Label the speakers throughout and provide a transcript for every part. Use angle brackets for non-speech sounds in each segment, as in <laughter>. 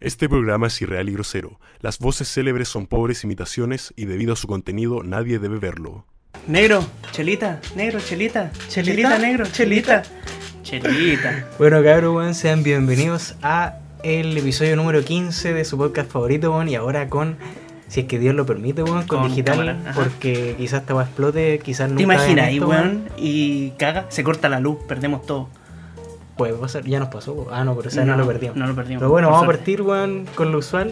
Speaker 1: Este programa es irreal y grosero. Las voces célebres son pobres imitaciones y debido a su contenido nadie debe verlo.
Speaker 2: Negro, chelita, negro, chelita, chelita, negro, chelita, chelita.
Speaker 3: Bueno, cabros, weón, sean bienvenidos a el episodio número 15 de su podcast favorito, weón, y ahora con, si es que Dios lo permite, weón, con,
Speaker 2: Con
Speaker 3: digital,
Speaker 2: cámara, ajá.
Speaker 3: porque quizás esta weá explote, quizás
Speaker 2: <laughs>
Speaker 3: no.
Speaker 2: ¿Te imaginas ahí, weón? Y caga, se corta la luz, perdemos todo.
Speaker 3: Puede pasar, ya nos pasó, weón. Ah, no, pero o sea, no, lo perdimos.
Speaker 2: No lo perdimos.
Speaker 3: Pero bueno,
Speaker 2: por
Speaker 3: vamos a
Speaker 2: suerte.
Speaker 3: partir, weón, con lo usual.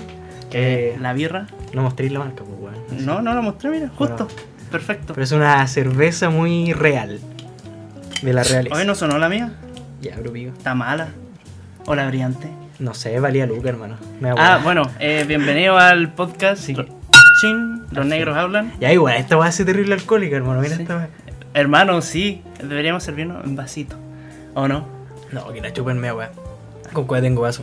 Speaker 2: Eh,
Speaker 3: Eh,
Speaker 2: la birra.
Speaker 3: No mostréis la marca, pues, weón. Así.
Speaker 2: No, no la mostré, mira, justo. Perfecto.
Speaker 3: Pero es una cerveza muy real. De la realidad.
Speaker 2: Hoy no sonó la mía,
Speaker 3: Ya, bro, pico.
Speaker 2: está mala. O la brillante.
Speaker 3: No sé, valía Luca, hermano. Me da
Speaker 2: Ah,
Speaker 3: hueá.
Speaker 2: bueno, eh, bienvenido al podcast. Ro- Chin, los negros hablan.
Speaker 3: Ya, igual, esta weá hace terrible alcohólica, hermano. Mira
Speaker 2: Sí.
Speaker 3: esta weá.
Speaker 2: Hermano, sí, deberíamos servirnos en vasito. ¿O no?
Speaker 3: No, que la chupen mea, weá. Con cuál tengo vaso.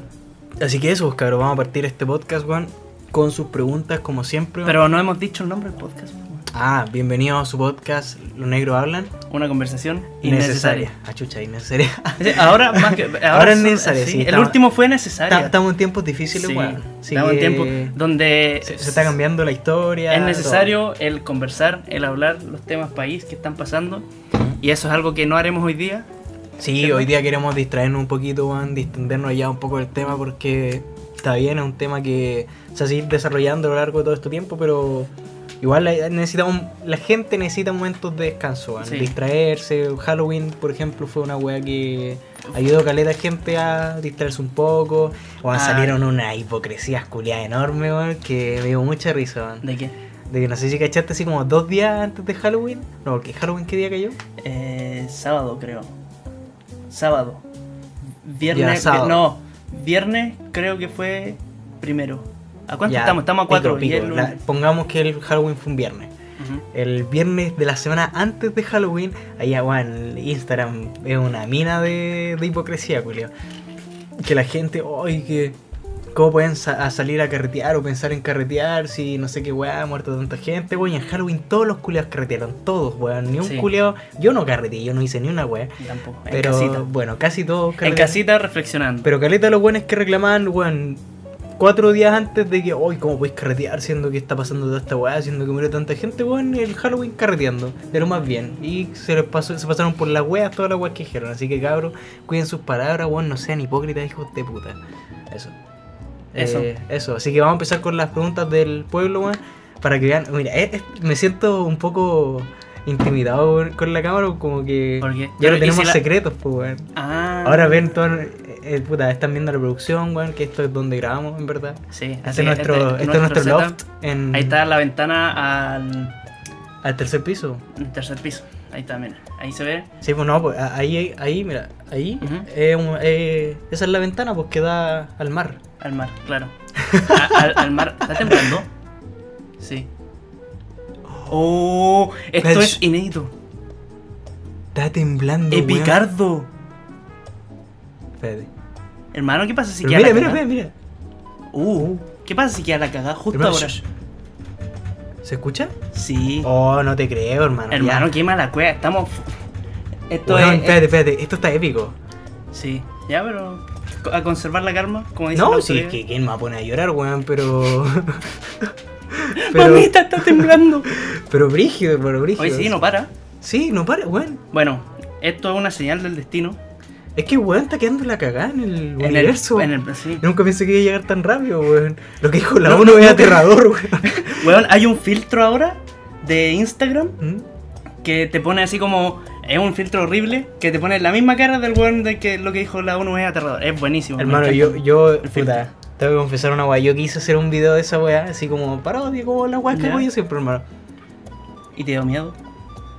Speaker 3: Así que eso, pues, cabrón, vamos a partir este podcast, weón. Con sus preguntas, como siempre. weón.
Speaker 2: Pero no hemos dicho el nombre del podcast. weón.
Speaker 3: Ah, bienvenidos a su podcast, Los Negros Hablan.
Speaker 2: Una conversación innecesaria.
Speaker 3: Ah,
Speaker 2: <laughs>
Speaker 3: chucha, innecesaria.
Speaker 2: Sí, Ahora más que ahora,
Speaker 3: Ahora es
Speaker 2: son-
Speaker 3: necesaria, sí,
Speaker 2: el
Speaker 3: estamos-
Speaker 2: último fue necesario.
Speaker 3: Ta- Estamos en tiempos difíciles,
Speaker 2: sí,
Speaker 3: weón. Así
Speaker 2: estamos en
Speaker 3: que
Speaker 2: tiempo donde
Speaker 3: Se, se está cambiando la historia.
Speaker 2: es necesario el conversar, el hablar los temas país que están pasando y eso es algo que no haremos hoy día.
Speaker 3: todo. Sí, hoy día queremos distraernos un poquito, weón, distendernos ya un poco del tema porque está bien, es un tema que se va a seguir desarrollando a lo largo de todo este tiempo, pero igual la- necesitamos, la gente necesita momentos de descanso, weón,
Speaker 2: Sí.
Speaker 3: distraerse. Halloween, por ejemplo, fue una weá que ayudó caleta a gente a distraerse un poco. Weón,
Speaker 2: Ah.
Speaker 3: salieron unas hipocresías culiadas enormes, weón, que me dio mucha risa, weón.
Speaker 2: ¿De qué?
Speaker 3: De que no sé si cachaste así como dos días antes de Halloween. No, porque Halloween qué día cayó.
Speaker 2: Eh, sábado creo. Sábado. Viernes
Speaker 3: Ya, sábado.
Speaker 2: no, viernes creo que fue primero. ¿A cuánto
Speaker 3: Ya,
Speaker 2: estamos? Estamos a
Speaker 3: pico,
Speaker 2: cuatro. y
Speaker 3: pico.
Speaker 2: el
Speaker 3: La-
Speaker 2: lunes.
Speaker 3: pongamos que el Halloween fue un viernes.
Speaker 2: Ujú.
Speaker 3: El viernes de la semana antes de Halloween, allá, weón, el Instagram es una mina de, de hipocresía, Julio. Que la gente, hoy que. ¿Cómo pueden sa- a salir a carretear o pensar en carretear si no sé qué weá, ha muerto tanta gente? Weón, y en Halloween todos los culiados carretearon, todos, weón. Ni un
Speaker 2: Sí.
Speaker 3: culiao. Yo no carreteé, yo no hice ni una weá.
Speaker 2: Tampoco. En
Speaker 3: Pero
Speaker 2: casita.
Speaker 3: bueno, casi todos
Speaker 2: En
Speaker 3: carretearon.
Speaker 2: casita reflexionando.
Speaker 3: Pero caleta los buenos que reclamaban, weón, cuatro días antes de que, hoy ¿cómo podéis carretear siendo que está pasando toda esta weá, siendo que murió tanta gente, weón, el Halloween carreteando, de lo más bien. Y se les pasó, se pasaron por las weas todas las weas que dijeron. Así que cabros, cuiden sus palabras, weón, no sean hipócritas, hijos de puta. Eso.
Speaker 2: Eso.
Speaker 3: Eh, eso. Así que vamos a empezar con las preguntas del pueblo, weón. Para que vean, mira, eh, eh, me siento un poco intimidado weón, con la cámara, como que
Speaker 2: ¿Por qué?
Speaker 3: ya
Speaker 2: Pero,
Speaker 3: no
Speaker 2: ¿y
Speaker 3: tenemos
Speaker 2: si la-
Speaker 3: secretos, pues, weón.
Speaker 2: Ah.
Speaker 3: Ahora ven todo. eh, eh, puta, están viendo la producción, weón, que esto es donde grabamos, en verdad.
Speaker 2: Sí,
Speaker 3: Este es
Speaker 2: así que
Speaker 3: nuestro,
Speaker 2: este-
Speaker 3: este es nuestro
Speaker 2: setup.
Speaker 3: loft Mm. en,
Speaker 2: Ahí está la ventana al
Speaker 3: al tercer piso.
Speaker 2: tercer piso. Ahí está, mira. Ahí se ve.
Speaker 3: Sí, pues no, pues a- ahí, ahí, ahí, mira, ahí.
Speaker 2: Ujú.
Speaker 3: es un- eh, esa es la ventana, pues que da al mar.
Speaker 2: Al mar,
Speaker 3: <laughs>
Speaker 2: claro. A- al, al mar. ¿Está temblando? Sí. ¡Oh! Esto
Speaker 3: Ech.
Speaker 2: es inédito.
Speaker 3: Está temblando. weón.
Speaker 2: ¡Epicardo!
Speaker 3: Espérate.
Speaker 2: Hermano, ¿qué pasa si
Speaker 3: Pero
Speaker 2: queda la
Speaker 3: mira, mira,
Speaker 2: cagada?
Speaker 3: mira, mira.
Speaker 2: ¡Uh! ¿Qué pasa si queda la cagada justo
Speaker 3: Hermano,
Speaker 2: ahora?
Speaker 3: sh- ¿Se escucha?
Speaker 2: Sí.
Speaker 3: Oh, no te creo, hermano.
Speaker 2: Hermano,
Speaker 3: ya.
Speaker 2: qué mala cueva. Estamos. Esto
Speaker 3: Weón,
Speaker 2: es.
Speaker 3: espérate, espérate, esto está épico.
Speaker 2: Sí. Ya, pero. A conservar la calma, como dice
Speaker 3: No,
Speaker 2: la
Speaker 3: sí, es
Speaker 2: autoridad. <laughs>
Speaker 3: que quién me va a poner a llorar, weón, pero. <laughs> pero,
Speaker 2: ¡Mamita, está
Speaker 3: <laughs>
Speaker 2: temblando!
Speaker 3: pero brígido, hermano, brígido.
Speaker 2: Hoy sí, no para.
Speaker 3: Sí, no para, weón.
Speaker 2: Bueno, esto es una señal del destino.
Speaker 3: Es que weón está quedando la cagada en el
Speaker 2: En el,
Speaker 3: universo.
Speaker 2: en
Speaker 3: <laughs>
Speaker 2: el- sí.
Speaker 3: Nunca pensé que iba a llegar tan rápido, weón. Lo que dijo la
Speaker 2: No,
Speaker 3: 1
Speaker 2: no,
Speaker 3: es
Speaker 2: no, <laughs>
Speaker 3: aterrador, weón.
Speaker 2: Weón, hay un filtro ahora de Instagram
Speaker 3: ¿Mm?
Speaker 2: que te pone así como. Es un filtro horrible que te pone la misma cara del weón de que lo que dijo la ONU es aterrador. Es buenísimo. me
Speaker 3: Hermano,
Speaker 2: encanta.
Speaker 3: yo, yo,
Speaker 2: El
Speaker 3: puta, tengo que confesar una weá. Yo quise hacer un video de esa weá, así como parodia, como la weá que
Speaker 2: Ya.
Speaker 3: hago yo siempre, hermano.
Speaker 2: ¿Y te dio miedo? <laughs>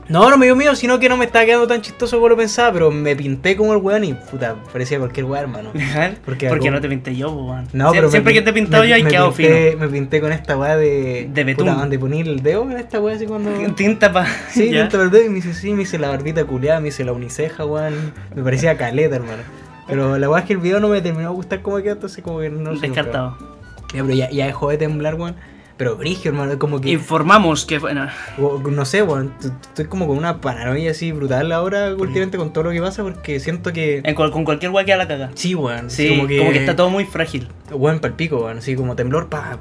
Speaker 3: No, no me dio miedo, sino que no me estaba quedando tan chistoso como lo pensaba, pero me pinté como el weón y puta, parecía cualquier
Speaker 2: <laughs>
Speaker 3: weá, hermano.
Speaker 2: Legal.
Speaker 3: Porque
Speaker 2: Porque,
Speaker 3: algo-
Speaker 2: no te pinté yo, po, weón.
Speaker 3: No,
Speaker 2: Sie-
Speaker 3: pero me
Speaker 2: siempre que
Speaker 3: pin-
Speaker 2: te he pintado
Speaker 3: me-
Speaker 2: yo, hay
Speaker 3: me
Speaker 2: quedado
Speaker 3: pinté- Me pinté con esta weá de.
Speaker 2: De betún.
Speaker 3: Puta, de poner el dedo en esta weá, así
Speaker 2: <laughs>
Speaker 3: cuando.
Speaker 2: fino. <laughs> Tinta pa.
Speaker 3: Sí,
Speaker 2: <laughs> ya.
Speaker 3: tanto verdad, y me hice sí, me hice la barbita culeada, me hice la uniceja, weón. Me parecía caleta, hermano. Pero la weá es que el video no me terminó de gustar como quedó, entonces como que no se me
Speaker 2: Descartado.
Speaker 3: pegó. Ya, pero ya, ya dejó de temblar, weón. Pero brillo, hermano, como que.
Speaker 2: Informamos que. Bueno,
Speaker 3: o- No sé, weón. t- Estoy como con una paranoia así brutal ahora, últimamente, con todo lo que pasa, porque siento que.
Speaker 2: Mm. en cual- con cualquier weá queda la caga.
Speaker 3: Sí, weón.
Speaker 2: Sí, como que... está todo muy frágil.
Speaker 3: Weón, palpico, weón. Así como temblor, pa.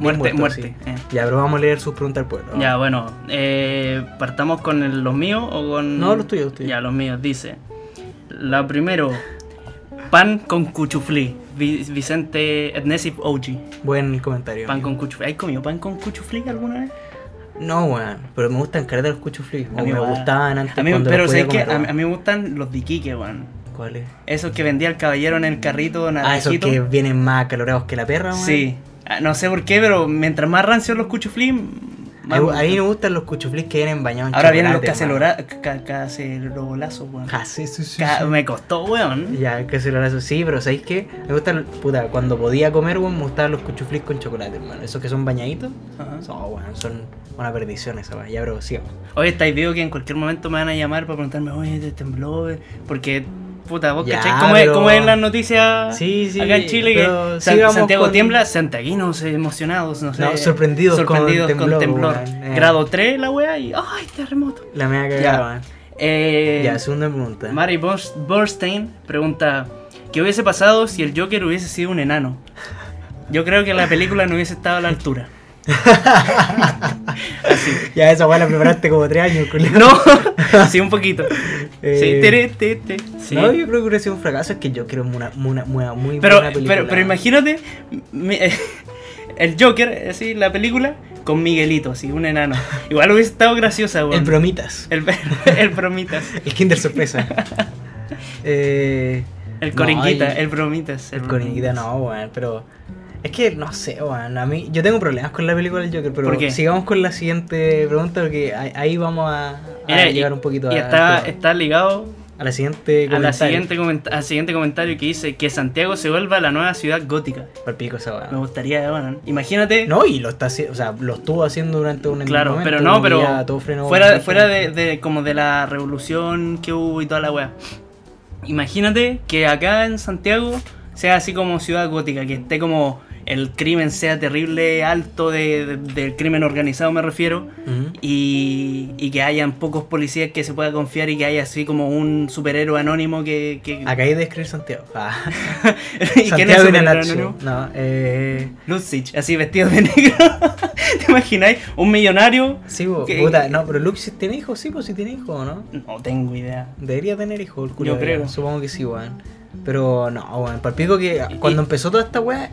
Speaker 2: Muerte,
Speaker 3: muerto,
Speaker 2: muerte,
Speaker 3: así.
Speaker 2: eh.
Speaker 3: Ya, pero vamos a leer sus preguntas al pueblo.
Speaker 2: Ya, bueno, eh, partamos con el- los míos o con.
Speaker 3: No, los tuyos, los tuyos.
Speaker 2: Ya, los míos, dice. La primero, pan con cuchuflí. Vi- Vicente Etnesip Oji.
Speaker 3: Buen comentario.
Speaker 2: Pan
Speaker 3: amigo.
Speaker 2: con cuchuflí. ¿Has comido pan con cuchuflí alguna vez?
Speaker 3: No, weón. Pero me gustan carretas los cuchuflis.
Speaker 2: A
Speaker 3: o
Speaker 2: mí
Speaker 3: Me
Speaker 2: me-
Speaker 3: gustaban antes.
Speaker 2: A mí,
Speaker 3: cuando
Speaker 2: pero
Speaker 3: los podía
Speaker 2: sé que a,
Speaker 3: comer,
Speaker 2: a mí me gustan los diquique, weón.
Speaker 3: weón. ¿Cuál es?
Speaker 2: Esos que vendía el caballero en el carrito
Speaker 3: Ah, esos
Speaker 2: naranjito.
Speaker 3: que vienen más acalorados que la perra, weón.
Speaker 2: Sí. Ah, No sé por qué, pero mientras más rancios los cuchuflí, más.
Speaker 3: A,
Speaker 2: me
Speaker 3: a mí me
Speaker 2: gustan.
Speaker 3: gustan los cuchuflis que vienen bañados en
Speaker 2: Ahora vienen los
Speaker 3: chocolate,
Speaker 2: cacelora- ca- cacerolazos, weón.
Speaker 3: weón. Ah, sí, sí, sí,
Speaker 2: Ca-
Speaker 3: sí.
Speaker 2: Me costó, weón.
Speaker 3: Ya, que se lo harás, sí, pero ¿sabéis qué? Me gustan, puta, cuando podía comer, weón, me gustaban los cuchuflis con chocolate, hermano. Esos que son bañaditos,
Speaker 2: Ajá.
Speaker 3: son, oh, weón, son una perdición esa, weón. Ya, bro, sigamos.
Speaker 2: Oye, estáis vivo que en cualquier momento me van a llamar para preguntarme, oye, te tembló, eh, porque, puta, vos
Speaker 3: Ya,
Speaker 2: cachai cómo, es,
Speaker 3: pero-
Speaker 2: cómo es las noticias
Speaker 3: Sí, sí,
Speaker 2: acá en Chile,
Speaker 3: pero
Speaker 2: que San-
Speaker 3: sigamos
Speaker 2: Santiago
Speaker 3: con-
Speaker 2: tiembla, santiaguinos eh, emocionados, no sé.
Speaker 3: No, sorprendidos con
Speaker 2: sorprendidos con
Speaker 3: temblor,
Speaker 2: temblor.
Speaker 3: weón, eh.
Speaker 2: Grado 3 la wea y, ay, terremoto.
Speaker 3: La mega
Speaker 2: Ya.
Speaker 3: cagada, weón.
Speaker 2: Eh,
Speaker 3: Ya, segunda pregunta.
Speaker 2: Mari Bors- Borstein pregunta, ¿qué hubiese pasado si el Joker hubiese sido un enano? Yo creo que la película no hubiese estado a la altura.
Speaker 3: <laughs> Ya, esa weón la preparaste como tres años, culiao.
Speaker 2: No,
Speaker 3: <laughs>
Speaker 2: sí, un poquito. Sí,
Speaker 3: Eh,
Speaker 2: tere, te, te. Sí.
Speaker 3: No, yo creo que hubiera sido un fracaso, es que yo creo una, una, una muy
Speaker 2: pero,
Speaker 3: buena película.
Speaker 2: pero, pero imagínate mi- <laughs> el Joker, así, la película, con Miguelito, así, un enano. Igual hubiese estado graciosa, weón.
Speaker 3: El bromitas.
Speaker 2: El, <laughs> el bromitas.
Speaker 3: El
Speaker 2: <laughs>
Speaker 3: Kinder Sorpresa. eh,
Speaker 2: El
Speaker 3: no,
Speaker 2: coringuita,
Speaker 3: y-
Speaker 2: el bromitas.
Speaker 3: El Coringuita no, weón, pero. Es que no sé, weón. A mí, yo tengo problemas con la película del Joker, pero
Speaker 2: ¿Por qué?
Speaker 3: sigamos con la siguiente pregunta porque ahí- ahí vamos a, a
Speaker 2: Mira, y-
Speaker 3: Ah, llegar un poquito a,
Speaker 2: Y está,
Speaker 3: al tema.
Speaker 2: está ligado
Speaker 3: a la siguiente
Speaker 2: a la
Speaker 3: comentario.
Speaker 2: siguiente coment- al siguiente comentario que dice que Santiago se vuelva la nueva ciudad gótica.
Speaker 3: Palpico esa weá.
Speaker 2: Me gustaría, weón. Imagínate.
Speaker 3: No, y lo está haciendo, o sea, lo estuvo haciendo durante un
Speaker 2: Claro,
Speaker 3: momento,
Speaker 2: pero
Speaker 3: como
Speaker 2: no,
Speaker 3: que
Speaker 2: pero
Speaker 3: ya todo frenó
Speaker 2: fuera, fuera de, de- como de la revolución que hubo y toda la weá. Imagínate que acá en Santiago sea así como ciudad gótica, que esté como el crimen sea terrible, alto de- de- del crimen organizado me refiero,
Speaker 3: Ujú.
Speaker 2: y, y que hayan pocos policías que se pueda confiar y que haya así como un superhéroe anónimo que... que
Speaker 3: Acá hay de escribir Santiago. Ah.
Speaker 2: <laughs> ¿Y quién es el
Speaker 3: Santiago
Speaker 2: superhéroe
Speaker 3: Inalatsu.
Speaker 2: anónimo?
Speaker 3: No, eh.
Speaker 2: Lucich, así vestido de <laughs> negro. ¿Te imagináis? Un millonario...
Speaker 3: Sí, bo-
Speaker 2: ¿Qué?
Speaker 3: puta, no, pero Luke si tiene hijos, sí, pues si tiene hijos, ¿no?
Speaker 2: No tengo idea.
Speaker 3: Debería tener hijos, el culo.
Speaker 2: Yo creo.
Speaker 3: Supongo que sí, weón. Pero no, weón. Palpico que
Speaker 2: Y-
Speaker 3: cuando empezó toda esta weá,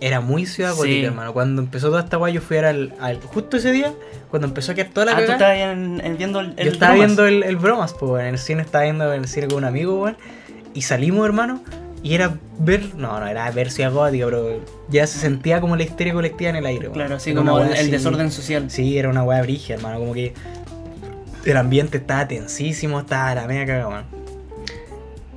Speaker 3: era muy ciudad
Speaker 2: Sí.
Speaker 3: gótica, hermano. Cuando empezó toda esta weá, yo fui a ir al, al- Justo ese día, cuando empezó a quedar toda la
Speaker 2: Ah, tú
Speaker 3: cagá,
Speaker 2: estabas en- en viendo el, el
Speaker 3: yo estaba
Speaker 2: bromas.
Speaker 3: viendo el, el bromas, pues, weón. En el cine estaba viendo en el cine con un amigo, weón. Y salimos, hermano. Y era ver. No, no, era ver ciudad gótica, pero ya se sentía como la histeria colectiva en el aire, weón.
Speaker 2: Claro, así
Speaker 3: Era una
Speaker 2: como el,
Speaker 3: weá
Speaker 2: el
Speaker 3: así-
Speaker 2: desorden social.
Speaker 3: Sí, era una weá brigia, hermano. Como que el ambiente estaba tensísimo, estaba la media cagada, weón.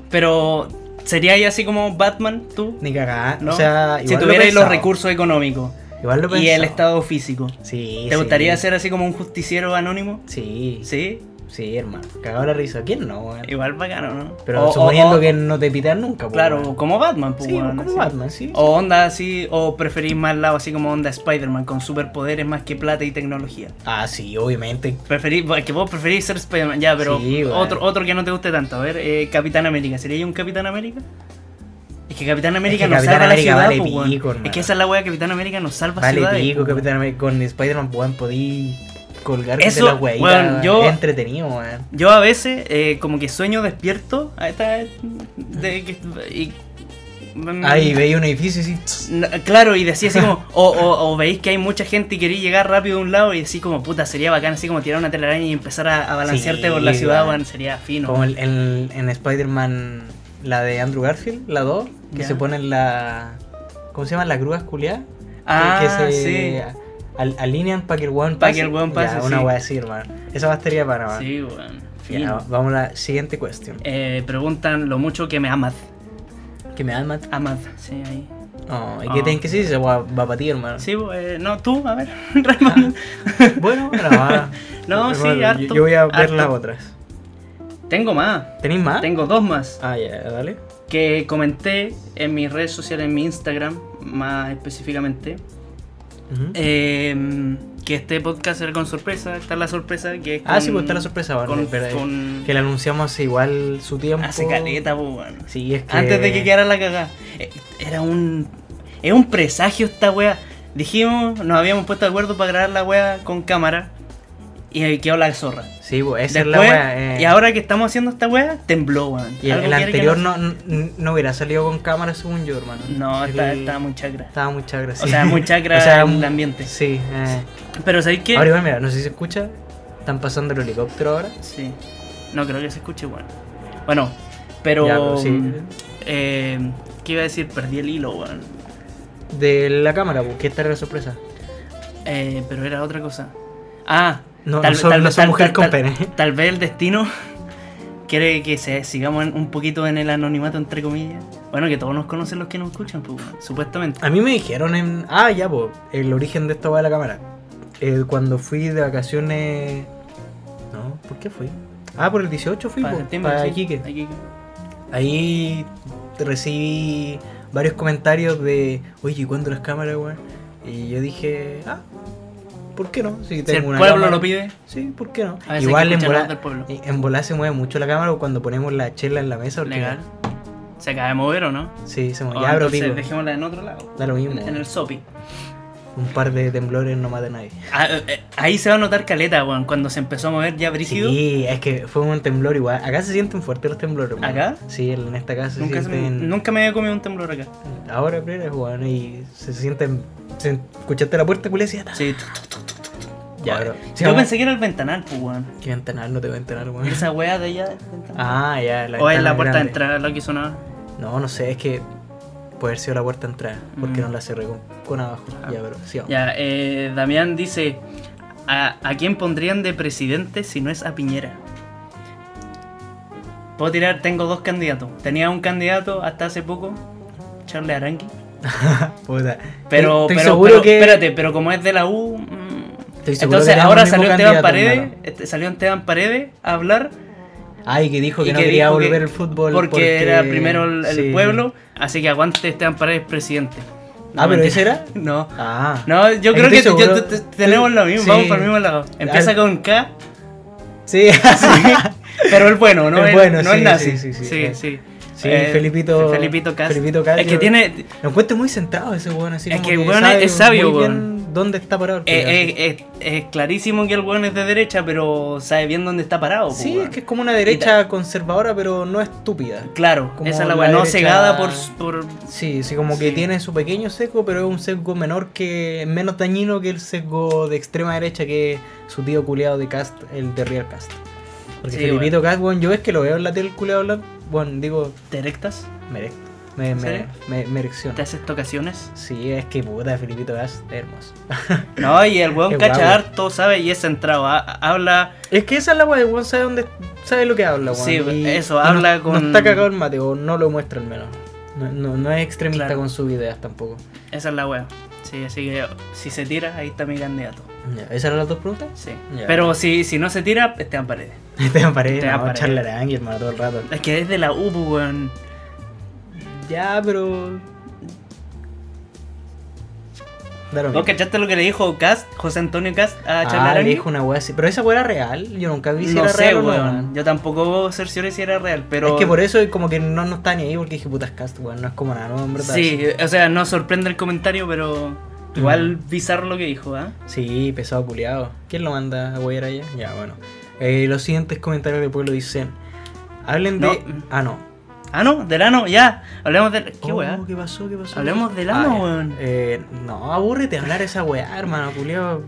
Speaker 2: Pero, ¿sería ahí así como Batman tú?
Speaker 3: Ni cagada.
Speaker 2: ¿No?
Speaker 3: O sea,
Speaker 2: si
Speaker 3: igual lo
Speaker 2: tuvierais los
Speaker 3: pensaba.
Speaker 2: recursos económicos
Speaker 3: Igual lo
Speaker 2: y el
Speaker 3: pensaba.
Speaker 2: estado físico,
Speaker 3: Sí.
Speaker 2: ¿te
Speaker 3: sí.
Speaker 2: gustaría ser así como un justiciero anónimo?
Speaker 3: Sí, sí,
Speaker 2: Sí,
Speaker 3: hermano. Cagado la risa. ¿Quién no, weón?
Speaker 2: igual bacano, ¿no?
Speaker 3: Pero
Speaker 2: O- o-
Speaker 3: suponiendo
Speaker 2: o-
Speaker 3: que no te pitan nunca, pues,
Speaker 2: Claro,
Speaker 3: weón.
Speaker 2: como Batman, pues,
Speaker 3: Sí,
Speaker 2: weón,
Speaker 3: como
Speaker 2: así.
Speaker 3: Batman, sí.
Speaker 2: O onda así, o preferís más al lado así como onda Spider-Man, con superpoderes más que plata y tecnología.
Speaker 3: Ah, sí, obviamente.
Speaker 2: Preferís, que vos preferís ser Spider-Man, ya, pero
Speaker 3: Sí, weón.
Speaker 2: otro, otro que no te guste tanto. A ver, eh, Capitán América, ¿sería un Capitán América? Es que Capitán América nos
Speaker 3: Capitán
Speaker 2: salva
Speaker 3: América
Speaker 2: la ciudad,
Speaker 3: vale
Speaker 2: po, weón.
Speaker 3: pico,
Speaker 2: Es
Speaker 3: hermano.
Speaker 2: que esa es la wea, Capitán América nos salva
Speaker 3: Vale,
Speaker 2: ciudades.
Speaker 3: pico,
Speaker 2: po, weón.
Speaker 3: Capitán América. Con Spider-Man, weón, podí colgar
Speaker 2: Eso,
Speaker 3: la weá.
Speaker 2: weón, yo-
Speaker 3: Es entretenido, weón.
Speaker 2: Yo a veces, eh, como que sueño despierto a esta. de que- y- mm,
Speaker 3: Ahí veía un edificio y sí.
Speaker 2: No, Claro, y decía así
Speaker 3: <laughs>
Speaker 2: como, o, o- o veis que hay mucha gente y queréis llegar rápido a un lado y así como, puta, sería bacán así como tirar una telaraña y empezar a, a balancearte
Speaker 3: Sí,
Speaker 2: por la ciudad,
Speaker 3: weón.
Speaker 2: weón, sería fino.
Speaker 3: Como el, el- en Spider-Man, la de Andrew Garfield, la 2, que
Speaker 2: Ya.
Speaker 3: se ponen la. ¿Cómo se llaman? Las grúas culiadas.
Speaker 2: ah,
Speaker 3: que
Speaker 2: sí.
Speaker 3: se al- alinean para que el weón
Speaker 2: Pa'
Speaker 3: pase.
Speaker 2: que el weón pase,
Speaker 3: Ya, una
Speaker 2: sí.
Speaker 3: wea así, hermano. Esa batería para nada.
Speaker 2: Sí, weón.
Speaker 3: Ah. Ya,
Speaker 2: Fino.
Speaker 3: vamos a la siguiente cuestión.
Speaker 2: Eh, preguntan lo mucho que me amad. Eh,
Speaker 3: Que me da más.
Speaker 2: Amad, sí, ahí.
Speaker 3: No, ¿y
Speaker 2: Ah.
Speaker 3: qué tienen que decir? Esa wea va para ti, hermano.
Speaker 2: Sí, bo- eh, no, tú, a ver, <laughs> responde.
Speaker 3: Ah. Bueno, <laughs> bueno, va.
Speaker 2: No, sí,
Speaker 3: yo-
Speaker 2: harto,
Speaker 3: Yo, voy a ver
Speaker 2: harto.
Speaker 3: las otras.
Speaker 2: Tengo más,
Speaker 3: ¿Tenéis más?
Speaker 2: tengo dos más
Speaker 3: Ah, ya, dale.
Speaker 2: que comenté en mis redes sociales, en mi Instagram, más específicamente.
Speaker 3: Ujú.
Speaker 2: Eh, que este podcast era con sorpresa, está la sorpresa que es
Speaker 3: Ah, sí,
Speaker 2: con-
Speaker 3: pues está la sorpresa, bueno,
Speaker 2: con-
Speaker 3: es verdad.
Speaker 2: con-
Speaker 3: Que la anunciamos hace igual su tiempo.
Speaker 2: hace caleta, pues, bueno.
Speaker 3: Sí, es que.
Speaker 2: Antes de que quedara la cagada. Eh, Era un. Es un presagio esta wea. Dijimos, nos habíamos puesto de acuerdo para grabar la wea con cámara. Y ahí quedó la zorra.
Speaker 3: Sí, pues esa
Speaker 2: Después,
Speaker 3: es la wea. eh.
Speaker 2: Y ahora que estamos haciendo esta wea, tembló, weón.
Speaker 3: Y el,
Speaker 2: Algo
Speaker 3: el
Speaker 2: quiere que
Speaker 3: anterior
Speaker 2: nos-
Speaker 3: no, no- no hubiera salido con cámara, según yo, hermano.
Speaker 2: No, está,
Speaker 3: El-
Speaker 2: está muy chacra.
Speaker 3: Estaba muy chacra, sí.
Speaker 2: O sea,
Speaker 3: <laughs>
Speaker 2: muy chacra en el ambiente.
Speaker 3: Sí. eh.
Speaker 2: Pero ¿sabéis qué?
Speaker 3: Ahora igual, mira, no sé si se escucha. Están pasando el helicóptero ahora.
Speaker 2: Sí. No creo que se escuche, weón. Bueno, pero.
Speaker 3: Ya, pero sí.
Speaker 2: eh, ¿Qué iba a decir? Perdí el hilo, weón.
Speaker 3: De la cámara, pues, que esta era la sorpresa.
Speaker 2: Eh, pero era otra cosa. Ah,
Speaker 3: No, no son- no son mujer con pene.
Speaker 2: tal vez el destino quiere que se, sigamos en- un poquito en el anonimato, entre comillas. Bueno, que todos nos conocen los que nos escuchan, pues, bueno, supuestamente.
Speaker 3: A mí me dijeron en. Ah, ya, pues, el origen de esta wea de la cámara. Eh, cuando fui de vacaciones. No, ¿por qué fui? Ah, por el 18 fui,
Speaker 2: Para
Speaker 3: po,
Speaker 2: septiembre,
Speaker 3: para
Speaker 2: sí,
Speaker 3: Iquique.
Speaker 2: a Iquique.
Speaker 3: Ahí recibí varios comentarios de, oye, ¿y cuándo las cámaras, weón? Y yo dije, ah, ¿por qué no? Si
Speaker 2: Si el
Speaker 3: una
Speaker 2: pueblo
Speaker 3: cámara-
Speaker 2: lo pide,
Speaker 3: Sí, ¿por qué no?
Speaker 2: A veces hay que
Speaker 3: Igual en
Speaker 2: escuchar la voz
Speaker 3: volá-
Speaker 2: del pueblo.
Speaker 3: y- en volá se mueve mucho la cámara o cuando ponemos la chela en la mesa. porque-
Speaker 2: legal. Se acaba de mover o no?
Speaker 3: Sí, se mueve.
Speaker 2: O
Speaker 3: Ya, bro,
Speaker 2: entonces
Speaker 3: pico.
Speaker 2: dejémosla en otro lado.
Speaker 3: Da lo mismo.
Speaker 2: En, en el sopi.
Speaker 3: Un par de temblores no mata a nadie.
Speaker 2: Ah, eh, eh, ahí se va a notar caleta, weón. Cuando se empezó a mover ya brígido.
Speaker 3: Sí, es que fue un temblor igual. Acá se sienten fuertes los temblores. weón.
Speaker 2: ¿Acá?
Speaker 3: Sí, en esta casa se
Speaker 2: Nunca, se-
Speaker 3: sienten...
Speaker 2: nunca me había comido un temblor acá.
Speaker 3: Ahora, pero es bueno y se sienten. se- escuchaste la puerta, culé, y decía,
Speaker 2: Sí, tu-
Speaker 3: Ya, bro.
Speaker 2: Yo pensé que era el ventanal, pues, weón.
Speaker 3: que iba a entrenar, no te voy a entrenar, weón.
Speaker 2: Esa wea de allá. del ventanal.
Speaker 3: Ah, ya, la
Speaker 2: o es
Speaker 3: ventana
Speaker 2: la puerta de
Speaker 3: grande.
Speaker 2: entrada lo que sonaba.
Speaker 3: No, no sé, es que puede haber sido la puerta de entrada, porque
Speaker 2: Mm. Ah.
Speaker 3: no la cerré con, con abajo. Ya, bro, sí, vamos.
Speaker 2: Ya, eh, Damián dice: ¿a, a quién pondrían de presidente si no es a Piñera? Puedo tirar, tengo dos candidatos. Tenía un candidato hasta hace poco, Charles Aranqui.
Speaker 3: Puta.
Speaker 2: Pero,
Speaker 3: estoy, estoy
Speaker 2: pero,
Speaker 3: seguro
Speaker 2: pero-
Speaker 3: que.
Speaker 2: espérate, pero como es de la U. mm,
Speaker 3: Estoy seguro
Speaker 2: Entonces
Speaker 3: que
Speaker 2: ahora
Speaker 3: tenemos el
Speaker 2: salió
Speaker 3: mismo
Speaker 2: Esteban
Speaker 3: candidato,
Speaker 2: Paredes,
Speaker 3: hermano.
Speaker 2: este, salió Esteban Paredes a hablar
Speaker 3: Ay, que dijo que
Speaker 2: y
Speaker 3: no
Speaker 2: que
Speaker 3: quería
Speaker 2: dijo que-
Speaker 3: volver al fútbol.
Speaker 2: porque, era primero el, el
Speaker 3: sí.
Speaker 2: pueblo, así que aguante Esteban Paredes presidente.
Speaker 3: Ah, pero
Speaker 2: mentira.
Speaker 3: ese era.
Speaker 2: <laughs> No.
Speaker 3: Ah.
Speaker 2: No, yo
Speaker 3: Es
Speaker 2: creo
Speaker 3: que
Speaker 2: que
Speaker 3: estoy
Speaker 2: yo-
Speaker 3: seguro-
Speaker 2: te- te- tenemos lo mismo,
Speaker 3: Sí.
Speaker 2: vamos por el mismo lado. Empieza
Speaker 3: Al-
Speaker 2: con K,
Speaker 3: Sí. <laughs>
Speaker 2: <laughs> pero el bueno, no
Speaker 3: El
Speaker 2: el,
Speaker 3: bueno,
Speaker 2: no
Speaker 3: sí,
Speaker 2: el nazi.
Speaker 3: sí, sí, sí.
Speaker 2: sí.
Speaker 3: Sí,
Speaker 2: Eh,
Speaker 3: Felipito-
Speaker 2: Felipito Cas.
Speaker 3: Felipito Cas,
Speaker 2: Es que
Speaker 3: yo-
Speaker 2: tiene. eh,
Speaker 3: Lo encuentro muy centrado ese weón, así
Speaker 2: Es
Speaker 3: como
Speaker 2: que el weón es- es sabio,
Speaker 3: muy bien
Speaker 2: weón.
Speaker 3: ¿Dónde está parado? el culiao,
Speaker 2: eh,
Speaker 3: así.
Speaker 2: eh, eh, es clarísimo que el weón es de derecha, pero sabe bien dónde está parado. po,
Speaker 3: sí,
Speaker 2: eh, weón.
Speaker 3: es que es como una derecha conservadora, pero no estúpida.
Speaker 2: Claro,
Speaker 3: como
Speaker 2: esa es la
Speaker 3: la
Speaker 2: weá, no
Speaker 3: derecha-
Speaker 2: cegada por, por.
Speaker 3: Sí, sí, como que
Speaker 2: Sí.
Speaker 3: tiene su pequeño sesgo, pero es un sesgo menor que. menos dañino que el sesgo de extrema derecha que su tío culeado de Cast, el de Real Cast. Porque
Speaker 2: Sí,
Speaker 3: Felipito Cast, weón, yo es que lo veo en la tele culeado hablar, bueno, digo,
Speaker 2: ¿Te erectas?
Speaker 3: me erecto, me, me,
Speaker 2: serio?
Speaker 3: me, me erecciona.
Speaker 2: ¿Te haces tocaciones?
Speaker 3: Sí, es que puta, Felipito Cast, hermoso.
Speaker 2: No, y el
Speaker 3: Qué
Speaker 2: weón cacha
Speaker 3: guau.
Speaker 2: harto, sabe, y es centrado. ha- Habla.
Speaker 3: Es que esa es la weá, el weón sabe dónde, sabe lo que habla, weón.
Speaker 2: Sí,
Speaker 3: y-
Speaker 2: eso,
Speaker 3: y no-
Speaker 2: habla
Speaker 3: no,
Speaker 2: con-
Speaker 3: está cagado el mate, o no lo muestra al menos. No, no, no es extremista
Speaker 2: Claro.
Speaker 3: con sus ideas tampoco.
Speaker 2: Esa es la weá. Sí, así que si se tira, ahí está mi candidato.
Speaker 3: Ya, ¿Esas eran las dos preguntas?
Speaker 2: Sí.
Speaker 3: Ya.
Speaker 2: Pero si, si no se tira, este Esteban Paredes.
Speaker 3: Esteban Paredes,
Speaker 2: Esteban
Speaker 3: no,
Speaker 2: Paredes.
Speaker 3: Charles Arangui, hermano, todo el rato.
Speaker 2: Es que es de la U, pues, weón.
Speaker 3: Ya, pero. Da lo mismo.
Speaker 2: ¿Vos cachaste lo que le dijo Cast, José Antonio Cast a Charles
Speaker 3: Ah, le
Speaker 2: Arangui?
Speaker 3: dijo una weá así. Pero esa weá era real. Yo nunca vi si
Speaker 2: No
Speaker 3: era
Speaker 2: sé,
Speaker 3: real o no,
Speaker 2: weón.
Speaker 3: weón.
Speaker 2: Yo tampoco cercioré si era real, pero.
Speaker 3: Es que por eso como que no, no está ni ahí porque dije putas cast, weón. No es como nada, no, en verdad. Mm.
Speaker 2: Sí, o sea, no sorprende el comentario, pero. Igual bizarro lo que dijo, ¿ah?
Speaker 3: Sí, pesado culiado. ¿Quién lo manda a huear allá? Ya, bueno. Eh, los siguientes comentarios del pueblo dicen: Hablen de.
Speaker 2: No.
Speaker 3: Ah, no.
Speaker 2: Ah, no, del ano, ya. Hablemos del. ¿Qué
Speaker 3: Oh,
Speaker 2: weá?
Speaker 3: ¿Qué pasó? ¿Qué pasó?
Speaker 2: Hablemos del
Speaker 3: Ah,
Speaker 2: ano,
Speaker 3: ya.
Speaker 2: weón.
Speaker 3: Eh, no, aburrete hablar esa weá, hermano, culiado.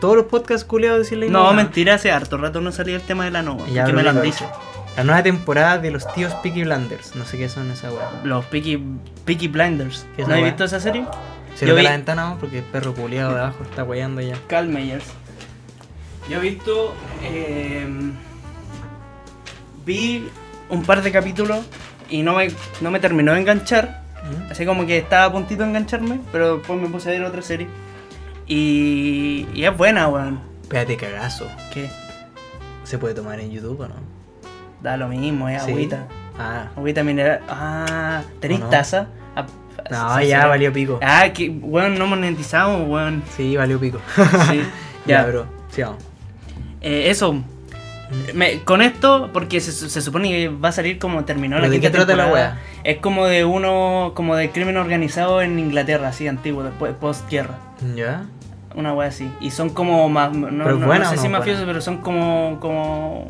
Speaker 3: Todos los podcasts culiados decirle
Speaker 2: No,
Speaker 3: weá.
Speaker 2: mentira, hace harto rato no salía el tema del ano, weón.
Speaker 3: Ya
Speaker 2: que
Speaker 3: lo
Speaker 2: me lo han
Speaker 3: digo.
Speaker 2: dicho.
Speaker 3: La nueva temporada de los tíos Peaky Blinders. No sé qué son esa weá.
Speaker 2: Los Peaky, Peaky Blinders.
Speaker 3: ¿Qué es
Speaker 2: ¿No
Speaker 3: la
Speaker 2: has
Speaker 3: weá?
Speaker 2: visto esa serie?
Speaker 3: Cierra
Speaker 2: vi-
Speaker 3: la ventana ¿no? porque el perro culiado de abajo está weyando ya.
Speaker 2: Carl Meyers. Yo he visto. eh, vi un par de capítulos y no me, no me terminó de enganchar. Así como que estaba a puntito de engancharme, pero después me puse a ver otra serie. Y, y es buena, weón.
Speaker 3: Espérate, cagazo.
Speaker 2: Que
Speaker 3: ¿Se puede tomar en YouTube o no?
Speaker 2: da lo mismo, es
Speaker 3: Sí.
Speaker 2: agüita.
Speaker 3: Ah,
Speaker 2: Agüita mineral. Ah, ¿tenéis
Speaker 3: ¿O no?
Speaker 2: taza? Ah,
Speaker 3: No, ya valió pico.
Speaker 2: Ah, que, weón, no monetizamos, weón.
Speaker 3: Sí, valió pico.
Speaker 2: Sí,
Speaker 3: <laughs> ya,
Speaker 2: ya.
Speaker 3: bro. Sigamos.
Speaker 2: Eh, eso. Me- con esto, porque se, se supone que va a salir como terminó la
Speaker 3: ¿Pero de
Speaker 2: quinta
Speaker 3: qué trata la
Speaker 2: temporada. Es como de uno, como de crimen organizado en Inglaterra, así antiguo, después postguerra.
Speaker 3: ¿Ya?
Speaker 2: Una wea así. Y son como ma- no,
Speaker 3: Pero
Speaker 2: no- no
Speaker 3: buena o
Speaker 2: sé
Speaker 3: no
Speaker 2: si
Speaker 3: buena.
Speaker 2: mafiosos, pero son como como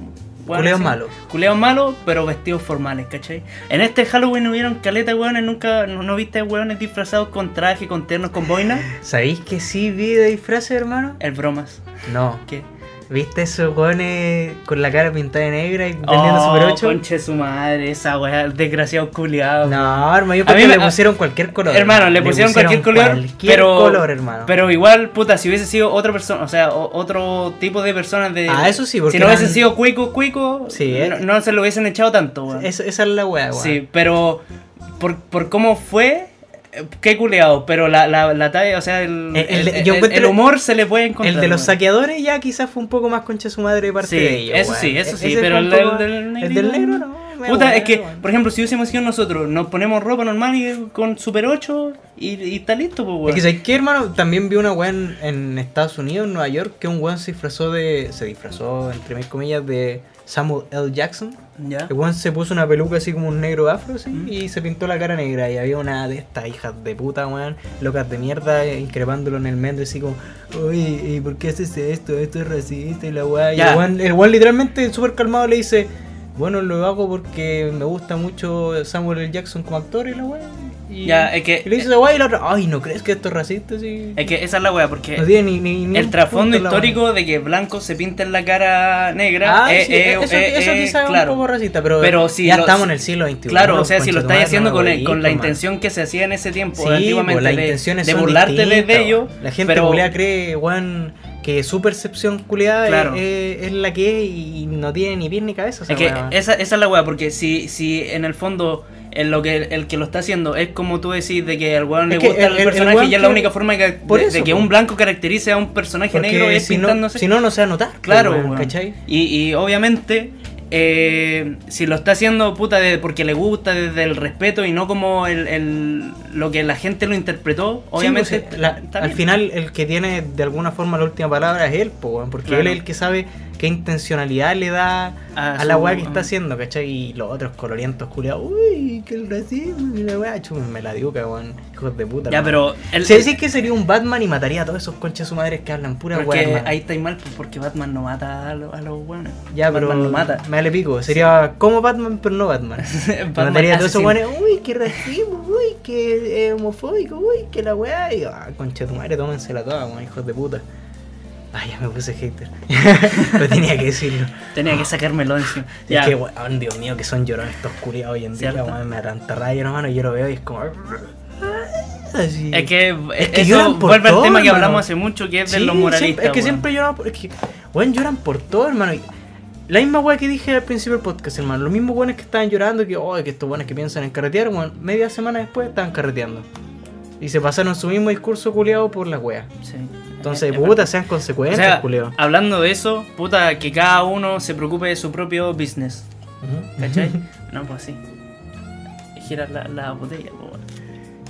Speaker 2: weón,
Speaker 3: Culeos
Speaker 2: así.
Speaker 3: malos.
Speaker 2: Culeos malos, pero vestidos formales, ¿cachai? En este Halloween hubieron caleta de weones, nunca no, no viste weones disfrazados con traje, con ternos, con boina.
Speaker 3: <laughs> ¿Sabéis que sí vi de disfraces, hermano?
Speaker 2: El bromas.
Speaker 3: No.
Speaker 2: ¿Qué?
Speaker 3: ¿Viste esos jóvenes con la cara pintada de negra y vendiendo
Speaker 2: Oh,
Speaker 3: Super 8?
Speaker 2: conche su madre, esa wea, el desgraciado culiado.
Speaker 3: No, hermano, yo
Speaker 2: A
Speaker 3: creo
Speaker 2: mí
Speaker 3: que
Speaker 2: me-
Speaker 3: le pusieron cualquier color.
Speaker 2: Hermano, le pusieron, cualquier color,
Speaker 3: cualquier
Speaker 2: pero,
Speaker 3: color, hermano.
Speaker 2: pero igual, puta, si hubiese sido otra persona, o sea, o- otro tipo de personas de...
Speaker 3: Ah, eso sí, porque
Speaker 2: Si no hubiese
Speaker 3: eran-
Speaker 2: sido cuico, cuico,
Speaker 3: Sí,
Speaker 2: no,
Speaker 3: eh.
Speaker 2: no se lo hubiesen echado tanto, weón.
Speaker 3: Es- esa es la weá, weón.
Speaker 2: Sí, pero por, por cómo fue, eh, qué culeado, pero la, la, la talla, o sea, el,
Speaker 3: El- el-
Speaker 2: el-
Speaker 3: yo
Speaker 2: el-
Speaker 3: encuentro-
Speaker 2: el humor se le puede encontrar.
Speaker 3: El de los
Speaker 2: weón.
Speaker 3: saqueadores ya quizás fue un poco más concha su madre de parte
Speaker 2: Sí,
Speaker 3: de ellos.
Speaker 2: eso
Speaker 3: weón.
Speaker 2: sí, eso
Speaker 3: E-
Speaker 2: sí,
Speaker 3: ese
Speaker 2: pero
Speaker 3: fue un
Speaker 2: el del-
Speaker 3: poco-
Speaker 2: del
Speaker 3: El del
Speaker 2: negrito,
Speaker 3: negro
Speaker 2: weón.
Speaker 3: no. me
Speaker 2: Puta,
Speaker 3: weón,
Speaker 2: es que,
Speaker 3: weón.
Speaker 2: por ejemplo, si hubiésemos sido nosotros, nos ponemos ropa normal y con Super 8 y, y está listo, pues, weón.
Speaker 3: Es que, ¿sabes qué, hermano? También vi una weá en, en Estados Unidos, en Nueva York, que un weón se disfrazó de. Se disfrazó, entre mil comillas, de Samuel L. Jackson.
Speaker 2: Ya.
Speaker 3: El weón se puso una peluca así como un negro afro, así,
Speaker 2: Mm.
Speaker 3: y se pintó la cara negra. Y había una de estas hijas de puta, weón, locas de mierda, eh, increpándolo en el metro, así como, uy, ¿y por qué haces esto? Esto es racista y la weá. Y
Speaker 2: Ya.
Speaker 3: el weón, el weón literalmente súper calmado le dice, bueno, lo hago porque me gusta mucho Samuel L. Jackson como actor y la weá. Y,
Speaker 2: Ya, es que-
Speaker 3: y le dice la weá y la otra, ay, ¿no crees que esto es racista? Sí.
Speaker 2: Es que esa es la wea, porque
Speaker 3: No tiene ni, ni- ni
Speaker 2: el
Speaker 3: un
Speaker 2: trasfondo
Speaker 3: punto la weá.
Speaker 2: histórico de que blancos se pinten la cara negra.
Speaker 3: Ah,
Speaker 2: eh,
Speaker 3: sí,
Speaker 2: eh,
Speaker 3: eso,
Speaker 2: eh,
Speaker 3: eso
Speaker 2: eh,
Speaker 3: quizás
Speaker 2: claro.
Speaker 3: es un poco racista, pero,
Speaker 2: Pero si
Speaker 3: ya
Speaker 2: lo-
Speaker 3: estamos en el siglo XXI.
Speaker 2: Claro, o sea, si lo estáis
Speaker 3: conchetumare,
Speaker 2: haciendo
Speaker 3: no
Speaker 2: con,
Speaker 3: lo
Speaker 2: el- con
Speaker 3: veis,
Speaker 2: la
Speaker 3: po,
Speaker 2: intención que se hacía en ese tiempo,
Speaker 3: man. Sí, pues,
Speaker 2: antiguamente,
Speaker 3: po, las
Speaker 2: de-
Speaker 3: intenciones
Speaker 2: de,
Speaker 3: son
Speaker 2: burlarte de,
Speaker 3: distintas,
Speaker 2: de ellos.
Speaker 3: weón. La gente
Speaker 2: pero,
Speaker 3: culiá cree, weón, que su percepción culiada es-
Speaker 2: Claro.
Speaker 3: es, es la que es y no tiene ni pies ni cabeza. o sea,
Speaker 2: Es que
Speaker 3: weón.
Speaker 2: esa, esa es la weá, porque si, si en el fondo en lo que el que lo está haciendo es como tú decís de que al weón
Speaker 3: Es
Speaker 2: le
Speaker 3: que
Speaker 2: gusta el,
Speaker 3: el- el- el
Speaker 2: personaje
Speaker 3: weón
Speaker 2: y es la
Speaker 3: que-
Speaker 2: única forma que,
Speaker 3: Por
Speaker 2: de,
Speaker 3: eso,
Speaker 2: de que
Speaker 3: po.
Speaker 2: un blanco caracterice a un personaje
Speaker 3: Porque
Speaker 2: negro es
Speaker 3: si no,
Speaker 2: pintándose.
Speaker 3: si no, no se va a notar. po,
Speaker 2: Claro,
Speaker 3: weón,
Speaker 2: weón.
Speaker 3: ¿cachai?
Speaker 2: Y, y obviamente, eh, si lo está haciendo puta de- porque le gusta, desde el respeto y no como el, el- lo que la gente lo interpretó, obviamente.
Speaker 3: Sí, pues, la-
Speaker 2: está
Speaker 3: al
Speaker 2: bien.
Speaker 3: final el que tiene de alguna forma la última palabra es él, po, weón, porque
Speaker 2: Claro.
Speaker 3: él es el que sabe qué intencionalidad le da a,
Speaker 2: A
Speaker 3: la
Speaker 2: su-
Speaker 3: weá que
Speaker 2: ah.
Speaker 3: está haciendo, ¿cachai? Y los otros colorientos culiados, uy, que el racismo, y la weá, chúpenme la diuca, weón, hijos de puta.
Speaker 2: Ya,
Speaker 3: hermano.
Speaker 2: pero. el-
Speaker 3: Si decís que sería un Batman y mataría a todos esos conches su madres que hablan pura
Speaker 2: porque
Speaker 3: weá, hermano.
Speaker 2: ahí estáis mal, pues, porque Batman no mata a, lo- a los buenos.
Speaker 3: Ya, pero
Speaker 2: Batman no mata.
Speaker 3: me vale pico, sería como Batman, pero no
Speaker 2: <laughs>
Speaker 3: Batman.
Speaker 2: Batman
Speaker 3: mataría a todos esos
Speaker 2: asesino.
Speaker 3: weones, uy, que racismo, uy, que eh, homofóbico, uy, que la weá. Y, ah, concha de tu madre, tómensela toda, weón, hijos de puta. Ay, ya me puse hater. <laughs> Pero tenía que decirlo.
Speaker 2: Tenía que sacármelo encima. Ya.
Speaker 3: Es que, weón, Dios mío, que son llorones estos curiados hoy en día,
Speaker 2: Cierto.
Speaker 3: weón, me da tanta rabia, hermano, yo lo veo y es como. Así.
Speaker 2: Es que,
Speaker 3: Es que
Speaker 2: eso
Speaker 3: lloran por
Speaker 2: vuelve
Speaker 3: todo,
Speaker 2: al tema que
Speaker 3: hermano.
Speaker 2: hablamos hace mucho, que es de
Speaker 3: Sí,
Speaker 2: los
Speaker 3: siempre-
Speaker 2: moralistas.
Speaker 3: es que
Speaker 2: weón.
Speaker 3: siempre lloran por. Es que, weón, lloran por todo, hermano. Y La misma weá que dije al principio del podcast, hermano. Los mismos weones que estaban llorando, que, oh, que estos weones que piensan en carretear, weón, media semana después estaban carreteando. Y se pasaron su mismo discurso culeado por las weas.
Speaker 2: Sí.
Speaker 3: Entonces,
Speaker 2: Es- es
Speaker 3: puta, sean
Speaker 2: O
Speaker 3: consecuentes,
Speaker 2: sea,
Speaker 3: culiao.
Speaker 2: hablando de eso, puta, que cada uno se preocupe de su propio business.
Speaker 3: <laughs>
Speaker 2: ¿Cachai? no, pues así. Giras la, la botella, pues, bueno.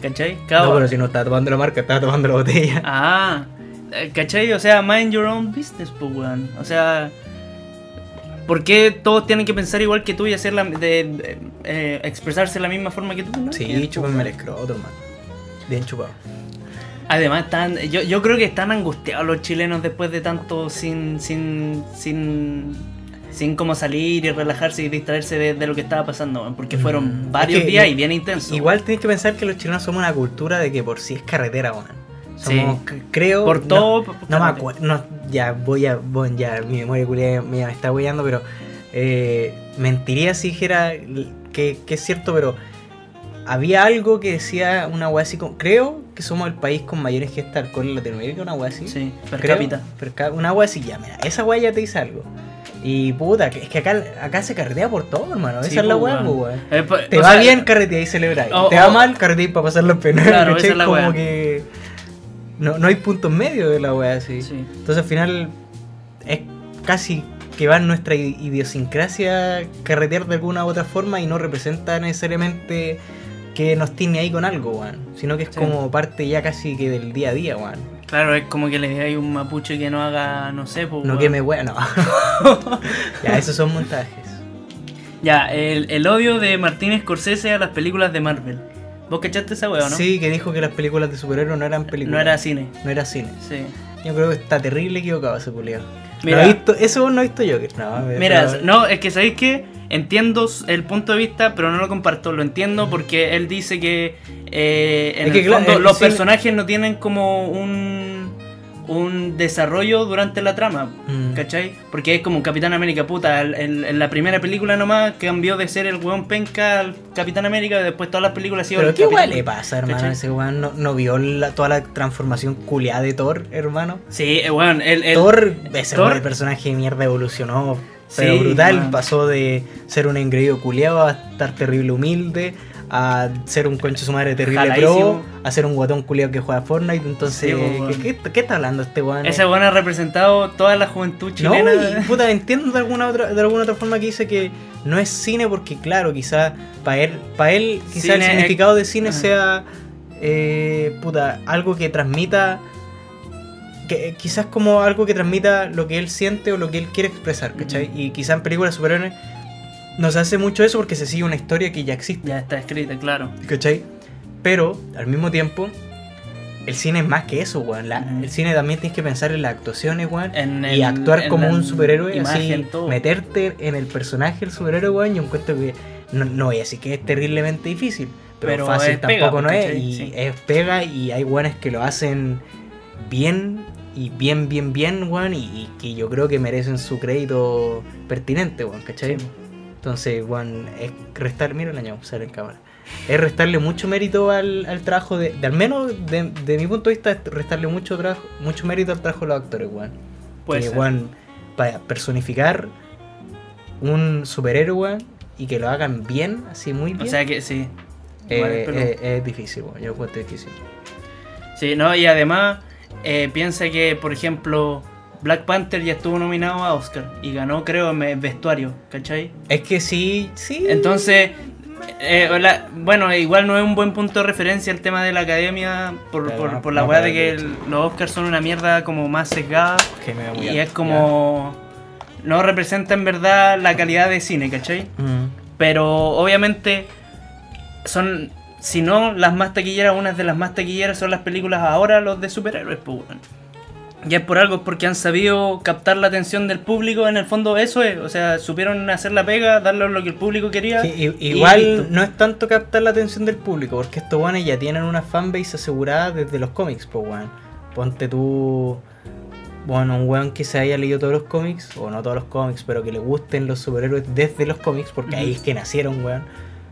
Speaker 2: ¿Cachai? Cada
Speaker 3: No,
Speaker 2: uno-
Speaker 3: pero si no estaba tomando la marca, estaba tomando la botella.
Speaker 2: Ah, eh, ¿cachai? O sea, mind your own business, pues, weón. O sea, ¿por qué todos tienen que pensar igual que tú y hacer la, de, de- eh, expresarse de la misma forma que tú? ¿no? Que,
Speaker 3: Sí,
Speaker 2: pues,
Speaker 3: chúpenme el escroto, hermano. Bien chupado.
Speaker 2: Además, están, yo, yo creo que están angustiados los chilenos después de tanto sin sin sin sin como salir y relajarse y distraerse de, de lo que estaba pasando, weón, porque fueron
Speaker 3: Mm,
Speaker 2: varios
Speaker 3: es que
Speaker 2: días
Speaker 3: i-
Speaker 2: y bien intensos.
Speaker 3: Igual tenés que pensar que los chilenos somos una cultura de que por sí es carretera, weón. Somos,
Speaker 2: Sí.
Speaker 3: c- creo.
Speaker 2: por
Speaker 3: no-
Speaker 2: todo. pues,
Speaker 3: No me
Speaker 2: espérate.
Speaker 3: acuerdo, no, ya voy a, bueno, ya mi memoria culiada me, me está huellando, pero eh, mentiría si dijera l- que, que es cierto, pero había algo que decía una weá así, como, creo que somos el país con mayores gestas de alcohol en Latinoamérica, una weá así.
Speaker 2: Sí, per
Speaker 3: Creo,
Speaker 2: cápita.
Speaker 3: per ca- una weá así, ya, mira, esa weá ya te dice algo. Y puta, que- es que acá, acá se carretea por todo, hermano,
Speaker 2: Sí,
Speaker 3: esa es la
Speaker 2: pues,
Speaker 3: weá,
Speaker 2: weón.
Speaker 3: pues, weón.
Speaker 2: Eh, pa-
Speaker 3: Te
Speaker 2: o
Speaker 3: va
Speaker 2: sea,
Speaker 3: bien, carretea y celebráis.
Speaker 2: o-
Speaker 3: Te va
Speaker 2: o-
Speaker 3: mal, carretea para pasar los penas.
Speaker 2: Claro, esa
Speaker 3: ¿cachai?
Speaker 2: es la
Speaker 3: como
Speaker 2: weá.
Speaker 3: que no, no hay puntos medios de la weá así.
Speaker 2: Sí.
Speaker 3: Entonces al final es casi que va en nuestra i- idiosincrasia carretear de alguna u otra forma y no representa necesariamente que no estés ni ahí con algo, weón. Sino que es
Speaker 2: Sí.
Speaker 3: como parte ya casi que del día a día, weón.
Speaker 2: Claro, es como que le digáis un mapuche que no haga, no sé, pues.
Speaker 3: No
Speaker 2: weón.
Speaker 3: queme weón, no. <laughs> ya, esos son montajes.
Speaker 2: Ya, el, el odio de Martín Scorsese a las películas de Marvel. ¿Vos cachaste esa weá, o no?
Speaker 3: Sí, que dijo que las películas de superhéroes no eran películas.
Speaker 2: No era cine.
Speaker 3: No era cine.
Speaker 2: Sí.
Speaker 3: Yo creo que está terrible equivocado ese culiao.
Speaker 2: Mira.
Speaker 3: No he visto, eso no he visto Joker. No,
Speaker 2: Mira,
Speaker 3: Eh, pero-
Speaker 2: no, es que sabéis que entiendo el punto de vista, pero no lo comparto. Lo entiendo porque él dice que eh, en
Speaker 3: Es que
Speaker 2: el
Speaker 3: claro,
Speaker 2: fondo
Speaker 3: eh,
Speaker 2: los
Speaker 3: sí.
Speaker 2: personajes no tienen como un, un desarrollo durante la trama.
Speaker 3: Mm.
Speaker 2: ¿Cachai? Porque es como Capitán América, puta. el- el- en la primera película nomás cambió de ser el weón penca al Capitán América. Después todas las películas ha sido
Speaker 3: Pero
Speaker 2: el
Speaker 3: qué
Speaker 2: Capitán-
Speaker 3: weón le pasa, hermano.
Speaker 2: ¿Cachai?
Speaker 3: Ese weón no, no vio la- toda la transformación culiada de Thor, hermano.
Speaker 2: Sí, eh, weón. El, el-
Speaker 3: Thor, ese
Speaker 2: Thor-
Speaker 3: weón, el personaje de mierda evolucionó. Pero
Speaker 2: Sí,
Speaker 3: brutal,
Speaker 2: weón.
Speaker 3: pasó de ser un engreído culiado a estar terrible humilde, a ser un concho su madre terrible
Speaker 2: Jaladísimo.
Speaker 3: pro, a ser un guatón culiado que juega Fortnite. Entonces,
Speaker 2: Sí, weón.
Speaker 3: ¿qué, qué- qué está hablando este weón?
Speaker 2: ese weón ha representado toda la juventud
Speaker 3: No,
Speaker 2: chilena.
Speaker 3: y, puta, entiendo de alguna otra de alguna otra forma que dice que no es cine porque claro, quizá para él para él quizá el
Speaker 2: Cine es- Ah.
Speaker 3: significado de cine
Speaker 2: Ajá.
Speaker 3: sea eh, puta, algo que transmita que eh, quizás como algo que transmita lo que él siente o lo que él quiere expresar, ¿cachai? Y quizá en películas de superhéroes nos hace mucho eso porque se sigue una historia que ya
Speaker 2: <laughs>
Speaker 3: existe.
Speaker 2: Ya está escrita, claro.
Speaker 3: ¿Cachai? Pero, al mismo tiempo, el cine es más que eso, weón. La-
Speaker 2: Ujú.
Speaker 3: El cine también tienes que pensar en las actuaciones, weón.
Speaker 2: En
Speaker 3: y
Speaker 2: el-
Speaker 3: actuar
Speaker 2: en
Speaker 3: como
Speaker 2: la
Speaker 3: un superhéroe,
Speaker 2: imagen,
Speaker 3: así,
Speaker 2: todo.
Speaker 3: meterte en el personaje del superhéroe, weón. Yo encuentro que, no, no voy a decir que es terriblemente difícil, pero,
Speaker 2: Pero
Speaker 3: fácil
Speaker 2: es pega,
Speaker 3: tampoco no es.
Speaker 2: ¿cachai?
Speaker 3: Y
Speaker 2: Sí.
Speaker 3: es pega y hay weones que lo hacen bien y bien, bien, bien, weón. Y, y que yo creo que merecen su crédito pertinente, weón, ¿cachai?
Speaker 2: Sí.
Speaker 3: Entonces, weón, es restar, mira el año, sale en cámara. Es restarle mucho mérito al, al trabajo de, de- al menos de, de mi punto de vista, es restarle mucho trabajo, mucho mérito al trabajo de los actores, weón.
Speaker 2: Puede
Speaker 3: que,
Speaker 2: ser.
Speaker 3: weón, para personificar un superhéroe, weón, y que lo hagan bien, así muy bien.
Speaker 2: O sea que sí.
Speaker 3: eh,
Speaker 2: Igual es peludo.
Speaker 3: eh, es difícil, weón. Yo encuentro difícil.
Speaker 2: Sí, no, y además eh, piensa que, por ejemplo, Black Panther ya estuvo nominado a Oscar y ganó, creo, en eh, vestuario, ¿cachai?
Speaker 3: Es que sí, sí.
Speaker 2: Entonces, eh, la- bueno, igual no es un buen punto de referencia el tema de la academia por,
Speaker 3: Claro,
Speaker 2: por-
Speaker 3: no,
Speaker 2: por la
Speaker 3: no
Speaker 2: weá
Speaker 3: cae
Speaker 2: de que
Speaker 3: mucho.
Speaker 2: el- los Oscars son una mierda como más sesgada
Speaker 3: Que me voy a
Speaker 2: y
Speaker 3: apoyar.
Speaker 2: es como... No representa en verdad la calidad de cine, ¿cachai?
Speaker 3: Ya. Mm.
Speaker 2: Pero obviamente son, si no las más taquilleras, unas de las más taquilleras son las películas ahora, los de superhéroes, pues weón. Y es por algo, es porque han sabido captar la atención del público, en el fondo eso es, o sea, supieron hacer la pega, darle lo que el público quería.
Speaker 3: Sí, i-
Speaker 2: y listo.
Speaker 3: igual no es tanto captar la atención del público, porque estos guanes ya tienen una fanbase asegurada desde los cómics, pues weón. Ponte tú. Bueno, un weón que se haya leído todos los cómics, o no todos los cómics, pero que le gusten los superhéroes desde los cómics, porque ahí
Speaker 2: Ujú.
Speaker 3: es que nacieron, weón.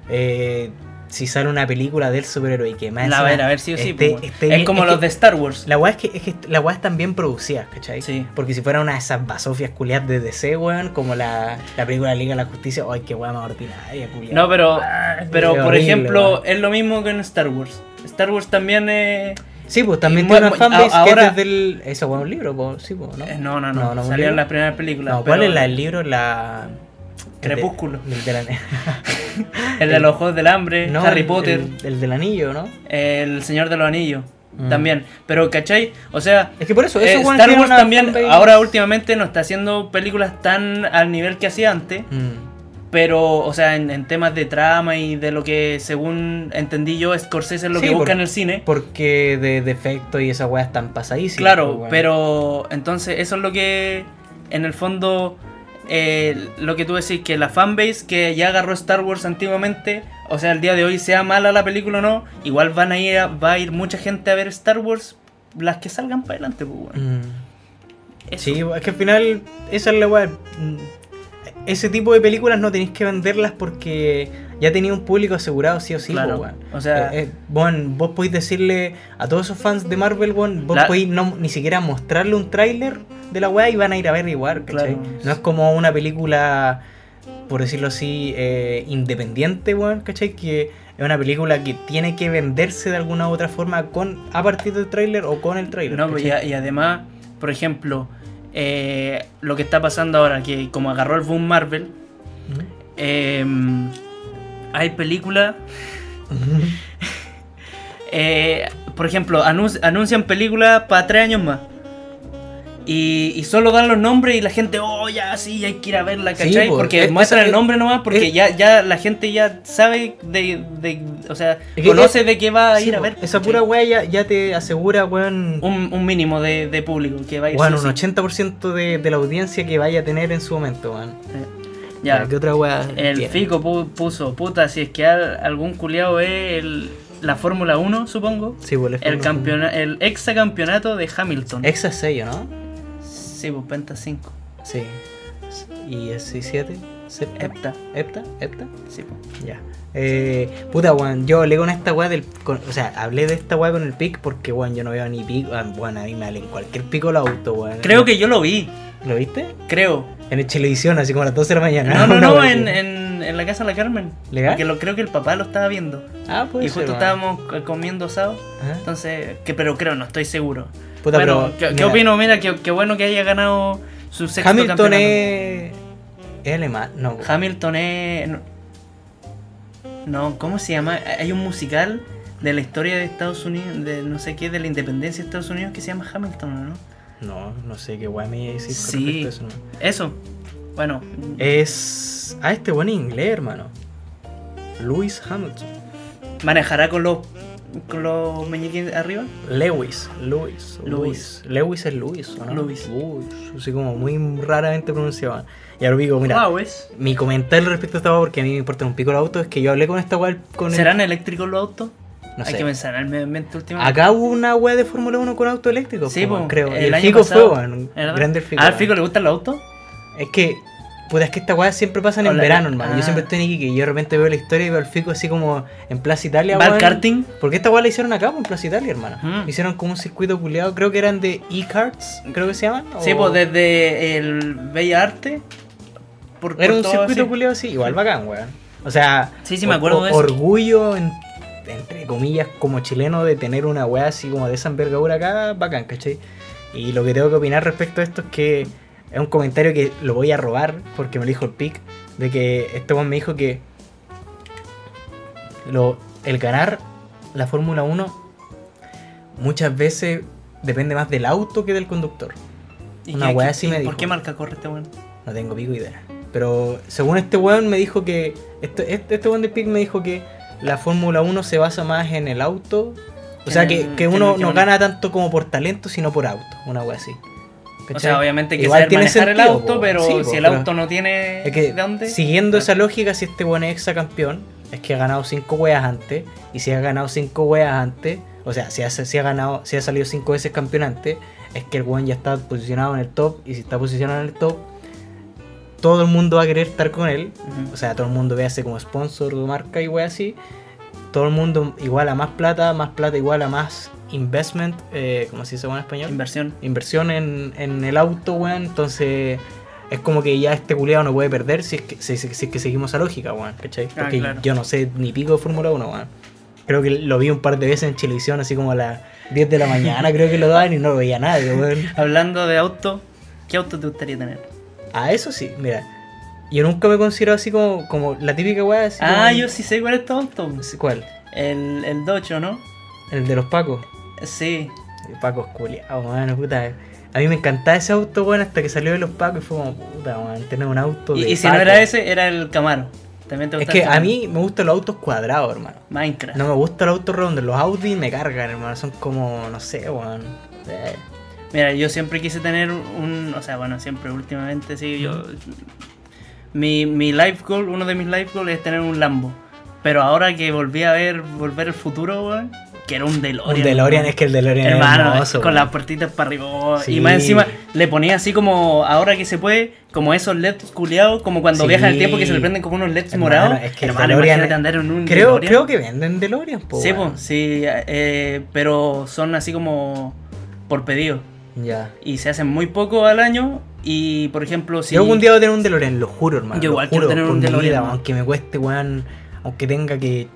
Speaker 3: Eh, si sale una película del superhéroe y que más.
Speaker 2: la
Speaker 3: encima
Speaker 2: va a ver, a ver si o sí,
Speaker 3: esté-
Speaker 2: pues, weón.
Speaker 3: esté
Speaker 2: Es
Speaker 3: bien-
Speaker 2: como
Speaker 3: es
Speaker 2: los
Speaker 3: que-
Speaker 2: de Star Wars.
Speaker 3: la weá es que, es que la weá están bien producidas, ¿cachai?
Speaker 2: Sí.
Speaker 3: Porque si fuera una de esas basofias culiadas de DC, weón, como la, la película de la Liga de la Justicia, ay, qué weá más ordinaria, culiada.
Speaker 2: No, pero, pero
Speaker 3: qué
Speaker 2: por
Speaker 3: Ah, horrible,
Speaker 2: ejemplo,
Speaker 3: weón.
Speaker 2: es lo mismo que en Star Wars. Star Wars también es...
Speaker 3: Sí, pues también
Speaker 2: Y
Speaker 3: tiene
Speaker 2: mu-
Speaker 3: una
Speaker 2: mu-
Speaker 3: fanbase
Speaker 2: a-
Speaker 3: que
Speaker 2: ahora-
Speaker 3: es desde el... Esa weá es un libro, po, sí, po, ¿no?
Speaker 2: eh, No, no,
Speaker 3: No,
Speaker 2: no,
Speaker 3: no, un
Speaker 2: salieron
Speaker 3: libro.
Speaker 2: las primeras películas.
Speaker 3: No, ¿cuál
Speaker 2: pero
Speaker 3: es la del libro? La...
Speaker 2: Crepúsculo.
Speaker 3: El, de- el de
Speaker 2: <laughs> El de los Juegos del Hambre,
Speaker 3: la... no,
Speaker 2: Harry
Speaker 3: el-
Speaker 2: Potter.
Speaker 3: El, el del anillo, ¿no?
Speaker 2: El Señor de los Anillos.
Speaker 3: Mm.
Speaker 2: También. Pero, ¿cachai? O sea,
Speaker 3: Es que por eso,
Speaker 2: eh,
Speaker 3: eso
Speaker 2: Star Wars también ahora últimamente no está haciendo películas tan al nivel que hacía antes.
Speaker 3: Mm.
Speaker 2: Pero, o sea, en, en temas de trama y de lo que, según entendí yo, Scorsese es lo
Speaker 3: Sí,
Speaker 2: que busca
Speaker 3: por-
Speaker 2: en el cine.
Speaker 3: Porque de defecto y esa weá están pasadísimas.
Speaker 2: claro,
Speaker 3: pues, weón.
Speaker 2: pero entonces eso es lo que, en el fondo, eh, lo que tú decís, que la fanbase que ya agarró Star Wars antiguamente, o sea, el día de hoy sea mala la película o no, igual van a ir, a- va a ir mucha gente a ver Star Wars, las que salgan para adelante, pues, weón.
Speaker 3: Mm.
Speaker 2: Eso.
Speaker 3: Sí, pues, es que al final esa es la weá. Mm, Ese tipo de películas no tenéis que venderlas porque ya tenía un público asegurado sí o sí,
Speaker 2: Claro.
Speaker 3: po, weón.
Speaker 2: O sea-
Speaker 3: Eh, eh, weón, vos podéis decirle a todos esos fans de Marvel, weón, vos
Speaker 2: La-
Speaker 3: podéis no, ni siquiera mostrarle un tráiler de la weá y van a ir a ver igual, ¿cachai?
Speaker 2: Claro.
Speaker 3: No es como una película, por decirlo así, eh, independiente, weón, ¿cachai? Que es una película que tiene que venderse de alguna u otra forma con a partir del tráiler o con el tráiler.
Speaker 2: No, pues,
Speaker 3: eh, ¿cachai?
Speaker 2: y, a- y además, por ejemplo, eh, lo que está pasando ahora, que como agarró el boom Marvel,
Speaker 3: Mm.
Speaker 2: eh, hay películas Eh, por ejemplo, anun- anuncian películas para tres años más. Y, y solo dan los nombres y la gente, oh, ya, sí, ya hay que ir a verla,
Speaker 3: Sí,
Speaker 2: ¿cachai?
Speaker 3: po,
Speaker 2: porque
Speaker 3: es-
Speaker 2: muestran
Speaker 3: esa-
Speaker 2: el nombre nomás, porque
Speaker 3: es-
Speaker 2: ya, ya la gente ya sabe de, de- o sea,
Speaker 3: Es que
Speaker 2: conoce de qué va a ir a ver.
Speaker 3: Esa
Speaker 2: ¿cachai?
Speaker 3: pura weá ya, ya te asegura, weón.
Speaker 2: un, un mínimo de, de público que va a ir.
Speaker 3: weón,
Speaker 2: sí
Speaker 3: un
Speaker 2: o sí.
Speaker 3: 80% de, de la audiencia que vaya a tener en su momento, weón.
Speaker 2: Ya,
Speaker 3: ¿Qué otra weá?
Speaker 2: El
Speaker 3: tiene?
Speaker 2: Fico pu- puso, puta, si es que al- algún culiao ve el- la Fórmula 1, supongo.
Speaker 3: Sí, weón,
Speaker 2: El,
Speaker 3: campeón
Speaker 2: campeona, el exacampeonato de Hamilton.
Speaker 3: Exa es sello, ¿no?
Speaker 2: sí, pues, penta 5.
Speaker 3: Sí. ¿Y el 6-7? ¿Septa?
Speaker 2: Hepta.
Speaker 3: ¿Hepta? ¿Hepta?
Speaker 2: Sí, pues.
Speaker 3: Ya. Eh, puta, weón, yo hablé con esta weá del. con- o sea, hablé de esta weá con el pic porque, weón, yo no veo ni pic. ah, Weón, a mí me en cualquier pico el auto, weón.
Speaker 2: Creo que yo lo vi,
Speaker 3: ¿Lo viste?
Speaker 2: creo.
Speaker 3: En el televisión, así como a las 12 de la mañana.
Speaker 2: No,
Speaker 3: <laughs>
Speaker 2: no,
Speaker 3: Ah, Una
Speaker 2: no,
Speaker 3: weá
Speaker 2: en,
Speaker 3: así.
Speaker 2: en, en la casa de la Carmen.
Speaker 3: ¿Legal?
Speaker 2: Porque lo, creo que el papá lo estaba viendo.
Speaker 3: Ah, pues.
Speaker 2: y justo estábamos co- comiendo asado. Entonces, que pero creo, no estoy seguro.
Speaker 3: Puta,
Speaker 2: bueno,
Speaker 3: pero.
Speaker 2: ¿qué, qué
Speaker 3: mira,
Speaker 2: opino? Mira, qué, qué bueno que haya ganado su sexto
Speaker 3: Hamilton
Speaker 2: campeonato.
Speaker 3: es. Es alemán, no.
Speaker 2: Hamilton es. no- No, ¿cómo se llama? Hay un musical de la historia de Estados Unidos, de no sé qué, de la independencia de Estados Unidos que se llama Hamilton, ¿no?
Speaker 3: No, no sé qué weá me iba a decir. con
Speaker 2: Sí.
Speaker 3: respecto a eso, no.
Speaker 2: Eso. Bueno,
Speaker 3: Es. Ah, este buen inglés, hermano. Lewis Hamilton.
Speaker 2: manejará con los con los meñiques arriba.
Speaker 3: Lewis, Lewis,
Speaker 2: Lewis.
Speaker 3: Lewis. Lewis es Lewis, ¿o ¿no?
Speaker 2: Lewis.
Speaker 3: Así como muy raramente pronunciado. Y ahora digo, mira,
Speaker 2: Wow, es.
Speaker 3: mi comentario respecto a esta weá, porque a mí me importa un pico el auto, es que yo hablé con esta weá. Con el-
Speaker 2: ¿Serán eléctricos los autos?
Speaker 3: No
Speaker 2: Hay
Speaker 3: sé.
Speaker 2: que pensar en el medio ambiente últimamente.
Speaker 3: Acá hubo una weá de Fórmula 1 con auto eléctrico,
Speaker 2: Sí,
Speaker 3: po,
Speaker 2: po,
Speaker 3: creo. y
Speaker 2: el
Speaker 3: el
Speaker 2: año
Speaker 3: Fico
Speaker 2: pasado,
Speaker 3: fue, weón.
Speaker 2: ¿verdad?
Speaker 3: Grande el Fico.
Speaker 2: ¿Al
Speaker 3: weón.
Speaker 2: Fico le gustan los autos?
Speaker 3: Es que, puta, es que estas weas siempre pasan en
Speaker 2: Hola,
Speaker 3: verano, hermano. Yo
Speaker 2: ah.
Speaker 3: siempre estoy en Iquique y yo de repente veo la historia y veo al Fico así como en Plaza Italia,
Speaker 2: ¿Va al
Speaker 3: weón.
Speaker 2: karting?
Speaker 3: ¿Por qué esta weá la hicieron acá, po, en Plaza Italia, hermano?
Speaker 2: Ujú.
Speaker 3: Hicieron como un circuito culiado, creo que eran de e-carts, creo que se llaman.
Speaker 2: Sí,
Speaker 3: o-
Speaker 2: pues desde el Bella Arte. Por, por
Speaker 3: Era un
Speaker 2: todo
Speaker 3: circuito
Speaker 2: así.
Speaker 3: culiado así, igual bacán, weón. O sea,
Speaker 2: Sí, sí, me acuerdo
Speaker 3: o-
Speaker 2: de eso.
Speaker 3: Orgullo, en- entre comillas, como chileno, de tener una weá así como de esa envergadura acá, bacán, ¿cachai? Y lo que tengo que opinar respecto a esto es que es un comentario que lo voy a robar porque me lo dijo el pic, de que este weón me dijo que lo, el ganar la Fórmula 1 muchas veces depende más del auto que del conductor.
Speaker 2: ¿Y
Speaker 3: Una
Speaker 2: qué-
Speaker 3: wea
Speaker 2: qué-
Speaker 3: así me
Speaker 2: ¿Por
Speaker 3: dijo.
Speaker 2: qué marca corre este weón?
Speaker 3: No tengo pico idea. Pero según este weón me dijo que. Este, este, este weón de Pic me dijo que la Fórmula 1 se basa más en el auto. O
Speaker 2: Que
Speaker 3: sea,
Speaker 2: en
Speaker 3: que,
Speaker 2: el-
Speaker 3: que
Speaker 2: que en
Speaker 3: uno
Speaker 2: el que
Speaker 3: no
Speaker 2: maneja.
Speaker 3: gana tanto como por talento, sino por auto. Una wea así.
Speaker 2: O
Speaker 3: ¿Cachai?
Speaker 2: sea, obviamente hay que
Speaker 3: Igual
Speaker 2: saber
Speaker 3: tiene
Speaker 2: manejar el
Speaker 3: sentido,
Speaker 2: auto,
Speaker 3: po,
Speaker 2: pero
Speaker 3: sí, po,
Speaker 2: si el
Speaker 3: pero-
Speaker 2: auto no tiene
Speaker 3: Es que,
Speaker 2: de dónde.
Speaker 3: siguiendo
Speaker 2: Ah.
Speaker 3: esa lógica, si este weón es exacampeón, es que ha ganado 5 weas antes. Y si ha ganado 5 weas antes, o sea, si ha, si ha ganado, si ha salido 5 veces campeón antes, es que el weón ya está posicionado en el top. Y si está posicionado en el top, todo el mundo va a querer estar con él.
Speaker 2: Ujú.
Speaker 3: O sea, todo el mundo ve hace como sponsor de marca y wey así. Todo el mundo igual a más plata, más plata igual a más investment, eh, ¿cómo se dice en español?
Speaker 2: Inversión.
Speaker 3: inversión en, en el auto, weón. Entonces es como que ya este culeado no puede perder si es que, si, si- si es que seguimos esa lógica, weón. ¿Cachai?
Speaker 2: Ah,
Speaker 3: Porque
Speaker 2: claro.
Speaker 3: yo no sé ni pico de Fórmula 1, weón. Creo que lo vi un par de veces en televisión, así como a las 10 de la mañana, creo que lo daban y no lo veía nadie, weón.
Speaker 2: Hablando de auto, ¿qué auto te gustaría tener?
Speaker 3: Ah, eso sí, mira. Yo nunca me considero así como, como la típica weá. así
Speaker 2: Ah,
Speaker 3: como-
Speaker 2: yo sí sé cuál es tu auto.
Speaker 3: ¿Cuál?
Speaker 2: El, el Dodge, ¿o ¿no?
Speaker 3: El de los Pacos.
Speaker 2: Sí.
Speaker 3: El Paco es culiao, weón, puta. A mí me encantaba ese auto, weón, hasta que salió de los Pacos y fue como, puta, weón, tener un auto
Speaker 2: Y,
Speaker 3: de
Speaker 2: y si no
Speaker 3: Paco.
Speaker 2: era ese, era el Camaro. También te
Speaker 3: Es
Speaker 2: gusta
Speaker 3: que
Speaker 2: el
Speaker 3: a
Speaker 2: Camaro?
Speaker 3: mí me gustan los autos cuadrados, hermano.
Speaker 2: Minecraft.
Speaker 3: No me gustan los autos redondos. Los Audi me cargan, hermano. Son como, no sé, weón. Eh,
Speaker 2: Mira, yo siempre quise tener un. O sea, bueno, siempre, últimamente sí, yo. Mi, mi life goal, uno de mis life goals es tener un Lambo. Pero ahora que volví a ver Volver al Futuro, weón, que era un DeLorean.
Speaker 3: Un DeLorean,
Speaker 2: weón.
Speaker 3: es que el DeLorean es
Speaker 2: Hermano,
Speaker 3: hermoso.
Speaker 2: con
Speaker 3: weón.
Speaker 2: las puertitas para arriba. oh,
Speaker 3: Sí.
Speaker 2: Y más encima le ponía así como, ahora que se puede, como esos LEDs culeados, como cuando
Speaker 3: Sí.
Speaker 2: viaja el tiempo que se le prenden como unos LEDs
Speaker 3: Hermano,
Speaker 2: morados.
Speaker 3: es que el
Speaker 2: Hermano,
Speaker 3: DeLorean-
Speaker 2: imagínate andar en un
Speaker 3: Creo,
Speaker 2: DeLorean.
Speaker 3: creo que venden DeLorean, po,
Speaker 2: Sí,
Speaker 3: weón.
Speaker 2: po, sí, eh, pero son así como por pedido.
Speaker 3: Ya.
Speaker 2: Y se hacen muy poco al año. Y por ejemplo, si.
Speaker 3: Yo algún día voy a tener un DeLorean, lo juro, hermano.
Speaker 2: Yo
Speaker 3: lo
Speaker 2: igual quiero
Speaker 3: juro,
Speaker 2: tener
Speaker 3: por
Speaker 2: un
Speaker 3: mi vida,
Speaker 2: DeLorean,
Speaker 3: weón,
Speaker 2: weón.
Speaker 3: aunque me cueste, weón. Aunque tenga que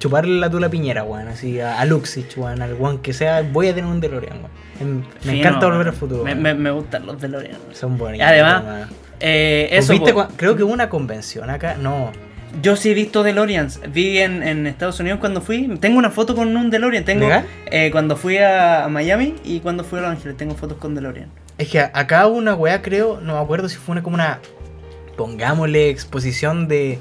Speaker 3: chuparle la tula piñera, weón. Así a, a Luxich, weón. Al weón que sea, voy a tener un DeLorean, weón. Em- Me
Speaker 2: Fino,
Speaker 3: encanta volver
Speaker 2: weón.
Speaker 3: al futuro.
Speaker 2: Me,
Speaker 3: weón.
Speaker 2: me- me gustan los DeLorean.
Speaker 3: Son buenos.
Speaker 2: Además, Eh, eso.
Speaker 3: ¿Viste
Speaker 2: po.
Speaker 3: cua- creo que hubo una convención acá. No,
Speaker 2: Yo sí he visto DeLoreans. Vi en, en Estados Unidos cuando fui. Tengo una foto con un DeLorean. Tengo
Speaker 3: ¿Legal?
Speaker 2: eh, cuando fui a, a Miami y cuando fui a Los Ángeles. Tengo fotos con DeLorean.
Speaker 3: Es que acá hubo una weá, creo, no me acuerdo si fue una como una, pongámosle, exposición de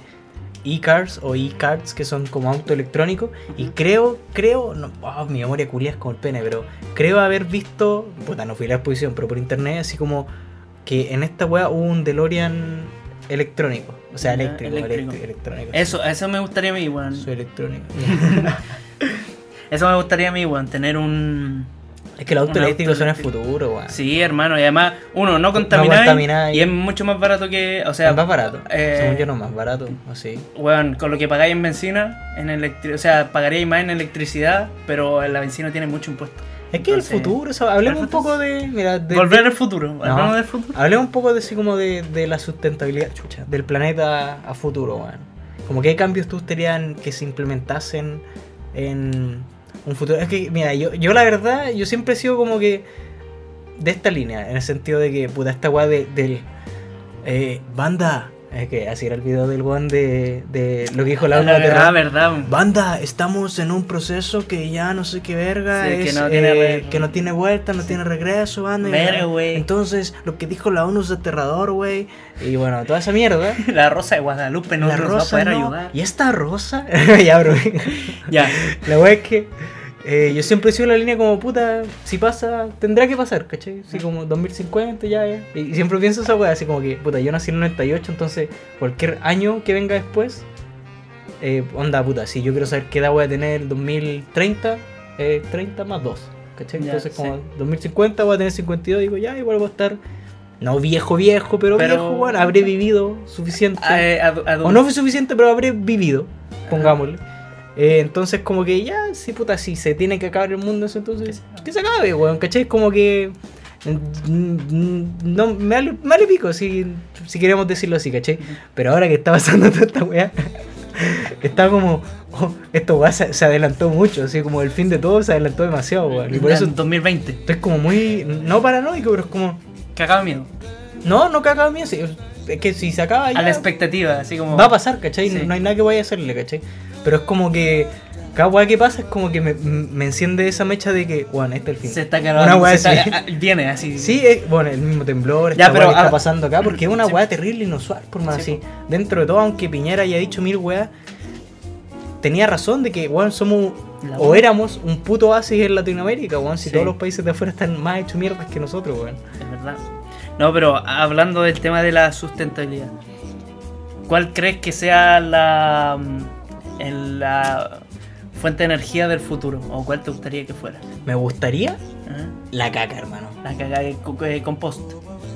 Speaker 3: e-cars o e-cards que son como auto electrónico. Y creo, creo, no, ah, mi memoria culia es como el pene, pero creo haber visto, puta, no fui a la exposición, pero por internet, así como que en esta weá hubo un DeLorean electrónico. O sea,
Speaker 2: Ya,
Speaker 3: eléctrico,
Speaker 2: eléctrico.
Speaker 3: electri- electrónico.
Speaker 2: Eso, eso me gustaría a mí, weón. <laughs>
Speaker 3: Soy electrónico.
Speaker 2: Eso me gustaría a mí, weón. Tener un.
Speaker 3: es que los autos
Speaker 2: Un auto
Speaker 3: eléctricos son el
Speaker 2: eléctrico.
Speaker 3: futuro, weón.
Speaker 2: Sí, hermano. Y además, uno, no contamináis.
Speaker 3: contamináis.
Speaker 2: y es mucho más barato que. O sea,
Speaker 3: Es más barato.
Speaker 2: eh,
Speaker 3: Según yo no es más barato, o sí.
Speaker 2: Weón, con lo que pagáis en benzina, en electri o sea, pagaríais más en electricidad, pero la benzina tiene mucho impuesto.
Speaker 3: Es que
Speaker 2: Entonces,
Speaker 3: el futuro, o sea, hablemos un poco de. Mira, de-
Speaker 2: Volver al futuro,
Speaker 3: No.
Speaker 2: hablamos del futuro.
Speaker 3: hablemos un poco de así como de, de la sustentabilidad, chucha, del planeta a futuro, weón. Como qué cambios tú gustarían que se implementasen en un futuro. Es que, mira, yo, yo la verdad, yo siempre he sido como que de esta línea, en el sentido de que, puta, esta weá de, del. eh, banda. Es que así era el video del weón de, de lo que dijo la
Speaker 2: La
Speaker 3: otra
Speaker 2: verdad, verdad.
Speaker 3: Banda, estamos en un proceso que ya no sé qué verga,
Speaker 2: Sí, que
Speaker 3: es,
Speaker 2: no tiene
Speaker 3: eh,
Speaker 2: re-
Speaker 3: que no tiene vuelta, no tiene regreso, banda. y
Speaker 2: Verga,
Speaker 3: la-
Speaker 2: güey.
Speaker 3: Entonces, lo que dijo la ONU es aterrador, güey. Y bueno, toda esa mierda.
Speaker 2: <laughs> La rosa de Guadalupe <laughs> no
Speaker 3: la
Speaker 2: nos va a
Speaker 3: rosa
Speaker 2: poder
Speaker 3: no.
Speaker 2: ayudar.
Speaker 3: ¿Y esta rosa? <laughs> ya, bro.
Speaker 2: Ya,
Speaker 3: <laughs> la wea es que eh, yo siempre he sido la línea como, puta, si pasa, tendrá que pasar, ¿cachai? Así como 2050, ya, ya. Y, y siempre pienso esa wea, así como que, puta, yo nací en el 98, entonces cualquier año que venga después, eh, onda, puta, si yo quiero saber qué edad voy a tener el 2030, eh, 30 más 2, ¿cachai?
Speaker 2: Ya,
Speaker 3: entonces como
Speaker 2: sí.
Speaker 3: 2050 voy a tener 52, digo, ya, igual voy a estar, no viejo, viejo, pero,
Speaker 2: Pero-
Speaker 3: viejo, bueno, habré vivido suficiente.
Speaker 2: eh, adu- adu-
Speaker 3: O no fue suficiente, pero habré vivido, pongámosle. Eh, entonces, como que ya, sí, puta, si se tiene que acabar el mundo, eso entonces, que se acabe, weón, ¿cachai? Como que. mm, mm, No, me vale, me vale pico, si, si queremos decirlo así, ¿cachai? Pero ahora que está pasando <laughs> toda esta weá, está como. oh, esto weá se, se adelantó mucho, así como el fin de todo se adelantó demasiado, weón. Y por
Speaker 2: ya,
Speaker 3: eso
Speaker 2: 2020.
Speaker 3: estoy como muy. No paranoico, pero es como.
Speaker 2: Cagado de miedo.
Speaker 3: No, no cagaba mía, sí, es que si se acaba Ah, ya.
Speaker 2: A la expectativa, así como.
Speaker 3: Va a pasar, ¿cachai?
Speaker 2: Sí.
Speaker 3: No hay nada que vaya a hacerle, ¿cachai? Pero es como que cada weá que pasa es como que me, me enciende esa mecha de que, bueno, este es el fin.
Speaker 2: Se está acabando.
Speaker 3: Una weá
Speaker 2: se
Speaker 3: así.
Speaker 2: está- ah, viene así.
Speaker 3: Sí, es- bueno, el mismo temblor,
Speaker 2: Ya,
Speaker 3: esta
Speaker 2: pero
Speaker 3: weá que
Speaker 2: a-
Speaker 3: está pasando acá, porque es una
Speaker 2: Sí.
Speaker 3: weá terrible y inusual, por más
Speaker 2: Sí,
Speaker 3: así. Dentro de todo, aunque Piñera haya dicho mil weá, tenía razón de que, weón, somos
Speaker 2: La
Speaker 3: o
Speaker 2: weá.
Speaker 3: éramos un puto oasis en Latinoamérica, weón, si
Speaker 2: Sí.
Speaker 3: todos los países de afuera están más hechos mierdas que nosotros, weón.
Speaker 2: Es verdad. No, pero hablando del tema de la sustentabilidad, ¿cuál crees que sea la, mm, el- la fuente de energía del futuro? ¿O cuál te gustaría que fuera?
Speaker 3: Me gustaría
Speaker 2: Ajá.
Speaker 3: la caca, hermano.
Speaker 2: La cagada de co- eh, compost.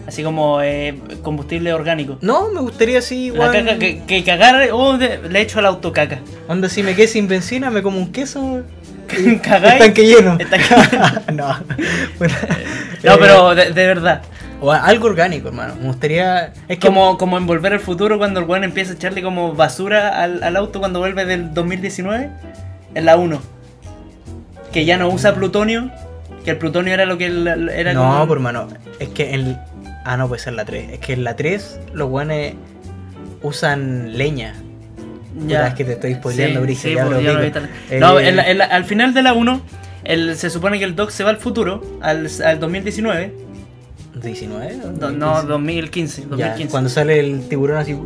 Speaker 2: Así como eh, combustible orgánico.
Speaker 3: No, me gustaría así,
Speaker 2: La
Speaker 3: weón.
Speaker 2: caca que, que cagar o de- le echo al autocaca.
Speaker 3: Onda, si me quedé sin benzina, me como un queso.
Speaker 2: <laughs> Cagáis.
Speaker 3: Estanque lleno.
Speaker 2: Estanque-
Speaker 3: <laughs> no. Bueno, eh,
Speaker 2: No, pero de, de verdad.
Speaker 3: O a- algo orgánico, hermano. Me gustaría. Es que.
Speaker 2: Como, como envolver el futuro cuando el weón empieza a echarle como basura al, al auto cuando vuelve del 2019 en la 1. Que ya no usa plutonio, que el plutonio era lo que el- era
Speaker 3: no,
Speaker 2: como-
Speaker 3: por pues, hermano. Es que en. Ah, no, puede ser la 3. Es que en la 3 los guanes usan leña. Puta, es que te estoy spoileando, Brigio,
Speaker 2: sí,
Speaker 3: ya
Speaker 2: pues,
Speaker 3: lo
Speaker 2: ya lo
Speaker 3: digo.
Speaker 2: vi tal- No,
Speaker 3: Eh,
Speaker 2: en la- en la- al final de la 1, el- se supone que el Doc se va al futuro, al, al 2019.
Speaker 3: ¿19? o
Speaker 2: Do- no, 2015.
Speaker 3: 2015? Ya,
Speaker 2: 2015.
Speaker 3: cuando sale el tiburón así.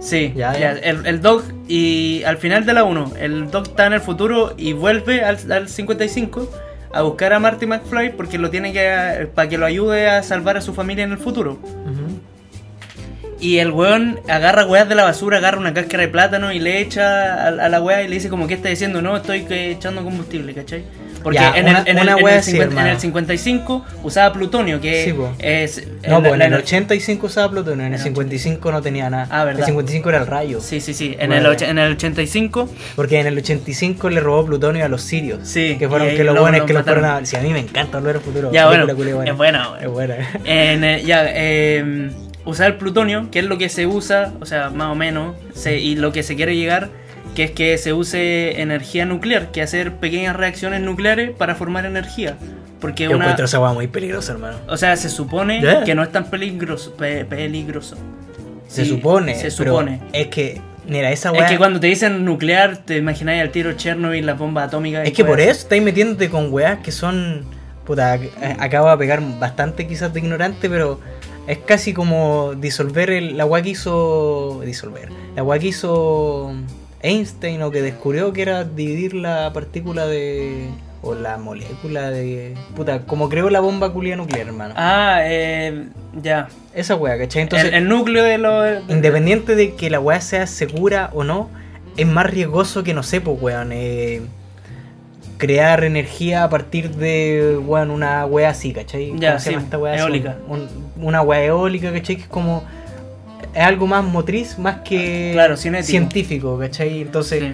Speaker 2: Sí,
Speaker 3: Ya,
Speaker 2: ya,
Speaker 3: ya.
Speaker 2: El, el Doc y al final de la 1, el Doc está en el futuro y vuelve al, al 55 a buscar a Marty McFly porque lo tiene que para que lo ayude a salvar a su familia en el futuro.
Speaker 3: Ujú.
Speaker 2: Y el weón agarra weas de la basura, agarra una cáscara de plátano y le echa a, a la wea y le dice como ¿qué está diciendo? No, estoy que echando combustible, ¿cachai? Porque
Speaker 3: Ya,
Speaker 2: en,
Speaker 3: una-
Speaker 2: el, en, el,
Speaker 3: una
Speaker 2: en,
Speaker 3: wea
Speaker 2: el
Speaker 3: así,
Speaker 2: 50 en
Speaker 3: hermano.
Speaker 2: el 55 usaba plutonio, que
Speaker 3: Sí, po.
Speaker 2: es... la-
Speaker 3: No, pues en
Speaker 2: la
Speaker 3: el
Speaker 2: ener-
Speaker 3: 85 usaba Plutón, en
Speaker 2: En
Speaker 3: el
Speaker 2: el
Speaker 3: 55 no tenía nada.
Speaker 2: Ah, verdad.
Speaker 3: El 55 era el rayo.
Speaker 2: Sí, sí, sí. En,
Speaker 3: Bueno.
Speaker 2: el, och- en el 85
Speaker 3: Porque en el 85 le robó Plutonio a los sirios.
Speaker 2: Sí,
Speaker 3: Que
Speaker 2: y
Speaker 3: fueron
Speaker 2: ahí
Speaker 3: que los
Speaker 2: lo-
Speaker 3: buenos
Speaker 2: lo
Speaker 3: que los fueron
Speaker 2: mataron.
Speaker 3: a. Si a mí me encanta volver al futuro.
Speaker 2: Ya, bueno,
Speaker 3: película culia buena.
Speaker 2: es buena,
Speaker 3: Es buena.
Speaker 2: En, eh, ya, eh, usar el plutonio, que es lo que se usa, o sea, más o menos, se- y lo que se quiere llegar, que es que se use energía nuclear, que hacer pequeñas reacciones nucleares para formar energía. Porque
Speaker 3: Yo
Speaker 2: una.
Speaker 3: encuentro esa hueá muy peligrosa, hermano.
Speaker 2: O sea, se supone
Speaker 3: Ya.
Speaker 2: que no es tan peligroso. pe- peligroso.
Speaker 3: Se
Speaker 2: Sí,
Speaker 3: supone.
Speaker 2: Se
Speaker 3: pero
Speaker 2: supone.
Speaker 3: Es que Mira, esa
Speaker 2: Es
Speaker 3: weá.
Speaker 2: que cuando te dicen nuclear, te imagináis al tiro Chernobyl, las bombas atómicas. y
Speaker 3: Es que
Speaker 2: todo
Speaker 3: por eso estáis metiéndote con weas que son. Puta, ac- eh, acabo de pegar bastante quizás de ignorante, pero es casi como disolver el, la wea que hizo. Disolver. La wea que hizo Einstein o que descubrió que era dividir la partícula de. O la molécula de. Puta, como creó la bomba culia nuclear, hermano.
Speaker 2: Ah, eh, ya.
Speaker 3: Esa wea, ¿cachai? Entonces,
Speaker 2: el, el núcleo de los.
Speaker 3: independiente de que la wea sea segura o no, es más riesgoso que no sé, pues weón. eh, crear energía a partir de weón, una wea así, ¿cachai?
Speaker 2: Ya,
Speaker 3: ¿Cómo se llama
Speaker 2: sí,
Speaker 3: esta wea?
Speaker 2: eólica.
Speaker 3: Un- un- una wea eólica, ¿cachai? Que es como. Es algo más motriz, más que
Speaker 2: Claro, cinético.
Speaker 3: científico, ¿cachai? Entonces,
Speaker 2: Sí.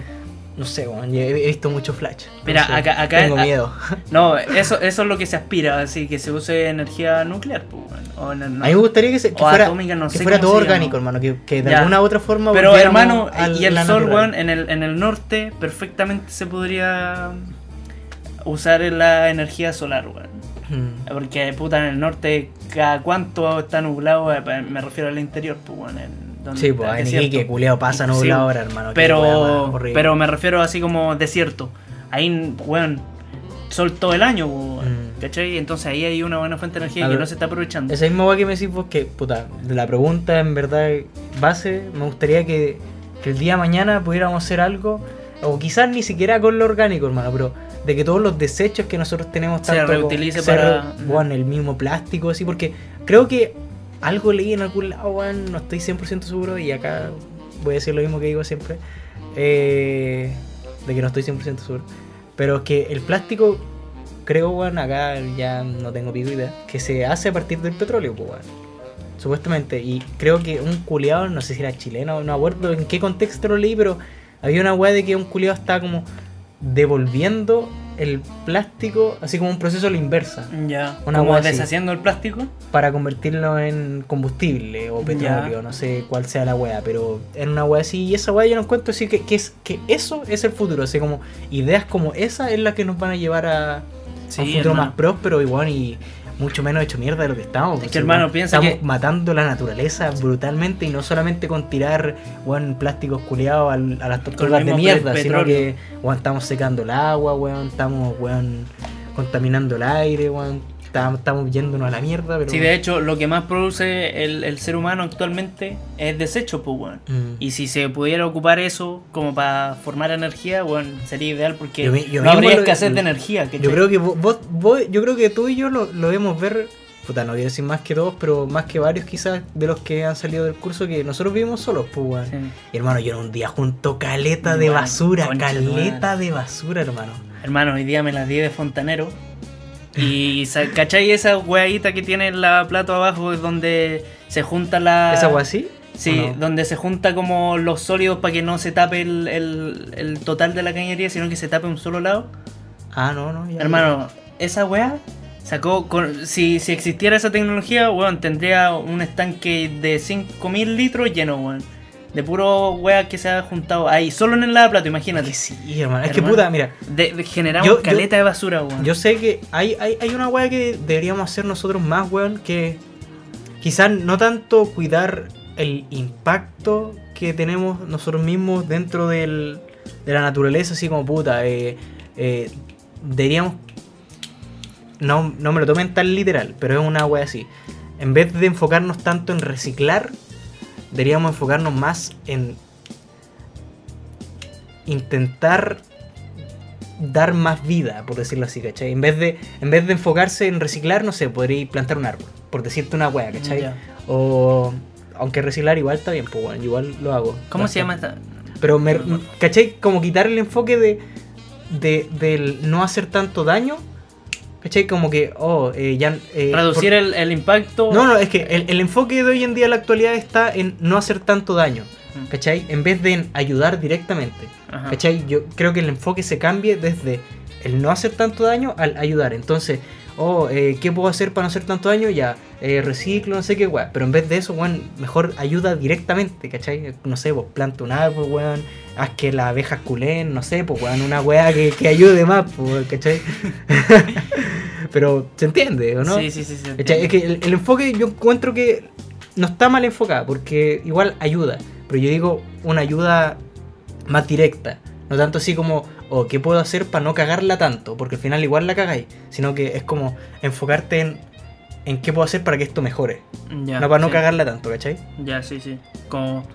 Speaker 3: no sé, weón, yo he he visto mucho flash.
Speaker 2: Mira,
Speaker 3: Entonces,
Speaker 2: acá- acá-
Speaker 3: Tengo
Speaker 2: a-
Speaker 3: miedo.
Speaker 2: No, eso, eso es lo que se aspira, así que se use energía nuclear. pues, bueno, o no- no.
Speaker 3: A mí me gustaría que, se- que
Speaker 2: O
Speaker 3: fuera,
Speaker 2: atómica, no
Speaker 3: que
Speaker 2: sé
Speaker 3: fuera
Speaker 2: cómo
Speaker 3: todo
Speaker 2: se llama.
Speaker 3: orgánico, hermano. Que, que de
Speaker 2: Ya.
Speaker 3: alguna u otra forma.
Speaker 2: Pero
Speaker 3: volviéramos
Speaker 2: hermano,
Speaker 3: al-
Speaker 2: y el
Speaker 3: la
Speaker 2: sol,
Speaker 3: naturaleza.
Speaker 2: weón, en el, en el norte perfectamente se podría usar en la energía solar, weón.
Speaker 3: Mm.
Speaker 2: Porque puta, en el norte, cada cuánto está nublado, eh, pa- me refiero al interior, pues, weón. en donde
Speaker 3: Sí,
Speaker 2: está
Speaker 3: pues
Speaker 2: el
Speaker 3: en
Speaker 2: desierto.
Speaker 3: Iquique, culiao, pasa
Speaker 2: Sí,
Speaker 3: nublado
Speaker 2: weón.
Speaker 3: ahora, hermano. qué weá más
Speaker 2: Pero,
Speaker 3: horrible.
Speaker 2: pero me refiero así como desierto. Ahí, weón, sol todo el año, weón,
Speaker 3: Mm.
Speaker 2: ¿cachai? Entonces ahí hay una buena fuente de energía
Speaker 3: A
Speaker 2: que
Speaker 3: ver.
Speaker 2: no se está aprovechando.
Speaker 3: Esa misma weá que me decís vos que, puta, de la pregunta en verdad base, me gustaría que, que el día de mañana pudiéramos hacer algo, o quizás ni siquiera con lo orgánico, hermano, pero de que todos los desechos que nosotros tenemos
Speaker 2: Se
Speaker 3: tanto como-
Speaker 2: reutilice
Speaker 3: se re-
Speaker 2: para-
Speaker 3: weón, el mismo plástico, así, porque creo que algo leí en algún lado, weón, no estoy 100% seguro, y acá voy a decir lo mismo que digo siempre, eh, de que no estoy 100% seguro, pero es que el plástico creo, weón, acá ya no tengo pico idea, que se hace a partir del petróleo, pues, weón. Supuestamente, y creo que un culiado, no sé si era chileno, no me acuerdo en qué contexto lo leí, pero había una weá de que un culiado estaba como devolviendo el plástico, así como un proceso a la inversa,
Speaker 2: Ya,
Speaker 3: Una
Speaker 2: como
Speaker 3: hueá así.
Speaker 2: deshaciendo el plástico.
Speaker 3: para convertirlo en combustible o petróleo, no sé cuál sea la weá, pero en una weá así, y esa weá yo no encuentro así que, que, es, que eso es el futuro, así como ideas como esa es las que nos van a llevar a, a un futuro
Speaker 2: hermano.
Speaker 3: más próspero y bueno, y mucho menos hecho mierda de lo que estamos. pues,
Speaker 2: que,
Speaker 3: sí,
Speaker 2: hermano,
Speaker 3: bueno,
Speaker 2: piensa
Speaker 3: Estamos
Speaker 2: que-
Speaker 3: matando la naturaleza brutalmente y no solamente con tirar, weón, plásticos culeados al- a las tortugas de
Speaker 2: mismo
Speaker 3: mierda,
Speaker 2: pe-
Speaker 3: sino
Speaker 2: petróleo.
Speaker 3: que, weón, estamos secando el agua, weón, estamos, weón, contaminando el aire, weón, tam- estamos yéndonos a la mierda, pero...
Speaker 2: Sí, de hecho, lo que más produce el, el ser humano actualmente es desecho, pues, weón.
Speaker 3: Mm.
Speaker 2: Y si se pudiera ocupar eso como para formar energía, weón, sería ideal porque
Speaker 3: Yo mi- yo
Speaker 2: no
Speaker 3: mismo
Speaker 2: habría
Speaker 3: lo-
Speaker 2: escasez de energía.
Speaker 3: Yo creo que vos, vos- vos- yo creo que tú y yo lo, lo debemos ver, puta, no quiero decir más que todos, pero más que varios quizás de los que han salido del curso que nosotros vivimos solos, pues, weón. Y, hermano, yo en un día junto caleta de
Speaker 2: Bueno,
Speaker 3: basura,
Speaker 2: concha tu
Speaker 3: caleta de basura, hermano.
Speaker 2: Hermano, hoy día me las di de fontanero. Y sa- ¿cachai esa weadita que tiene la plato abajo es donde se junta la.
Speaker 3: ¿Esa agua así?
Speaker 2: Sí,
Speaker 3: ¿O no?
Speaker 2: donde se junta como los sólidos para que no se tape el, el- el total de la cañería, sino que se tape un solo lado.
Speaker 3: Ah, no, no. ya.
Speaker 2: Hermano, esa weá sacó. Con, si, si existiera esa tecnología, weón, tendría un estanque de 5000 litros lleno, weón. De puro weá que se ha juntado ahí, solo en el lavaplato, imagínate.
Speaker 3: Que sí, hermano. Es que
Speaker 2: Hermano.
Speaker 3: puta, mira,
Speaker 2: De, de- generamos
Speaker 3: Yo- yo-
Speaker 2: caleta de basura, weón.
Speaker 3: yo sé que hay, hay, hay una weá que deberíamos hacer nosotros más, weón, que quizás no tanto cuidar el impacto que tenemos nosotros mismos dentro del, de la naturaleza, así como puta. eh, eh, deberíamos. No, no me lo tomen tan literal, pero es una wea así. En vez de enfocarnos tanto en reciclar, deberíamos enfocarnos más en intentar dar más vida, por decirlo así, ¿cachai? En vez de, en vez de enfocarse en reciclar, no sé, podría plantar un árbol, por decirte una wea, ¿cachai?
Speaker 2: Ya.
Speaker 3: O. Aunque reciclar igual está bien, pues bueno, igual lo hago.
Speaker 2: ¿Cómo se
Speaker 3: Bastante.
Speaker 2: llama esta?
Speaker 3: Pero, me,
Speaker 2: No me acuerdo.
Speaker 3: ¿cachai? Como quitar el enfoque de, de- del no hacer tanto daño. ¿Cachai? Como que, oh, eh, ya... eh,
Speaker 2: Reducir el, el impacto.
Speaker 3: por- No, no, es que el, el enfoque de hoy en día en la actualidad está en no hacer tanto daño.
Speaker 2: Mm.
Speaker 3: ¿Cachai? En vez de en ayudar directamente.
Speaker 2: Ajá.
Speaker 3: ¿Cachai? Yo creo que el enfoque se cambie desde el no hacer tanto daño al ayudar. Entonces, oh, eh, ¿qué puedo hacer para no hacer tanto daño? Ya, eh, reciclo, no sé qué, weón. Pero en vez de eso, weón, mejor ayuda directamente, ¿cachai? No sé, vos planta un árbol, weón. Haz que las abejas culen, no sé, pues, weón, una weá que, que ayude más, pues, weón, ¿cachai? <laughs> Pero, ¿se entiende o no?
Speaker 2: Sí, sí, sí. sí,
Speaker 3: ¿Cachai?
Speaker 2: entiendo.
Speaker 3: Es que el, el enfoque yo encuentro que no está mal enfocado porque igual ayuda. Pero yo digo una ayuda más directa. No tanto así como, oh, ¿qué puedo hacer para no cagarla tanto? Porque al final igual la cagáis. Sino que es como enfocarte en, en qué puedo hacer para que esto mejore.
Speaker 2: Ya,
Speaker 3: no para no
Speaker 2: sí.
Speaker 3: cagarla tanto, ¿cachai?
Speaker 2: Ya, sí, sí. Como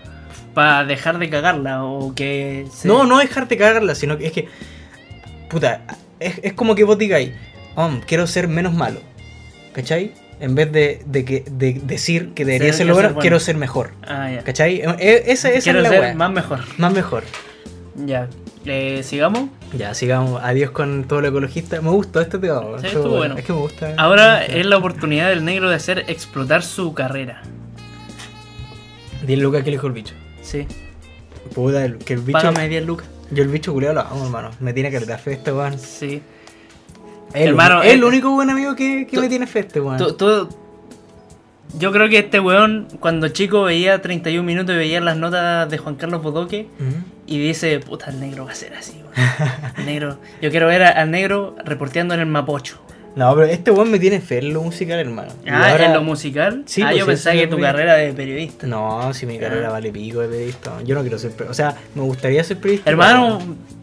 Speaker 2: para dejar de cagarla o que... se-
Speaker 3: No, no dejarte cagarla, sino que es que. Puta, es, es como que vos digáis, "Um, quiero ser menos malo. ¿Cachai? En vez de, de que, de decir que debería
Speaker 2: Ser-
Speaker 3: ser
Speaker 2: quiero
Speaker 3: lo bueno,
Speaker 2: ser bueno.
Speaker 3: quiero ser mejor.
Speaker 2: Ah, ya.
Speaker 3: ¿Cachai? E- e- Esa, esa
Speaker 2: Quiero
Speaker 3: es la
Speaker 2: ser
Speaker 3: wea.
Speaker 2: más
Speaker 3: Más...
Speaker 2: mejor.
Speaker 3: mejor.
Speaker 2: Ya. Eh, Sigamos.
Speaker 3: Ya, sigamos. Adiós con todo lo ecologista. Me gustó este tema. weón.
Speaker 2: Sí,
Speaker 3: Fue
Speaker 2: estuvo bueno.
Speaker 3: Es que me gusta.
Speaker 2: Ahora eh, es la oportunidad del negro de hacer explotar su carrera.
Speaker 3: 10 lucas que le dijo el bicho.
Speaker 2: Sí.
Speaker 3: Puta, el- que el bicho.
Speaker 2: Págame 10 lucas.
Speaker 3: Yo el bicho culeado lo amo, hermano. Me tiene que dar fe este weón. Es
Speaker 2: Sí.
Speaker 3: el-
Speaker 2: Hermano,
Speaker 3: es el
Speaker 2: eh,
Speaker 3: único buen amigo que, que
Speaker 2: tú-
Speaker 3: me tiene fe este weón.
Speaker 2: Tú- tú- Yo creo que este weón, cuando chico veía 31 minutos y veía las notas de Juan Carlos Bodoque,
Speaker 3: Mm.
Speaker 2: y dice, puta, el negro va a ser así, weón.
Speaker 3: <laughs>
Speaker 2: El negro. Yo quiero ver a- al negro reporteando en el Mapocho.
Speaker 3: No, pero este weón me tiene fe en lo musical, hermano. Y
Speaker 2: Ah,
Speaker 3: ahora-
Speaker 2: en lo musical.
Speaker 3: Sí,
Speaker 2: ah,
Speaker 3: pues,
Speaker 2: yo
Speaker 3: sí,
Speaker 2: pensaba
Speaker 3: sí,
Speaker 2: que
Speaker 3: es
Speaker 2: tu
Speaker 3: verdad.
Speaker 2: carrera de periodista.
Speaker 3: No, si mi carrera
Speaker 2: Ah.
Speaker 3: vale pico de periodista. Yo no quiero ser periodista. O sea, me gustaría ser periodista.
Speaker 2: Hermano,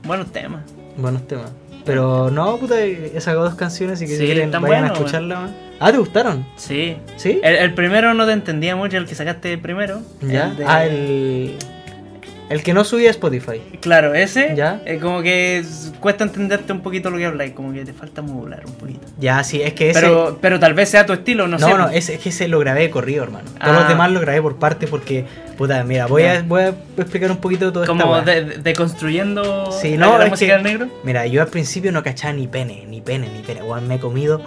Speaker 2: buenos temas.
Speaker 3: pero- Buenos temas. Pero no, puta, he sacado dos canciones y que
Speaker 2: Sí,
Speaker 3: si quieren
Speaker 2: están
Speaker 3: vayan a
Speaker 2: buenos,
Speaker 3: escucharla, man. Ah, ¿te gustaron?
Speaker 2: Sí.
Speaker 3: ¿Sí?
Speaker 2: El, el primero no te entendía mucho, el que sacaste primero.
Speaker 3: ¿Ya?
Speaker 2: El de-
Speaker 3: Ah, el... El que no subía a Spotify.
Speaker 2: Claro, ese.
Speaker 3: Ya.
Speaker 2: eh, como que es- cuesta entenderte un poquito lo que habláis, como que te falta modular un poquito.
Speaker 3: Ya, sí, es que ese...
Speaker 2: Pero, pero tal vez sea tu estilo, no,
Speaker 3: no,
Speaker 2: sé. pues,
Speaker 3: no, ese- es que ese lo grabé de corrido, hermano. Todos
Speaker 2: Ah.
Speaker 3: los demás lo grabé por parte porque... Puta, mira, voy,
Speaker 2: Ya.
Speaker 3: a, voy a explicar un poquito de todo esto.
Speaker 2: Como de, de- construyendo
Speaker 3: Sí,
Speaker 2: la
Speaker 3: no,
Speaker 2: gran
Speaker 3: es
Speaker 2: música del
Speaker 3: que-
Speaker 2: negro.
Speaker 3: Mira, yo al principio no cachaba ni pene, ni pene, ni pene. Weón, me he comido.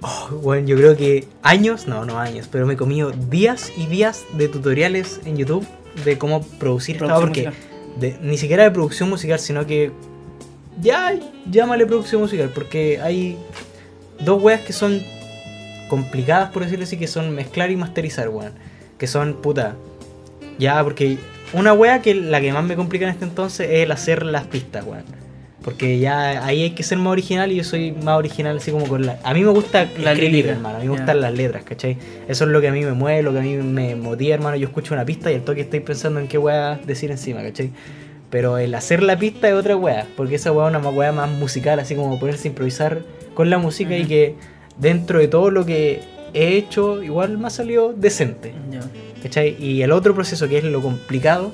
Speaker 3: Oh, weón, yo creo que años, no, no años, pero me he comido días y días de tutoriales en YouTube de cómo producir esta
Speaker 2: Producción
Speaker 3: porque
Speaker 2: musical.
Speaker 3: de- ni siquiera de producción musical, sino que ya llámale producción musical, porque hay dos weas que son complicadas, por decirlo así, que son mezclar y masterizar, weón. Que son puta. Ya, porque una wea que la que más me complica en este entonces es el hacer las pistas, weón. Porque ya ahí hay que ser más original y yo soy más original así como con la... A mí me gusta
Speaker 2: La
Speaker 3: la escribir,
Speaker 2: lírica,
Speaker 3: hermano. A mí me
Speaker 2: ya.
Speaker 3: gustan las letras, ¿cachai? Eso es lo que a mí me mueve, lo que a mí me motiva, hermano. Yo escucho una pista y al toque estoy pensando en qué wea decir encima, ¿cachai? Pero el hacer la pista es otra wea, porque esa wea es una wea más musical, así como ponerse a improvisar con la música y
Speaker 2: Ujú.
Speaker 3: que dentro de todo lo que he hecho, igual me ha salido decente.
Speaker 2: Ya.
Speaker 3: ¿cachai? Y el otro proceso, que es lo complicado,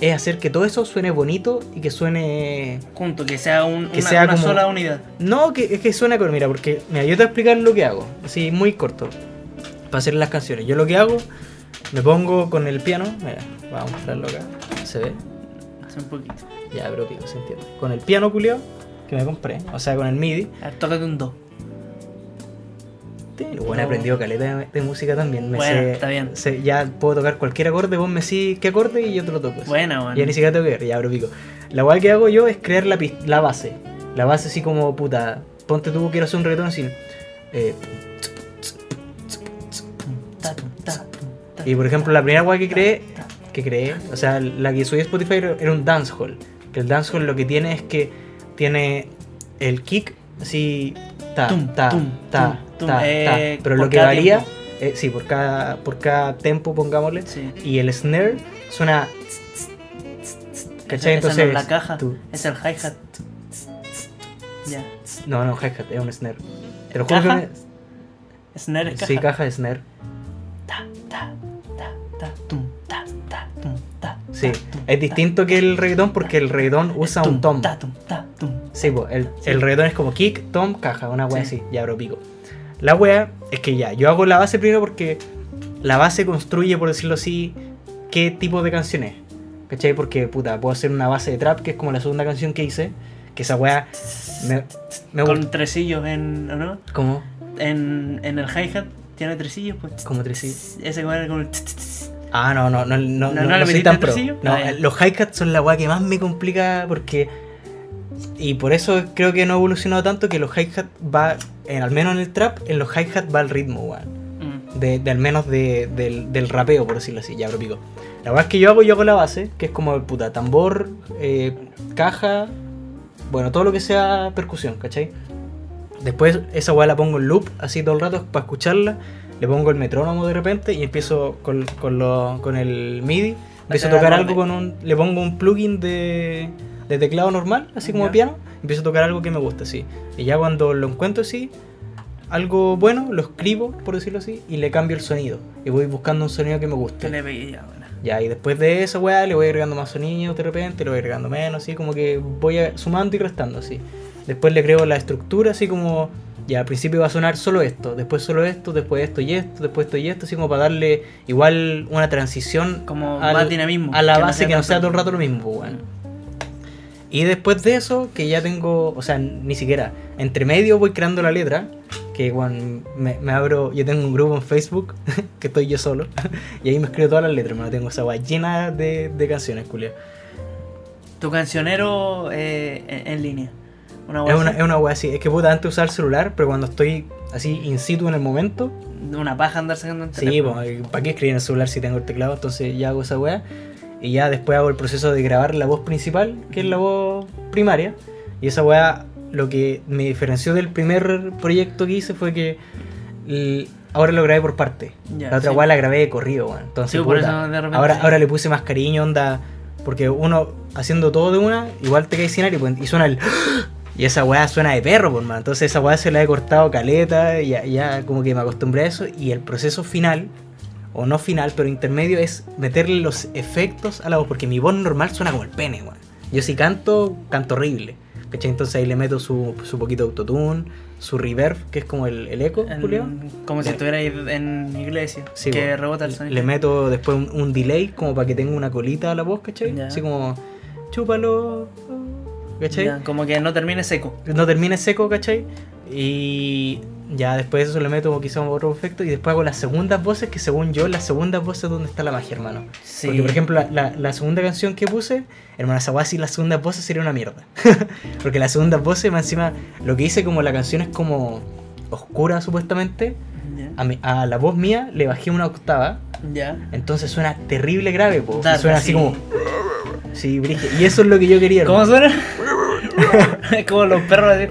Speaker 3: es hacer que todo eso suene bonito y que suene...
Speaker 2: Junto, que sea, un-
Speaker 3: Que
Speaker 2: una,
Speaker 3: sea
Speaker 2: una
Speaker 3: como-
Speaker 2: sola unidad.
Speaker 3: No, que, es que suena con... Mira, porque mira, yo te voy a explicar lo que hago, así muy corto, para hacer las canciones. Yo lo que hago, me pongo con el piano, mira, voy a mostrarlo acá, se ve.
Speaker 2: Hace un poquito.
Speaker 3: Ya, pero pico, se entiende. Con el piano culiao que me compré, o sea, con el MIDI.
Speaker 2: A ver, tócate un do. No.
Speaker 3: Bueno, he aprendido caleta de, de música también. Me
Speaker 2: Bueno,
Speaker 3: sé-
Speaker 2: está bien.
Speaker 3: sé- ya puedo tocar cualquier acorde, vos me decís qué acorde y yo te lo toco. así.
Speaker 2: Buena, bueno.
Speaker 3: Ya ni siquiera tengo que ver, ya, pero pico. La guay que hago yo es crear la, pis- la base. La base así como, puta, ponte tú, quiero hacer un reggaetón así. eh,
Speaker 2: Ta, ta, ta,
Speaker 3: y por ejemplo, la primera guay que creé
Speaker 2: ta.
Speaker 3: que creé, o sea, la que subí a Spotify era era un dancehall. Que el dancehall lo que tiene es que tiene el kick así ta
Speaker 2: Tum,
Speaker 3: ta
Speaker 2: tum,
Speaker 3: ta
Speaker 2: tum, tum.
Speaker 3: ta, ta.
Speaker 2: Eh,
Speaker 3: pero
Speaker 2: por
Speaker 3: lo que
Speaker 2: cada
Speaker 3: varía
Speaker 2: tiempo.
Speaker 3: eh, sí, por cada por cada tempo pongámosle
Speaker 2: Sí.
Speaker 3: y el snare suena ¿Cachai?
Speaker 2: Esa- esa no
Speaker 3: Entonces,
Speaker 2: es la caja,
Speaker 3: tú-
Speaker 2: es el hi-hat. Ya.
Speaker 3: no, no, hi-hat, es un snare. Te lo
Speaker 2: ¿Caja?
Speaker 3: juro
Speaker 2: Snare
Speaker 3: que es
Speaker 2: es
Speaker 3: una-
Speaker 2: caja.
Speaker 3: sí, caja de snare.
Speaker 2: Ta, ta, ta, ta, tum, ta, ta, tum, ta,
Speaker 3: Sí,
Speaker 2: ta, tum, ta.
Speaker 3: es distinto que el reggaetón porque el reggaetón usa
Speaker 2: Tum,
Speaker 3: un tom.
Speaker 2: ta, tum, ta, tum.
Speaker 3: Sí, pues, el,
Speaker 2: Sí.
Speaker 3: el reggaetón es como kick, tom, caja, una wea
Speaker 2: Sí.
Speaker 3: así, ya bro pico. La wea es que ya, yo hago la base primero porque la base construye, por decirlo así, qué tipo de canciones. ¿Cachai? Porque, puta, puedo hacer una base de trap, que es como la segunda canción que hice, que esa wea me, me
Speaker 2: Con tresillos en, ¿o ¿no?
Speaker 3: Como,
Speaker 2: En, en el hi-hat tiene tresillos, pues.
Speaker 3: como tresillo.
Speaker 2: Ese con el- con el
Speaker 3: Ah, no, no, no, no,
Speaker 2: ¿No- no
Speaker 3: no,
Speaker 2: le
Speaker 3: no soy
Speaker 2: metiste
Speaker 3: tan pro.
Speaker 2: tresillo?
Speaker 3: No,
Speaker 2: Ah, ya.
Speaker 3: eh, los hi-hats son la wea que más me complica porque... Y por eso creo que no he evolucionado tanto que los hi-hats va, en, al menos en el trap, en los hi-hats va el ritmo, weón.
Speaker 2: Mm,
Speaker 3: de, de al menos de- del, del rapeo, por decirlo así, ya pero pico. La verdad es que yo hago, yo hago la base, que es como puta, tambor, eh, caja, bueno, todo lo que sea percusión, ¿cachai? Después esa weá la pongo en loop, así todo el rato, para escucharla, le pongo el metrónomo de repente y empiezo con, con, lo- con el MIDI. empiezo
Speaker 2: cagar
Speaker 3: a tocar
Speaker 2: el
Speaker 3: algo
Speaker 2: borde.
Speaker 3: con un. Le pongo un plugin de, de teclado normal, así como
Speaker 2: Ya.
Speaker 3: de piano. Empiezo a tocar algo que me gusta, sí. Y ya cuando lo encuentro así, algo bueno, lo escribo, por decirlo así, y le cambio el sonido. Y voy buscando un sonido que me guste.
Speaker 2: Yo le pegué ya, bueno.
Speaker 3: Ya, y después de esa weá le voy agregando más sonidos de repente, le voy agregando menos, así como que voy a- sumando y restando, así. Después le creo la estructura, así como, ya al principio va a sonar solo esto, después solo esto, después esto y esto, después esto y esto, así como para darle igual una transición
Speaker 2: Como
Speaker 3: al-
Speaker 2: más dinamismo.
Speaker 3: a la base que no sea
Speaker 2: tanto-
Speaker 3: todo el rato lo mismo, pues, weón. Y después de eso, que ya tengo, o sea, ni siquiera, entre medio voy creando la letra, que weón, me, me abro, yo tengo un grupo en Facebook, <laughs> que estoy yo solo, <laughs> y ahí me escribo todas las letras, me la tengo esa weá llena de, de canciones, culia.
Speaker 2: Tu cancionero eh, en, en línea. Una
Speaker 3: Es
Speaker 2: wea
Speaker 3: una,
Speaker 2: así.
Speaker 3: es una weá así, es que puta, antes usaba el celular, pero cuando estoy así in situ en el momento,
Speaker 2: Una paja andar sacando un
Speaker 3: Sí,
Speaker 2: teléfono.
Speaker 3: ¿para qué escribir en el celular si tengo el teclado? Entonces ya hago esa weá. Y ya después hago el proceso de grabar la voz principal, que es la voz primaria. Y esa weá, lo que me diferenció del primer proyecto que hice fue que l- ahora lo grabé por parte.
Speaker 2: Ya,
Speaker 3: la otra
Speaker 2: sí.
Speaker 3: weá la grabé de corrido, weón. Entonces,
Speaker 2: Sí, por
Speaker 3: puta,
Speaker 2: eso de repente
Speaker 3: ahora,
Speaker 2: sí.
Speaker 3: ahora le puse más cariño, onda. Porque uno haciendo todo de una, igual te cae sin aire pues, y suena el. Y esa weá suena de perro, por man. Entonces esa weá se la he cortado caleta, y ya, ya como que me acostumbré a eso. Y el proceso final, o no final, pero intermedio, es meterle los efectos a la voz. Porque mi voz normal suena como el pene, weón. Yo si canto, canto horrible. ¿Cachai? Entonces ahí le meto su, su poquito de autotune, su reverb, que es como el, el eco,
Speaker 2: En-
Speaker 3: Julio.
Speaker 2: como si
Speaker 3: Le-
Speaker 2: estuviera ahí en iglesia.
Speaker 3: Sí,
Speaker 2: que
Speaker 3: po.
Speaker 2: rebota el
Speaker 3: Le-
Speaker 2: sonido.
Speaker 3: Le meto después un, un delay como para que tenga una colita a la voz, ¿cachai?
Speaker 2: Ya.
Speaker 3: Así como, chúpalo, ¿cachai?
Speaker 2: Ya, como que no termine seco.
Speaker 3: No termine seco, ¿cachai? Y ya después de eso le meto quizá otro efecto y después hago las segundas voces, que según yo, las segundas voces es donde está la magia, hermano.
Speaker 2: Sí.
Speaker 3: Porque, por ejemplo, la, la- la segunda canción que puse, hermano, esa weá, si las segundas voces sería una mierda. <laughs> Porque las segundas voces, más encima, lo que hice como la canción es como oscura, supuestamente.
Speaker 2: Ya.
Speaker 3: A, mi- a la voz mía le bajé una octava.
Speaker 2: Ya.
Speaker 3: Entonces suena terrible grave, po.
Speaker 2: Dark,
Speaker 3: suena
Speaker 2: así.
Speaker 3: así como. Sí, brígido. Y eso es lo que yo quería,
Speaker 2: ¿Cómo
Speaker 3: <laughs> hermano.
Speaker 2: suena? <laughs> Es como los perros así.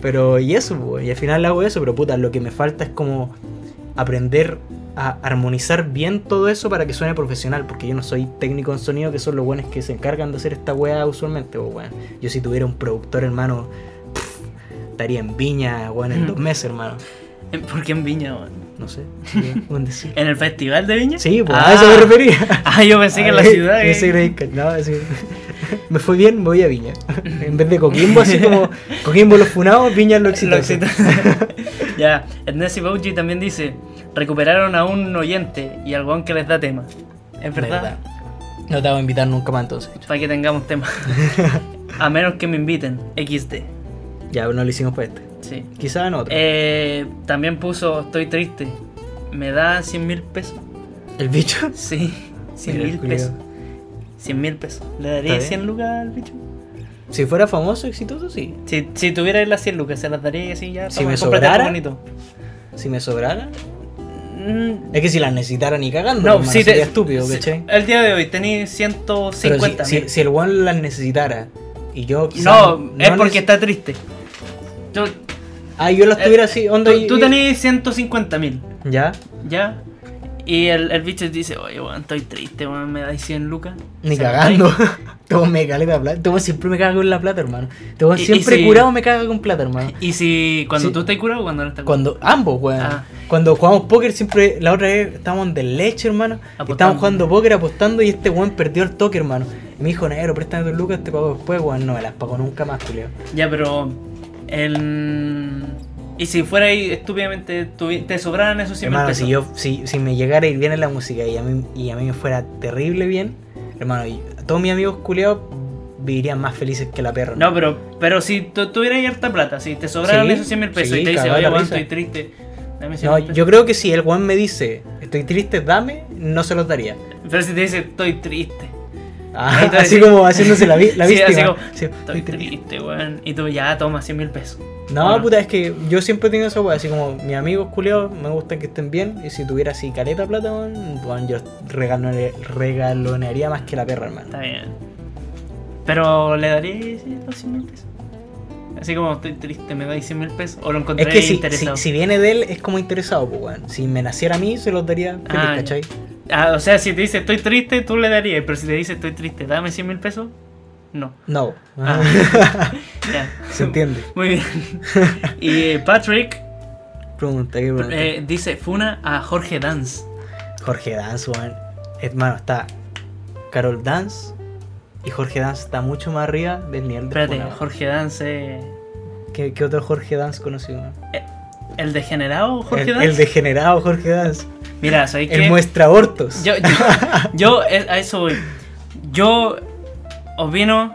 Speaker 3: Pero, y eso, po. Y al final hago eso, pero puta, lo que me falta es como aprender a armonizar bien todo eso para que suene profesional. Porque yo no soy técnico en sonido, que son los buenos que se encargan de hacer esta weá usualmente, po, weón. Yo si tuviera un productor, hermano, pff, estaría en viña, weón, en
Speaker 2: Mm.
Speaker 3: dos meses, hermano.
Speaker 2: ¿En- ¿Por qué en Viña, weón? <laughs>
Speaker 3: No sé. ¿qué? ¿Dónde decir?
Speaker 2: ¿En el festival de Viña?
Speaker 3: Sí, pues
Speaker 2: Ah.
Speaker 3: a eso me refería.
Speaker 2: Ah, yo pensé que en la
Speaker 3: Ay,
Speaker 2: ciudad.
Speaker 3: yo soy
Speaker 2: eh.
Speaker 3: de Ica, no, así- <laughs> Me fue bien, me voy a
Speaker 2: <laughs>
Speaker 3: Viña. En vez de Coquimbo, así como Coquimbo los funados, Viña lo
Speaker 2: Lo
Speaker 3: exitoso.
Speaker 2: exitoso. <laughs> ya, Nancy Bouchy también dice: recuperaron a un oyente y al weón que les da tema. Es verdad,
Speaker 3: Verdad. No te voy a invitar nunca más entonces.
Speaker 2: para que tengamos
Speaker 3: <laughs>
Speaker 2: tema. a menos que me inviten, XD.
Speaker 3: Ya, no lo hicimos para este.
Speaker 2: Sí.
Speaker 3: Quizá en otro.
Speaker 2: Eh, también puso: estoy triste. ¿Me da 100 mil pesos? <laughs>
Speaker 3: El bicho.
Speaker 2: Sí, 100
Speaker 3: Mira,
Speaker 2: mil
Speaker 3: culiao.
Speaker 2: pesos. 100 mil pesos. ¿Le daría
Speaker 3: Está bien.
Speaker 2: 100 lucas al bicho?
Speaker 3: Si fuera famoso, exitoso, sí.
Speaker 2: Si, si tuviera las 100 lucas, se las daría así ya.
Speaker 3: Si
Speaker 2: toma,
Speaker 3: me
Speaker 2: cómprate algo
Speaker 3: sobrara.
Speaker 2: bonito.
Speaker 3: Si me sobrara.
Speaker 2: Mm,
Speaker 3: Es que si las necesitara ni cagando,
Speaker 2: No,
Speaker 3: hermano,
Speaker 2: si te,
Speaker 3: sería estúpido,
Speaker 2: si-
Speaker 3: ¿cachai?
Speaker 2: El día de hoy tenéis
Speaker 3: Pero
Speaker 2: 150
Speaker 3: si, si, si el one las necesitara y yo quizá
Speaker 2: No, es porque
Speaker 3: neces-
Speaker 2: está triste. Tú,
Speaker 3: Ah, yo las
Speaker 2: eh,
Speaker 3: tuviera así, onda.
Speaker 2: tú,
Speaker 3: y-
Speaker 2: tú
Speaker 3: y-
Speaker 2: tenés 150 mil,
Speaker 3: Ya.
Speaker 2: ¿ya? Y el, el bicho dice, oye, weón, estoy triste, weón, me dais 100 lucas.
Speaker 3: Ni
Speaker 2: Se
Speaker 3: cagando. <laughs> Tengo me caleta de plata. Tengo siempre me cago en la plata, hermano. Tengo
Speaker 2: Y- y
Speaker 3: siempre
Speaker 2: si-
Speaker 3: curado me cago con plata, hermano.
Speaker 2: Y si cuando
Speaker 3: Sí.
Speaker 2: tú estás curado o cuando no estás curado.
Speaker 3: Cuando ambos, weón.
Speaker 2: Ah.
Speaker 3: Cuando jugamos póker siempre, la otra vez estábamos de leche, hermano. y
Speaker 2: Apostando.
Speaker 3: Estábamos jugando póker apostando y este weón perdió el toque, hermano. Y me dijo, negro, préstame tus lucas, te pago después, weón. No me las pago nunca más, Julio.
Speaker 2: Ya, pero el... Y si fuera ahí, estúpidamente, tuvi- te sobraran esos 100 mil
Speaker 3: hermano,
Speaker 2: pesos.
Speaker 3: si yo, si, si me llegara a ir bien en la música y a mí, y a mí me fuera terrible bien, hermano, y todos mis amigos culiados vivirían más felices que la perra.
Speaker 2: No, pero, pero si tú tuvieras ahí harta plata, si te sobraran
Speaker 3: Sí,
Speaker 2: esos 100 mil pesos
Speaker 3: sí,
Speaker 2: y te dice,
Speaker 3: cagada
Speaker 2: oye,
Speaker 3: la
Speaker 2: weón,
Speaker 3: risa.
Speaker 2: estoy triste, dame 100
Speaker 3: No,
Speaker 2: mil pesos.
Speaker 3: yo creo que si el Juan me dice, estoy triste, dame, no se los daría.
Speaker 2: Pero si te dice, estoy triste.
Speaker 3: Ah,
Speaker 2: Ahí te
Speaker 3: <laughs> así
Speaker 2: decís-
Speaker 3: como haciéndose la, vi- la
Speaker 2: Sí,
Speaker 3: víctima.
Speaker 2: así como,
Speaker 3: Sí,
Speaker 2: Estoy triste, weón. Y tú ya toma 100 mil pesos.
Speaker 3: No,
Speaker 2: Bueno.
Speaker 3: puta, es que yo siempre he tenido esa weá, así como mis amigos culeados me gusta que estén bien, y si tuviera así caleta plata, weón, weón, yo regalone- regalonearía más que la perra, hermano.
Speaker 2: Está bien. Pero le daría sí, los 100 mil pesos. Así como estoy triste, me dais 100 mil pesos. O lo encontré
Speaker 3: Es que si, si,
Speaker 2: interesado.
Speaker 3: si viene de él, es como interesado, pues, weón. Si me naciera a mí, se los daría feliz,
Speaker 2: Ah, ya.
Speaker 3: ¿cachai?
Speaker 2: Ah, o sea, si te dice estoy triste, tú le darías. Pero si te dice estoy triste, dame 100 mil pesos, no.
Speaker 3: No.
Speaker 2: Ah. Ya.
Speaker 3: <laughs> Se entiende.
Speaker 2: Muy
Speaker 3: <laughs>
Speaker 2: bien. Y eh, Patrick
Speaker 3: Pregunta, ¿qué pregunta?
Speaker 2: eh, dice Funa a Jorge Dance.
Speaker 3: Jorge Dance, weón. Hermano, está Carol Dance y Jorge Dance está mucho más arriba del nivel de
Speaker 2: Espérate,
Speaker 3: funa, weón.
Speaker 2: Jorge Dance. eh,
Speaker 3: ¿Qué, qué otro Jorge Dance conocido? weón?
Speaker 2: ¿El degenerado Jorge
Speaker 3: el,
Speaker 2: Dance?
Speaker 3: el degenerado Jorge Dance.
Speaker 2: Mira, ¿sabéis
Speaker 3: El
Speaker 2: qué?
Speaker 3: muestra abortos.
Speaker 2: Yo, yo, yo,
Speaker 3: <laughs>
Speaker 2: eh, a eso voy. Yo opino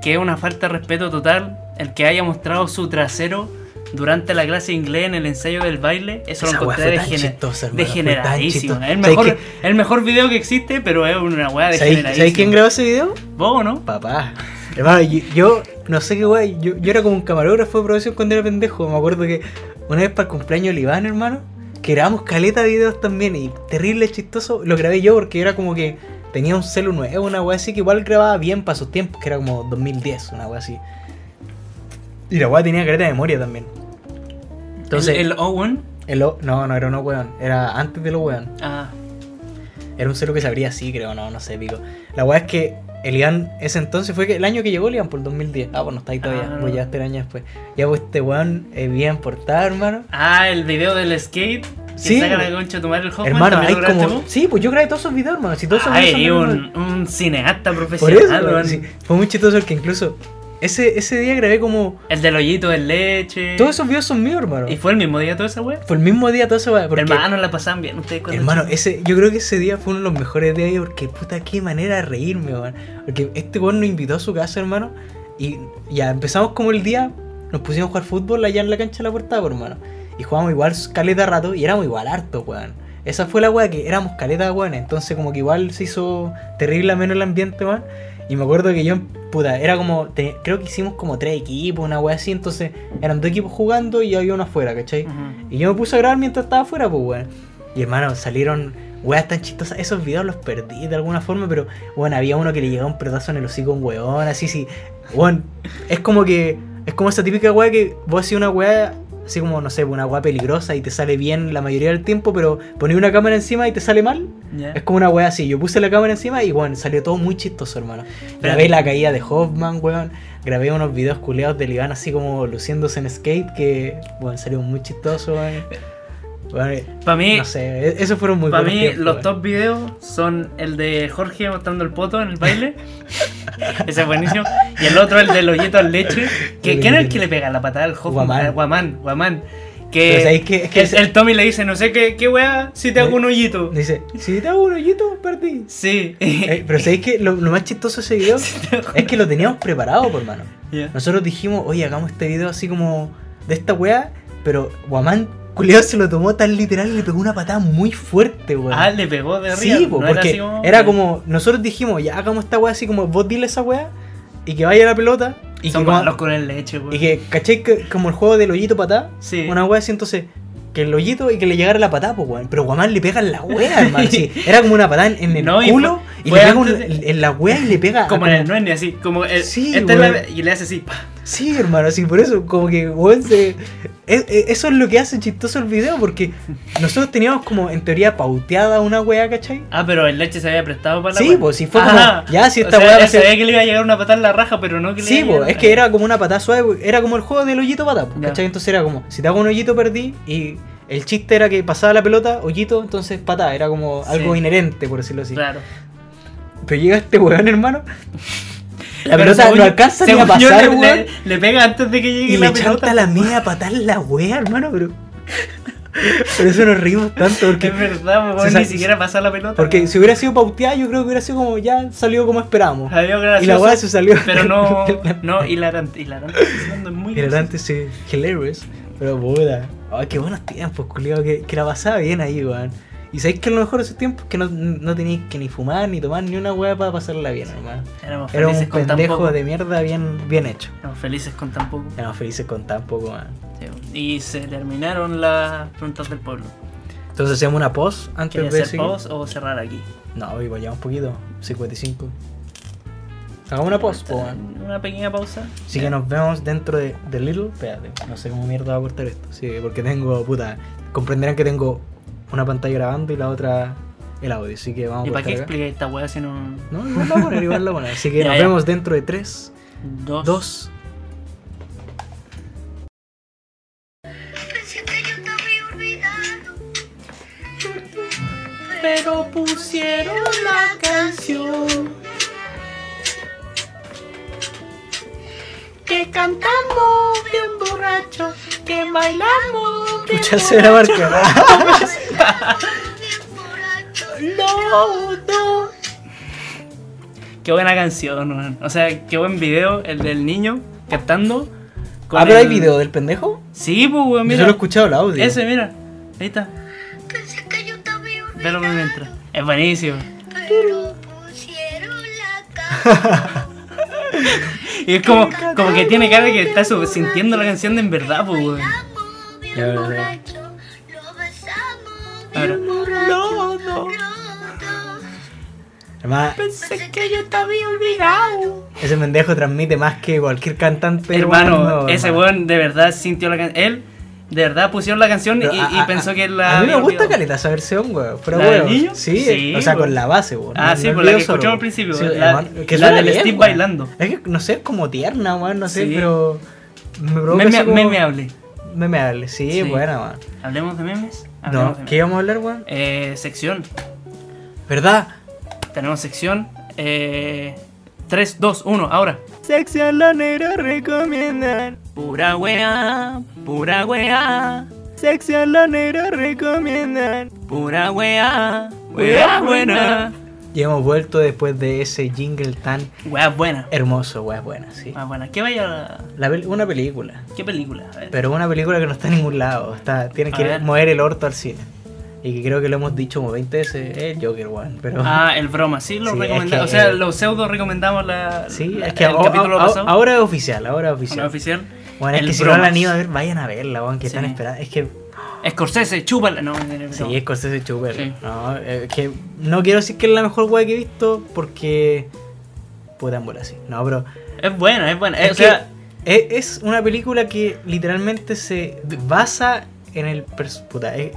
Speaker 2: que es una falta de respeto total el que haya mostrado su trasero durante la clase de inglés en el ensayo del baile. Eso
Speaker 3: Esa
Speaker 2: lo
Speaker 3: weá
Speaker 2: encontré
Speaker 3: fue tan
Speaker 2: degener-
Speaker 3: chistosa, hermano, fue tan
Speaker 2: degeneradísimo.
Speaker 3: chistosa.
Speaker 2: El
Speaker 3: ¿Sabéis
Speaker 2: mejor, el mejor video que existe, pero es una weá
Speaker 3: ¿Sabéis
Speaker 2: degeneradísima.
Speaker 3: sabéis quién grabó ese video?
Speaker 2: ¿Vos o no?
Speaker 3: Papá. Hermano, yo, yo no sé qué guay. Yo, yo era como un camarógrafo de profesión cuando era pendejo. Me acuerdo que una vez para el cumpleaños de Iván, hermano, que grabamos caleta de videos también. Y terrible, chistoso. Lo grabé yo porque era como que tenía un celu nuevo, una wea así que igual grababa bien para sus tiempos, que era como 2010, una wea así. Y la wea tenía caleta de memoria también. Entonces,
Speaker 2: el, el Owen.
Speaker 3: el o- no, no era uno weón. Era antes de lo weón.
Speaker 2: Ah,
Speaker 3: Era un cero que se abría así, creo, no, no sé, pico. La weá es que el IAN, ese entonces fue que el año que llegó el IAN, por el 2010. Ah, pues no está ahí todavía,
Speaker 2: Ah.
Speaker 3: pues ya este año después. Ya pues este weón es bien portado, hermano.
Speaker 2: ah, el video del skate. Que
Speaker 3: Sí.
Speaker 2: saca la concha de tu madre el Hoffman.
Speaker 3: hermano, hay
Speaker 2: ¿también lo grabaste
Speaker 3: como.
Speaker 2: vos?
Speaker 3: Sí, pues yo grabé todos esos videos, hermano. Si todos esos
Speaker 2: Ah,
Speaker 3: videos son
Speaker 2: eres
Speaker 3: de mi-
Speaker 2: un, un cineasta
Speaker 3: Por
Speaker 2: profesional,
Speaker 3: eso, weón,
Speaker 2: weón.
Speaker 3: sí. Fue muy chistoso el que incluso. Ese, ese día grabé como.
Speaker 2: El del hoyito de leche.
Speaker 3: Todos esos videos son míos, hermano.
Speaker 2: ¿Y fue el mismo día toda esa wea?
Speaker 3: Fue el mismo día toda esa weá. porque-
Speaker 2: Hermano, la pasaban bien ustedes cuando
Speaker 3: Hermano, ese, yo creo que ese día fue uno de los mejores días ahí porque puta qué manera de reírme, weón. Porque este weón nos invitó a su casa, hermano. Y ya empezamos como el día, nos pusimos a jugar fútbol allá en la cancha de la portada, pues, hermano. Y jugábamos igual caleta rato y éramos igual harto, weón. Esa fue la weá que éramos caleta, weón. Entonces como que igual se hizo terrible menos el ambiente, weón. Y me acuerdo que yo, puta, era como, te- creo que hicimos como tres equipos, una weá así. Entonces eran dos equipos jugando y había uno afuera, ¿cachai?
Speaker 2: Ujú.
Speaker 3: Y yo me puse a grabar mientras estaba afuera, pues, weón. Y hermano, salieron weas tan chistosas. Esos videos los perdí de alguna forma, pero, weón, había uno que le llegaba un pedazo en el hocico a un weón, así, sí. Weón, es como que. Es como esa típica wea que vos haces una wea, así como, no sé, una wea peligrosa y te sale bien la mayoría del tiempo, pero ponés una cámara encima y te sale mal.
Speaker 2: Ya.
Speaker 3: Es como una wea así. Yo puse la cámara encima y, weón, salió todo muy chistoso, hermano. Grabé la caída de Hoffman, weón. Grabé unos videos culeados de Iván así como luciéndose en skate que, bueno, salió muy chistoso, weón. Weón,
Speaker 2: Para mí,
Speaker 3: no sé, e- esos fueron muy
Speaker 2: Eh, pa'
Speaker 3: buenos
Speaker 2: mí
Speaker 3: tiempos, eh.
Speaker 2: los
Speaker 3: weón.
Speaker 2: top videos son el de Jorge mostrando el poto en el baile.
Speaker 3: <laughs>
Speaker 2: Ese es buenísimo. Y el otro, el del hoyito al
Speaker 3: <laughs>
Speaker 2: leche. Que, ¿Quién es el que le pega la patada al Hoffman?
Speaker 3: Guamán.
Speaker 2: Ah, Guamán, Guamán.
Speaker 3: Pero
Speaker 2: Que,
Speaker 3: sabéis que, es que
Speaker 2: que el, el Tommy le dice, no sé qué, qué wea, si te hago un hoyito.
Speaker 3: dice, si te hago un hoyito, perdí.
Speaker 2: Sí. <laughs>
Speaker 3: Eh, pero sabéis que lo, lo más chistoso de ese video es que lo teníamos preparado, por mano.
Speaker 2: Ya.
Speaker 3: Nosotros dijimos, oye, hagamos este video así como de esta wea, pero Guamán culeado se lo tomó tan literal y le pegó una patada muy fuerte, weón.
Speaker 2: Ah, le pegó de arriba.
Speaker 3: Sí, po,
Speaker 2: ¿no
Speaker 3: porque
Speaker 2: así
Speaker 3: era como... nosotros dijimos, ya hagamos esta weá así como vos dile esa weá y que vaya la pelota y
Speaker 2: Son
Speaker 3: que, como-
Speaker 2: malos con el leche, weón.
Speaker 3: y que ¿cachai? Que como el juego del hoyito patá,
Speaker 2: Sí.
Speaker 3: una weá así entonces que el hoyito y que le llegara la patada, pues weón, pero Guamán le pega en la weá, hermano,
Speaker 2: <laughs>
Speaker 3: sí, era como una patada en, en el
Speaker 2: No, y
Speaker 3: culo
Speaker 2: fue-
Speaker 3: y,
Speaker 2: fue
Speaker 3: le pega un-
Speaker 2: antes de-
Speaker 3: en la weá y le pega
Speaker 2: Como en el no es ni así, como el,
Speaker 3: Sí,
Speaker 2: esta es la-
Speaker 3: weón.
Speaker 2: y le hace así. pa.
Speaker 3: Sí, hermano, sí, por eso, como que, weón, se- es- es- eso es lo que hace chistoso el video, porque nosotros teníamos como, en teoría, pauteada una weá, ¿cachai?
Speaker 2: Ah, pero el leche se había prestado para la
Speaker 3: Sí,
Speaker 2: weá.
Speaker 3: pues, si fue como, ya, si
Speaker 2: O
Speaker 3: esta
Speaker 2: sea,
Speaker 3: weá va a
Speaker 2: él
Speaker 3: ser-
Speaker 2: sabía que le iba a llegar una patada en la raja, pero no que le
Speaker 3: Sí,
Speaker 2: iba a
Speaker 3: po,
Speaker 2: llegar-
Speaker 3: es que era como una patada suave, era como el juego del hoyito patada, po,
Speaker 2: Ya.
Speaker 3: ¿cachai? Entonces era como, si te hago un hoyito perdí y el chiste era que pasaba la pelota, hoyito, entonces patada, era como
Speaker 2: Sí.
Speaker 3: algo inherente, por decirlo así.
Speaker 2: Claro.
Speaker 3: Pero llega este
Speaker 2: <laughs>
Speaker 3: weón, hermano, la
Speaker 2: Pero
Speaker 3: pelota
Speaker 2: según-
Speaker 3: no alcanza ni a
Speaker 2: según yo,
Speaker 3: pasar,
Speaker 2: le-
Speaker 3: weón,
Speaker 2: Le, le pega antes de que llegue
Speaker 3: y
Speaker 2: la
Speaker 3: le
Speaker 2: pelota.
Speaker 3: chanta la mía a patar la wea, hermano, pero... <laughs> Por eso nos rimos tanto,
Speaker 2: <laughs>
Speaker 3: porque...
Speaker 2: Es verdad, pues,
Speaker 3: Se
Speaker 2: weón,
Speaker 3: sa-
Speaker 2: ni siquiera pasa la pelota.
Speaker 3: Porque si hubiera sido pauteada, yo creo que hubiera sido como ya salió como esperábamos.
Speaker 2: Salió
Speaker 3: Y la
Speaker 2: Ah, gracioso,
Speaker 3: weá se salió.
Speaker 2: Pero
Speaker 3: <laughs>
Speaker 2: no, no, hilarante. Hilarante, es muy
Speaker 3: Era
Speaker 2: gracioso.
Speaker 3: antes sí, hilarious. Pero puta. Ay, qué buenos tiempos, culiao. Que, que la pasaba bien ahí, weón. Y sabéis que lo mejor de esos tiempos es que no, no tenías que ni fumar ni tomar ni una weá para pasarla bien, hermano.
Speaker 2: Éramos
Speaker 3: Era
Speaker 2: felices
Speaker 3: un
Speaker 2: con tan poco.
Speaker 3: pendejo de mierda bien, bien hecho.
Speaker 2: Éramos felices con tan poco.
Speaker 3: Éramos felices con tan poco, weón.
Speaker 2: Sí, Y se terminaron las preguntas del pueblo.
Speaker 3: Entonces hacemos una pause antes
Speaker 2: ¿Quieres
Speaker 3: de
Speaker 2: hacer
Speaker 3: seguir.
Speaker 2: pause o cerrar aquí?
Speaker 3: No, vivo ya un poquito. 55. Hagamos una pause, po, weón.
Speaker 2: Una pequeña pausa.
Speaker 3: Así que nos vemos dentro de, de Little. Espérate, no sé cómo mierda va a cortar esto. Sí, porque tengo, puta. Comprenderán que tengo una pantalla grabando y la otra el audio, así que vamos
Speaker 2: ¿Y
Speaker 3: a
Speaker 2: para qué
Speaker 3: cortar acá.
Speaker 2: expliqué esta weá si no.?
Speaker 3: No, igual la voy a poner, igual la voy a poner. Así
Speaker 2: <laughs>
Speaker 3: que
Speaker 2: Ya,
Speaker 3: nos
Speaker 2: ya.
Speaker 3: vemos dentro de 3,
Speaker 2: Dos.
Speaker 3: 2,
Speaker 4: Pensé que yo te había olvidado.
Speaker 2: Pero pusieron la canción que cantamos bien borrachos, que bailamos bien
Speaker 3: Pucha, se la marca.
Speaker 4: Bien borracho.
Speaker 2: No, no. Qué buena canción, man. O sea, qué buen video el del niño cantando. con
Speaker 3: <laughs> Ah, pero hay
Speaker 2: el-
Speaker 3: video del pendejo.
Speaker 2: Sí, pues, weón,
Speaker 3: Yo
Speaker 2: mira.
Speaker 3: solo he escuchado el audio.
Speaker 2: Ese, mira. Ahí está.
Speaker 4: Pensé que yo te había
Speaker 2: Velo
Speaker 4: olvidado.
Speaker 2: por mientras. Es buenísimo. <laughs>
Speaker 4: Pero pusieron la cara.
Speaker 2: Y es como, como que tiene cara de que está su- sintiendo la canción de en verdad, pues, weón.
Speaker 4: Bailamos bien
Speaker 3: Ya, ya, ya.
Speaker 4: borracho. Lo besamos
Speaker 2: Ahora.
Speaker 4: bien borracho.
Speaker 2: No, no.
Speaker 4: roto.
Speaker 3: Además,
Speaker 2: Pensé que yo te había olvidado.
Speaker 3: ese pendejo transmite más que cualquier cantante.
Speaker 2: hermano,
Speaker 3: nuevo,
Speaker 2: ese
Speaker 3: hermano.
Speaker 2: weón de verdad sintió la canción. Él, de verdad, pusieron la canción y,
Speaker 3: Pero a-
Speaker 2: y
Speaker 3: a-
Speaker 2: pensó que
Speaker 3: A
Speaker 2: la.
Speaker 3: mí me
Speaker 2: había
Speaker 3: gusta
Speaker 2: olvidado.
Speaker 3: caleta esa versión, weón. Pero
Speaker 2: ¿La del
Speaker 3: weón.
Speaker 2: niño?
Speaker 3: Sí,
Speaker 2: Sí,
Speaker 3: o sea,
Speaker 2: weón.
Speaker 3: con la base, weón.
Speaker 2: Ah,
Speaker 3: No-
Speaker 2: sí,
Speaker 3: no
Speaker 2: por
Speaker 3: el
Speaker 2: la que
Speaker 3: video solo,
Speaker 2: escuchamos al
Speaker 3: weón.
Speaker 2: principio,
Speaker 3: Sí,
Speaker 2: la-
Speaker 3: hermano, que
Speaker 2: la
Speaker 3: suena
Speaker 2: del
Speaker 3: bien,
Speaker 2: Steve
Speaker 3: weón.
Speaker 2: bailando.
Speaker 3: Es que no sé, es como tierna, weón. No sé,
Speaker 2: Sí.
Speaker 3: pero. Me provoca
Speaker 2: Meme,
Speaker 3: así como-
Speaker 2: meme hable.
Speaker 3: Memeable, sí,
Speaker 2: Sí.
Speaker 3: buena, weón.
Speaker 2: Hablemos de memes. Hablemos
Speaker 3: No,
Speaker 2: de
Speaker 3: ¿qué
Speaker 2: memes.
Speaker 3: íbamos a hablar, weón?
Speaker 2: Eh, sección.
Speaker 3: ¿Verdad?
Speaker 2: Tenemos sección. Eh, 3, 2, 1, ahora.
Speaker 5: Sección los negros recomiendan.
Speaker 2: Pura wea, pura wea,
Speaker 5: Sección los negros recomiendan.
Speaker 2: pura wea,
Speaker 5: wea buena.
Speaker 3: Y hemos vuelto después de ese jingle tan
Speaker 2: Wea buena.
Speaker 3: hermoso, weón. Buena, sí.
Speaker 2: Ah, buena. ¿Qué vaya?
Speaker 3: La pel- una película.
Speaker 2: ¿Qué película? A ver.
Speaker 3: Pero una película que no está en ningún lado. Está, tienen
Speaker 2: A
Speaker 3: que
Speaker 2: ver.
Speaker 3: mover el orto al cine. Y que creo que lo hemos dicho como 20 veces, el Joker One. Pero.
Speaker 2: Ah, el broma, sí, lo
Speaker 3: Sí, es
Speaker 2: recomendamos.
Speaker 3: que-
Speaker 2: o sea, los pseudo recomendamos la,
Speaker 3: sí,
Speaker 2: la-
Speaker 3: es que
Speaker 2: el
Speaker 3: a- a-
Speaker 2: capítulo
Speaker 3: a-
Speaker 2: pasado.
Speaker 3: ahora es oficial, ahora es oficial.
Speaker 2: Bueno, oficial.
Speaker 3: Bueno, es
Speaker 2: el
Speaker 3: que si no la
Speaker 2: bromas.
Speaker 3: han ido a ver, vayan a verla, weón, que
Speaker 2: Sí.
Speaker 3: están esperando. Es que.
Speaker 2: Scorsese, chúpala. No, no, no.
Speaker 3: Sí, es Scorsese Chuper.
Speaker 2: Sí.
Speaker 3: No, es que no quiero decir que es la mejor weá que he visto porque. Puta en bola, sí. No, pero.
Speaker 2: es buena, es buena. Eh,
Speaker 3: Es
Speaker 2: o sea,
Speaker 3: que e- es una película que literalmente se basa en el... pers- Puta, eh,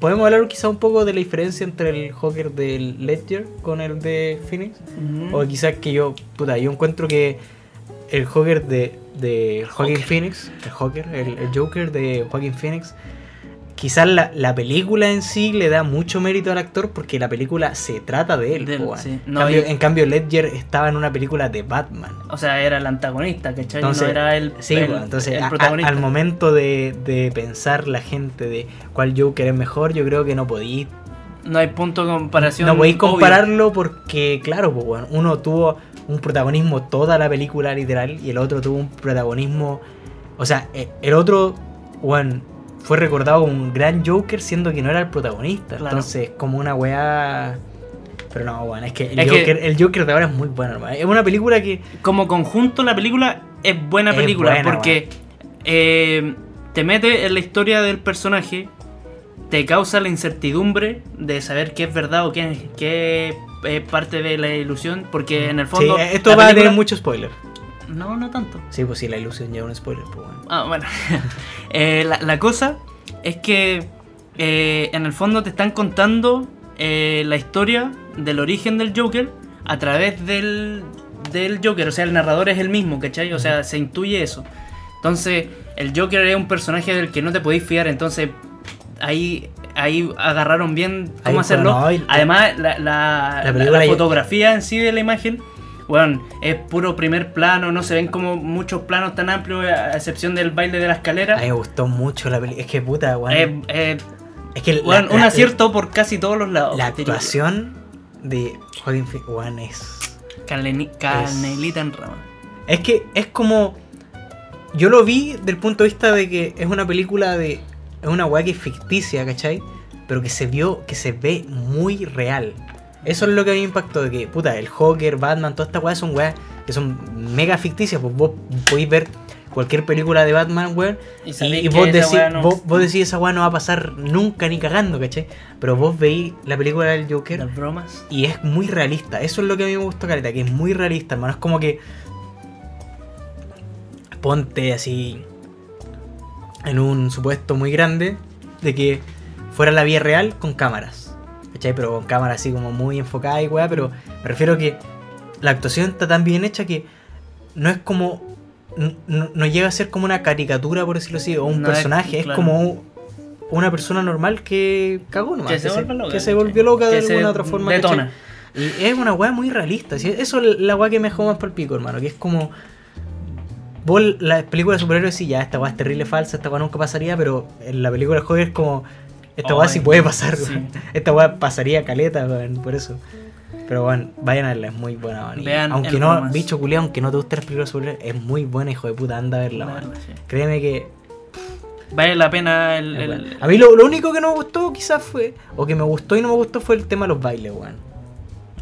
Speaker 3: podemos hablar quizá un poco de la diferencia entre el Joker del Ledger con el de Phoenix.
Speaker 2: mm,
Speaker 3: O quizás que yo, puta, yo encuentro que el Joker de, de Joaquin Phoenix, el Joker, el, el Joker de Joaquin Phoenix, quizás la, la película en sí le da mucho mérito al actor porque la película se trata de él.
Speaker 2: De él,
Speaker 3: po, weón.
Speaker 2: sí.
Speaker 3: En
Speaker 2: No,
Speaker 3: cambio-
Speaker 2: y-
Speaker 3: en cambio, Ledger estaba en una película de Batman.
Speaker 2: o sea, era el antagonista, ¿cachai?
Speaker 3: Entonces,
Speaker 2: no era el,
Speaker 3: Sí,
Speaker 2: el-
Speaker 3: pues, entonces
Speaker 2: el
Speaker 3: a- a-
Speaker 2: protagonista.
Speaker 3: al momento de, de pensar la gente de cuál Joker es mejor, yo creo que no podí
Speaker 2: no hay punto de comparación.
Speaker 3: no podéis
Speaker 2: obvio.
Speaker 3: compararlo porque claro, pues, bueno, uno tuvo un protagonismo toda la película literal y el otro tuvo un protagonismo, o sea, e- el otro bueno, fue recordado como un gran Joker siendo que no era el protagonista,
Speaker 2: Claro.
Speaker 3: entonces como una weá pero no, bueno, es que el
Speaker 2: Es que-
Speaker 3: Joker, el Joker de ahora es muy bueno, hermano. Es una película que
Speaker 2: Como conjunto, la película es buena
Speaker 3: Es
Speaker 2: película
Speaker 3: buena,
Speaker 2: porque eh, te mete en la historia del personaje, te causa la incertidumbre de saber qué es verdad o qué, qué es parte de la ilusión, porque en el fondo.
Speaker 3: Mm. Sí, esto
Speaker 2: la
Speaker 3: va a
Speaker 2: película-
Speaker 3: tener mucho spoiler.
Speaker 2: No, no tanto.
Speaker 3: Sí, pues sí, la ilusión lleva un spoiler, pues bueno.
Speaker 2: Ah, bueno. <laughs> Eh, la, la cosa es que eh, en el fondo te están contando eh, la historia del origen del Joker a través del, del Joker. O sea, el narrador es el mismo, ¿cachai? O sea, se intuye eso. Entonces, el Joker es un personaje del que no te podéis fiar. Entonces, ahí, ahí agarraron bien
Speaker 3: Ahí
Speaker 2: cómo hacerlo.
Speaker 3: fueron, ¿no? Y-
Speaker 2: Además, la, la-
Speaker 3: La
Speaker 2: la-
Speaker 3: película
Speaker 2: la
Speaker 3: ya-
Speaker 2: fotografía en sí de la imagen, bueno, es puro primer plano, no se ven como muchos planos tan amplios, a a excepción del baile de la
Speaker 3: A mí
Speaker 2: escalera.
Speaker 3: me gustó mucho la película. Es que puta, weón.
Speaker 2: Eh, eh,
Speaker 3: es que la-
Speaker 2: bueno,
Speaker 3: la-
Speaker 2: un
Speaker 3: la-
Speaker 2: acierto por casi todos los lados.
Speaker 3: La, actuación de Joaquin Phoenix, weón, es.
Speaker 2: Canelita en rama.
Speaker 3: Es que es como. Yo lo vi del punto de vista de que es una película de. Es una weá que es ficticia, ¿cachai? Pero que se vio, que se ve muy real. Eso es lo que a mí me impactó, de que, puta, el Joker, Batman, todas estas weas son weas que son mega ficticias. Pues vos podéis ver cualquier película de Batman, weón,
Speaker 2: Y
Speaker 3: Y,
Speaker 2: sabéis
Speaker 3: y
Speaker 2: que
Speaker 3: vos,
Speaker 2: esa
Speaker 3: decís,
Speaker 2: weá no-
Speaker 3: vos, vos decís, esa weá no va a pasar nunca ni cagando, ¿cachai? Pero vos veís la película del Joker
Speaker 2: Las bromas.
Speaker 3: y es muy realista. Eso es lo que a mí me gustó, Caleta, que es muy realista, hermano. Es como que. Ponte así. En un supuesto muy grande de que fuera la vida real con cámaras. ¿cachai? ¿cachai? Pero con cámara así como muy enfocada y weá, pero me refiero que la actuación está tan bien hecha que no es como. n- No, no llega a ser como una caricatura, por decirlo así, o un
Speaker 2: No es-
Speaker 3: personaje, es,
Speaker 2: claro.
Speaker 3: como un- una persona normal que cagó nomás.
Speaker 2: Que se vuelve loca,
Speaker 3: que se
Speaker 2: ¿cachai?
Speaker 3: volvió loca de
Speaker 2: Que se
Speaker 3: alguna otra forma. ¿cachai?
Speaker 2: Detona.
Speaker 3: Y es una weá muy realista. ¿sí? Eso es la weá que me dejó más por el pico, hermano. Que es como. Vos, las películas de superhéroes, sí, ya, esta weá es terrible falsa, esta weá nunca pasaría, pero en la película de Joker es como. Esta weá
Speaker 2: Ay,
Speaker 3: sí puede pasar,
Speaker 2: sí.
Speaker 3: weón. Esta weá pasaría caleta, weón, por eso. Pero bueno, vayan a verla, es muy buena, weón. Y
Speaker 2: Vean
Speaker 3: Aunque
Speaker 2: el
Speaker 3: no,
Speaker 2: romance.
Speaker 3: bicho culé, aunque no te guste las películas de superhéroes, es muy buena, hijo de puta, anda a verla,
Speaker 2: La
Speaker 3: weón.
Speaker 2: verdad, sí.
Speaker 3: Créeme que
Speaker 2: Vale la pena el.
Speaker 3: es
Speaker 2: el-
Speaker 3: buena. A mí lo, lo único que no me gustó, quizás fue, o que me gustó y no me gustó, fue el tema de los bailes, weón.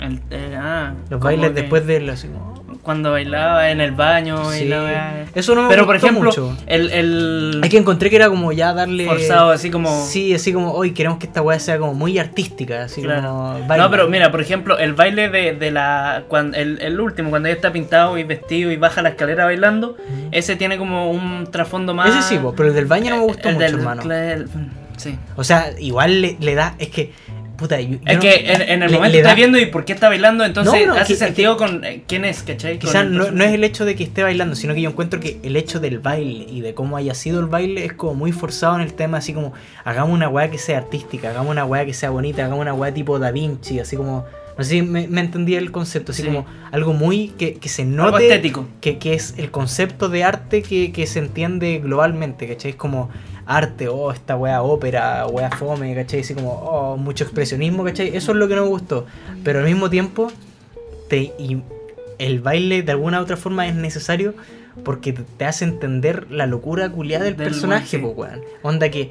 Speaker 2: el- eh, ah,
Speaker 3: Los
Speaker 2: como
Speaker 3: bailes
Speaker 2: que
Speaker 3: después de los. así como,
Speaker 2: Cuando bailaba en el baño
Speaker 3: Sí.
Speaker 2: y la weá.
Speaker 3: Eso no me
Speaker 2: Pero por
Speaker 3: gustó
Speaker 2: ejemplo,
Speaker 3: mucho.
Speaker 2: el. el
Speaker 3: Es que encontré que era como ya darle.
Speaker 2: forzado, así como.
Speaker 3: Sí, así como, hoy queremos que esta weá sea como muy artística, así
Speaker 2: Claro.
Speaker 3: como. baile".
Speaker 2: No, pero mira, por ejemplo, el baile de, de la. cuan- el, el último, cuando ella está pintado y vestido y baja la escalera bailando, ese tiene como un trasfondo más.
Speaker 3: Ese sí, po, pero el del baño no me gustó
Speaker 2: el
Speaker 3: mucho,
Speaker 2: del-
Speaker 3: hermano.
Speaker 2: el- mm, sí.
Speaker 3: O sea, igual le, le da. Es que. Puta, yo- yo
Speaker 2: Es
Speaker 3: no-
Speaker 2: que en, en el
Speaker 3: le-
Speaker 2: momento
Speaker 3: le
Speaker 2: está
Speaker 3: da-
Speaker 2: viendo y por qué está bailando, entonces
Speaker 3: No, no,
Speaker 2: hace
Speaker 3: que-
Speaker 2: sentido con eh, quién es, ¿cachai? Con
Speaker 3: Quizás no,
Speaker 2: personaje.
Speaker 3: no es el hecho de que esté bailando, sino que yo encuentro que el hecho del baile y de cómo haya sido el baile es como muy forzado en el tema, así como hagamos una weá que sea artística, hagamos una weá que sea bonita, hagamos una weá tipo Da Vinci, así como, no sé si me, me entendí el concepto, así
Speaker 2: Sí.
Speaker 3: como algo muy que, que se note,
Speaker 2: Algo estético.
Speaker 3: Que, que es el concepto de arte que, que se entiende globalmente, ¿cachai? Es como arte, oh, esta weá ópera, weá fome, ¿cachai? Así como, oh, mucho expresionismo, ¿cachai? Eso es lo que no me gustó, pero al mismo tiempo te, y el baile de alguna u otra forma es necesario porque te- te hace entender la locura culiada del,
Speaker 2: Del
Speaker 3: personaje,
Speaker 2: weón, sí.
Speaker 3: po, weón. Onda que